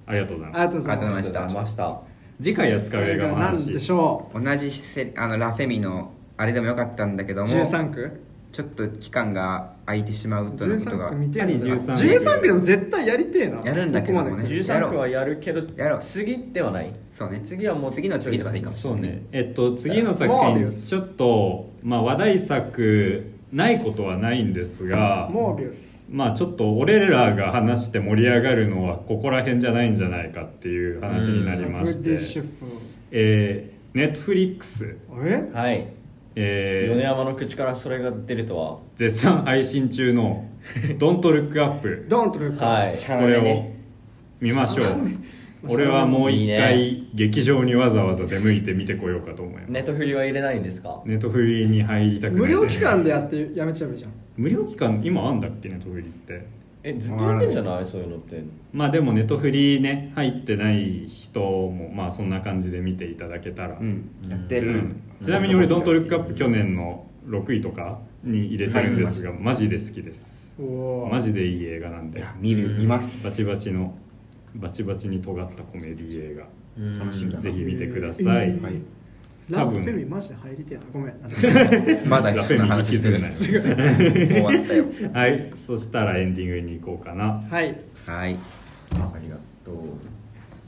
S2: ありがとうござい
S1: あり
S2: ま
S1: がと
S2: す
S1: うござい
S3: ありがとうござい
S1: ま
S3: ます
S5: ありがとうございました
S2: 次回扱う映画の
S1: なん
S2: 話
S1: でしょ
S3: 同じせあのラフェミのあれでもよかったんだけど
S1: う
S3: も
S1: 13区
S3: ちょっと期間が空いてしまうということ
S1: 13
S3: が
S1: 区見てるんだ
S2: 何13区
S1: 13区でも絶対やりてえな
S3: やるんだけどもね
S1: ここまで来る
S5: 13区はやるけど
S3: やろう
S5: 次ではない
S3: そうね
S5: 次はもう
S3: 次の次とかでいいかもし
S2: そ
S3: れ
S2: う
S3: ない
S2: ねえっと次の作
S1: モービ
S2: 品
S1: ウス
S2: ちょっと、まあ、話題作ないことはないんですが
S1: モービウス
S2: まあちょっと俺らが話して盛り上がるのはここら辺じゃないんじゃないかっていう話にな
S1: フ
S2: りまし
S1: ーディッシ
S2: て
S1: ュ風
S2: えーネットフリックス
S1: え
S5: はい
S2: え
S5: 米
S2: ー
S5: 山の口からそれが出るとは
S2: 絶賛配信中の「ドントルックアップ
S1: ドンとルック
S5: はい
S3: シャ
S2: こ
S3: ラ
S2: れ
S3: メ
S2: を
S3: ね
S2: 見ましょう俺はもう一回劇場にわざわざ出向いて見てこようかと思います
S5: ネットフリは入れないんですか
S2: ネットフリに入りたくない
S1: 無
S2: です
S1: 料期間でやってやめちゃえばいいじゃん
S2: 無料期間今あんだっけネットフリって
S5: えずっとやってんじゃないそういうのって
S2: まあでもネットフリね入ってない人もまあそんな感じで見ていただけたら、
S3: うんやっ
S2: う
S3: て
S2: ん
S3: る
S2: ちなみに俺「ドントルックアップ去年の6位とかに入れてるんですがマジで好きです
S1: おー
S2: マジでいい映画なん
S3: い
S2: で
S3: や見る見ます
S2: バチバチのバチバチに尖ったコメディ映画
S3: 楽しみだな
S2: ぜひ見てください、
S3: はい
S1: ラブ
S2: 多
S1: フ
S2: 分
S1: ェミマジで入りてえなご めん
S3: まだ
S2: ラフェ
S3: そ
S2: ミ
S3: ん
S2: に引き
S3: 話
S2: ず
S3: して
S2: れ
S3: る
S2: ない
S3: 終わったよ
S2: はいそしたらエンディングに行こうかな
S1: はい
S3: はい
S5: ありがとう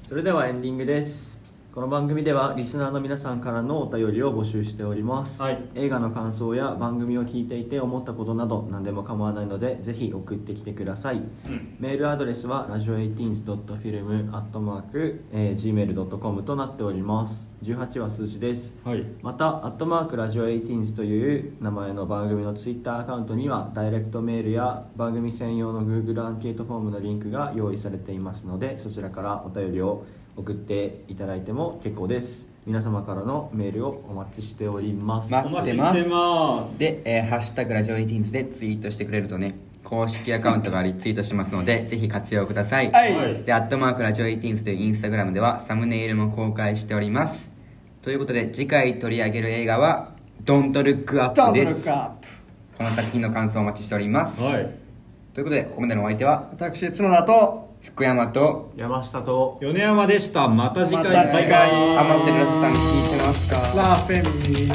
S5: それではエンディングですこの番組ではリスナーの皆さんからのお便りを募集しております、
S2: はい
S5: 映画の感想や番組を聞いていて思ったことなど何でも構わないのでぜひ送ってきてください、メールアドレスはラジオ 18s.film.gmail.com となっております18は数字です
S2: はい
S5: また「アットマークラジオ18」という名前の番組のツイッターアカウントにはダイレクトメールや番組専用の Google アンケートフォームのリンクが用意されていますのでそちらからお便りを送っていただいても結構です皆様からのメールをお待ちしております
S3: 待っ
S2: お
S3: てま
S2: 待ちして
S3: す
S2: ます
S3: で、えーハッシュタグラジオエイティーンズでツイートしてくれるとね公式アカウントがありツイートしますのでぜひ活用ください、
S2: はい
S3: で「アットマークラジオエイティーンズ」というインスタグラムではサムネイルも公開しておりますということで次回取り上げる映画は「ドントルックア
S1: ド
S3: ッ
S1: ン
S3: プ
S1: とル
S3: で
S1: ッ
S3: す
S1: クアップ
S3: この作品の感想をお待ちしております、
S2: はい
S3: ということでここまでのお相手は
S1: 私角田と
S3: 福山と
S5: 山下と
S2: 米山でしたまた次回
S1: また次回
S3: 余ってるやつさん聞いてますか
S1: ラフェミ